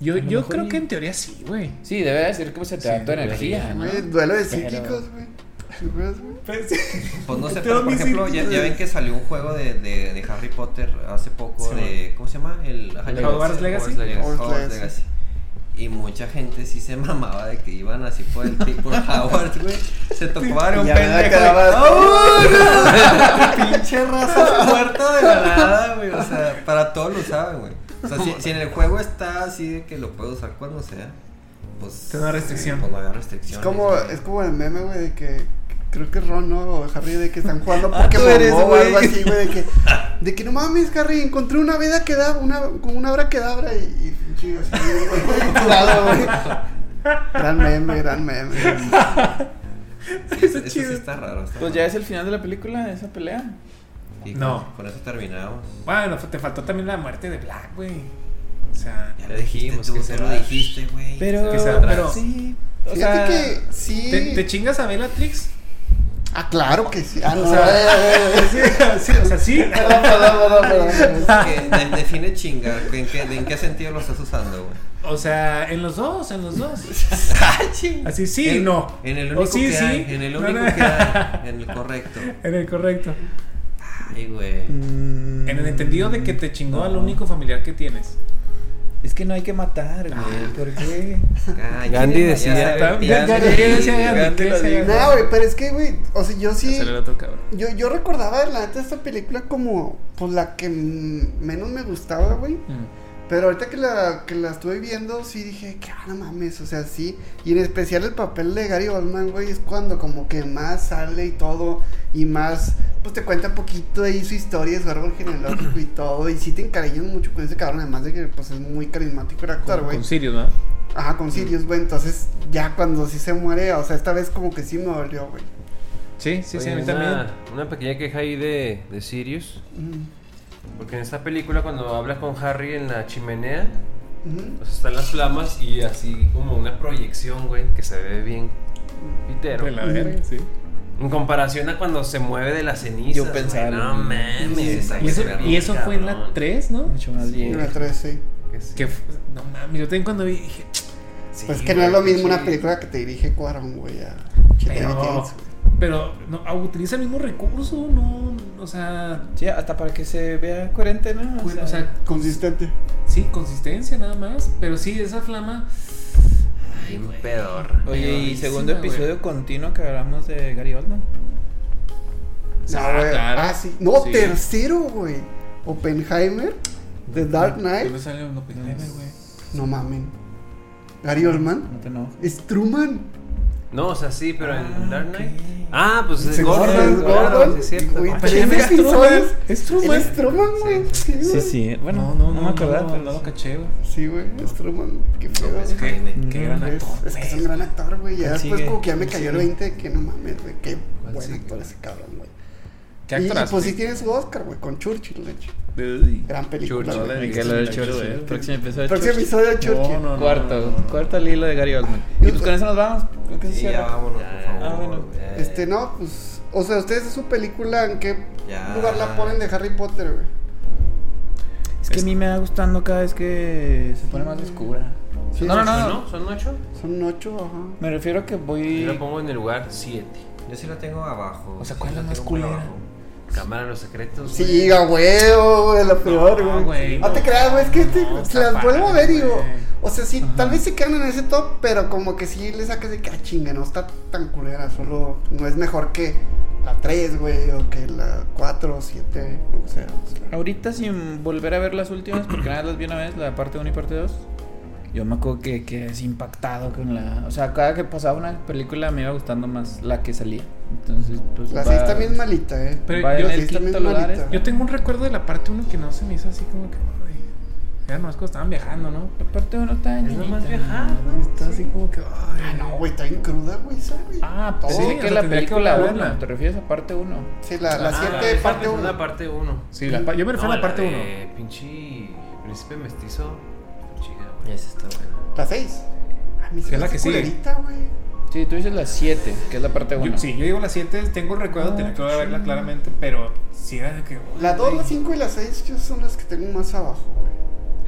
yo,
A lo
yo
mejor
creo
y-
que en teoría sí, güey.
Sí, debe decir que se te da
Sí,
tu energía,
debería,
¿no?
Güey, Duelo de
Pero-
psíquicos, güey. ¿Te acuerdas, güey?
Pues no sé,
Todos
pero por
mis
ejemplo, ya, ya ven que salió un juego de, de, de Harry Potter hace poco
Sí,
de. ¿Cómo se llama? El ajá, ya-
Hogwarts Legacy.
Hogwarts
Hogwarts
Legacy.
Legacy. Y mucha gente sí se mamaba de que iban así por el tipo Howard, güey. Se toparon un
Ya me
pendejo.
acabas-
¡Oh, no! Pinche raza muerta de la nada, güey. O sea, para todo lo saben, güey. O sea, si, si en el juego está así de que lo puedo usar cuando sea, pues.
Te da restricción.
Pues no había
Es
restricción.
como, es como el meme, güey, de que creo que Ron ¿no? o Harry de que están jugando
Ah, tú
Pokémon
eres,
Go o
güey.
algo así, güey, de que, de que no mames, Harry, encontré una vida que da, una, como una hora que da, y, y chido, así, güey, claro, güey. Gran meme, gran meme.
Sí, eso, eso
chido.
sí está raro. está
Pues
raro.
ya es el final de la película, esa pelea.
Y con-
No.
Con eso terminamos.
Bueno, te faltó también la muerte de Black, güey. O sea,
Ya lo dijimos,
tú,
que
te
se lo
vas.
dijiste, güey.
Pero,
Que sea-
pero
pero-
sí. O sea,
Fíjate que sí.
¿Te, te chingas a Bellatrix?
Ah, claro que sí. Ah, no,
O sea,
eh, eh, eh.
sí, sí, o sea, sí.
Perdón, perdón, perdón, perdón.
Que de- define chingar. ¿En qué, de- en qué sentido lo estás usando, güey?
O sea, en los dos, en los dos. Así sí,
Ah, En-
no.
En el
O
único
sí,
que
sí.
hay. En el
No,
único
no.
que hay. En el correcto.
En el correcto.
Ay, güey.
Mm.
En el entendido de que te chingó al único familiar que tienes.
es que no hay que matar, güey.
Ah.
¿Por qué?
Ay,
Gandhi
ya
decía-
se ve-
Gandhi-
ya se
Gandhi
ve-
decía-
Gandhi-
¿qué
lo
se
dijo.
No, güey, pero es que, güey, o sea, yo sí.
Acelera tu cabrón.
Yo, yo recordaba, la neta, esta película como, pues, la que mm, menos me gustaba, güey.
Mm.
Pero ahorita que la, que la estuve viendo, sí dije, que ah, no mames, o sea, sí. Y en especial el papel de Gary Oldman, güey, es cuando como que más sale y todo. Y más, pues te cuenta un poquito ahí su historia, su árbol genealógico y todo. Y sí te encariñas mucho con ese cabrón, además de que pues es muy carismático el actor,
Con,
güey.
con Sirius, ¿no?
Ajá, con Sirius, güey. Entonces, ya cuando sí se muere, o sea, esta vez como que sí me dolió, güey.
Sí, sí, sí, a mí
Oye,
también.
una, una pequeña queja ahí de, de Sirius.
Ujú,
Porque en esta película, cuando habla con Harry en la chimenea,
ujú.
pues están las flamas y así como una proyección, güey, que se ve bien pitero.
De la verga, sí.
En comparación a cuando se mueve de las cenizas.
Yo pensaba
güey,
lo
No
mismo.
mames.
Sí,
está
Y eso,
bien
y eso fue en la
cabrón.
3, ¿no?
Mucho más bien.
Una tres, sí.
Que sí.
Que fu- no mames, yo también cuando vi dije,
Sí,
Pues que no es lo
güey,
mismo una
sí.
película que te dirige Cuarón, güey, a que te
Pero-
metes, güey.
pero no, ah, utiliza el mismo recurso, no, o sea,
Sí, hasta para que se vea coherente, ¿no?
güey, Pues, o sea,
Consistente.
sí, consistencia nada más, pero sí, esa flama
Bien pedorra.
Oye, y
Pedorísima,
segundo
güey.
episodio continuo que hablamos de Gary Oldman.
No,
Ah,
güey.
claro.
Ah, sí. No,
Sí.
tercero, güey. Oppenheimer, The Dark
¿Dónde
Knight.
¿Eh? sale un Oppenheimer, güey?
No mamen. Gary Oldman.
este No te enojes.
Es Truman.
No, o sea, sí, pero
Ah,
en Dark Knight.
ok.
Ah, pues es
Se
Gordon.
Gordon,
claro,
Gordon, pues,
sí, es cierto.
güey.
Ah,
Tres
Oppenheimer es Truman,
episodios.
es
Él
Truman.
es Truman, güey.
Sí,
Sí, güey.
Bueno, no, no, me acordaba,
acordaba,
no,
pero
no lo
sí.
caché, güey.
Sí, güey. Es Truman. Qué feo.
pues,
güey.
Jaime.
Qué
Mm,
gran
Es,
actor.
es que es
güey.
un gran actor, güey. Ya
¿Cuál
después
sigue?
como que ya me
¿Cuál
cayó el
sigue?
20 de que no mames, güey. Qué
¿Cuál
buen
sigue?
actor ese cabrón, güey.
¿Qué
Y
actorazo?
pues sí tiene su Oscar, güey, con Churchill, de hecho.
Uy.
Gran película.
Churchill,
güey.
eh.
Próximo episodio de
Próximo
Churchill.
episodio de Churchill.
No, no, no,
Cuarto,
no, no.
cuarto al hilo de Gary Oldman. Y pues con eso nos vamos. Creo que se
Sí, ya
cierra.
vámonos,
Ya,
por
ya,
favor. Eh,
ah, bueno.
güey.
Este, no, pues. O sea, ustedes su película, ¿en qué
Ya.
lugar la ponen de Harry Potter, güey?
Es que a mí me va gustando cada vez que se pone más oscura.
Sí,
no, no, no,
¿No? ¿Son ocho?
Son ocho, ajá.
Me refiero a que
Yo la
voy.
pongo en el lugar siete.
Yo sí la tengo abajo.
O sea,
sí
¿cuál es la más
tengo muy
culera?
abajo.
Cámara de los secretos.
Sí, a huevo, güey, la peor, güey. No,
güey, no.
te creas, güey, es que este,
No,
se
está
las vuelvo a
padre,
ver y digo.
güey.
O sea, sí, tal vez se quedan en ese top, pero como que sí le sacas de que, ah, chinga, no está tan culera, solo no es mejor que la 3, güey, o que la 4 o 7, o sea. o sea.
Ahorita sin volver a ver las últimas, porque nada más las vi una vez, la parte 1 y parte 2. Yo me acuerdo que, que es impactado con la. O sea, cada que pasaba una película me iba gustando más la que salía. Entonces, pues.
La
va-
6 está bien malita, eh.
Pero
va
yo-
en
sí
el
está bien
quinto lugar.
malita.
esta.
Yo tengo un recuerdo de la parte 1 que no se me hizo así como que. ay, Ya nomás cuando estaban viajando, ¿no?
La parte 1 está
Es nomás
ñoñita.
viajar, ¿no?
Está así como que. ay,
Ah, no, güey, está bien cruda, güey, ¿sabes?
Ah, pues
Sí,
es
o
que
sea,
la
tendría que
película
volver a
1.
verla.
¿Te refieres a parte 1?
Sí, la,
Ah,
la 7,
esa
parte
es
1.
la parte uno.
Sí, la pa- yo me refiero a la parte 1.
Pinche príncipe mestizo. Chica, güey.
Esa está buena.
La 6. A mí
Que
se
es
me
la
hace
que sigue.
culerita, güey.
Sí, tú dices la 7, que es la parte 1.
Yo- sí, yo digo las 7, tengo el recuerdo,
Ah,
tenía que volver a verla
sí.
claramente, pero sí era de que.
La 2,
ay,
la 5 y la 6 yo son las que tengo más abajo, güey.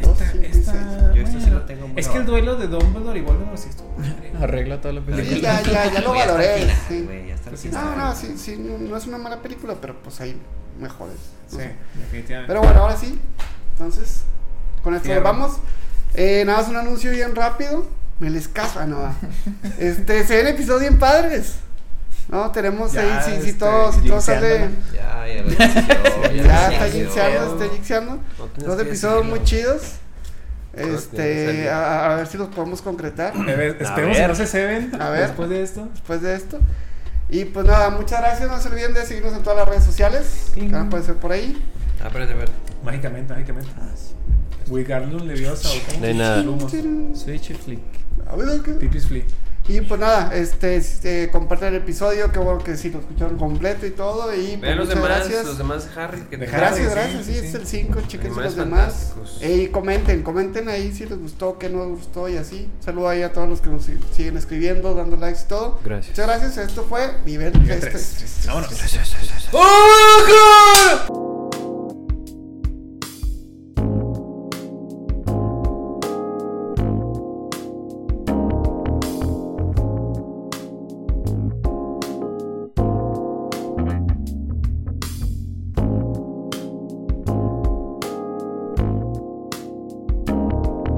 Dos,
Esta,
cinco y seis.
esta.
Yo esta sí la
Ah, bueno,
tengo muy
Es que el
abajo.
duelo de Dumbledore y Voldemort sí estuvo.
Arregla toda la
Sí,
película.
ya, ya, ya lo
Güey, hasta el
valoré.
final,
sí.
güey, hasta el
Pues sí,
final.
No, no, sí, sí, no, no es una mala película, pero pues hay mejores. no
Sí,
sé.
definitivamente.
Pero bueno, ahora sí. Entonces, con esto
Cierra.
vamos. Eh, nada más un anuncio bien rápido. Me les caso, ah, no. va. Este, se ven episodios bien padres. No, tenemos
Ya,
ahí, si, si
este,
todo, si todo sale.
jinxeándola.
Ya, ya la
Ya,
inició, la
está
inició.
jinxeando, está jinxeando.
No tienes
Dos
que
episodios
decirlo.
muy chidos.
Creo que
Este,
salió.
a, a ver si los podemos concretar
A ver, esperemos que
ver.
no se ceben
A ver.
después de esto.
después de esto. Y pues nada, muchas gracias. No se olviden de seguirnos en todas las redes sociales. Que van a aparecer por ahí.
Ah, espérate, espérate.
Mágicamente, mágicamente. Wigarlum Leviosa o cómo?
De nada.
Lumos.
Switch y flick.
A ver, ¿qué?
Pipis Flea.
Y pues nada, este, este, compartan el episodio, que bueno que sí lo escucharon completo y todo. Y
Ve a
pues,
los
muchas
demás,
gracias.
los demás de Harry. Que
De
te-
Harry.
Gracias,
sí,
gracias, sí,
sí,
es
sí.
el 5, chequen
Demás
los demás.
fantásticos.
Y comenten, comenten ahí si les gustó, que no les gustó y así. Saludo ahí a todos los que nos sig- siguen escribiendo, dando likes y todo.
Gracias.
Muchas gracias, esto fue Nivel
Nivel
3.
tres. Vámonos.
¡Ojo!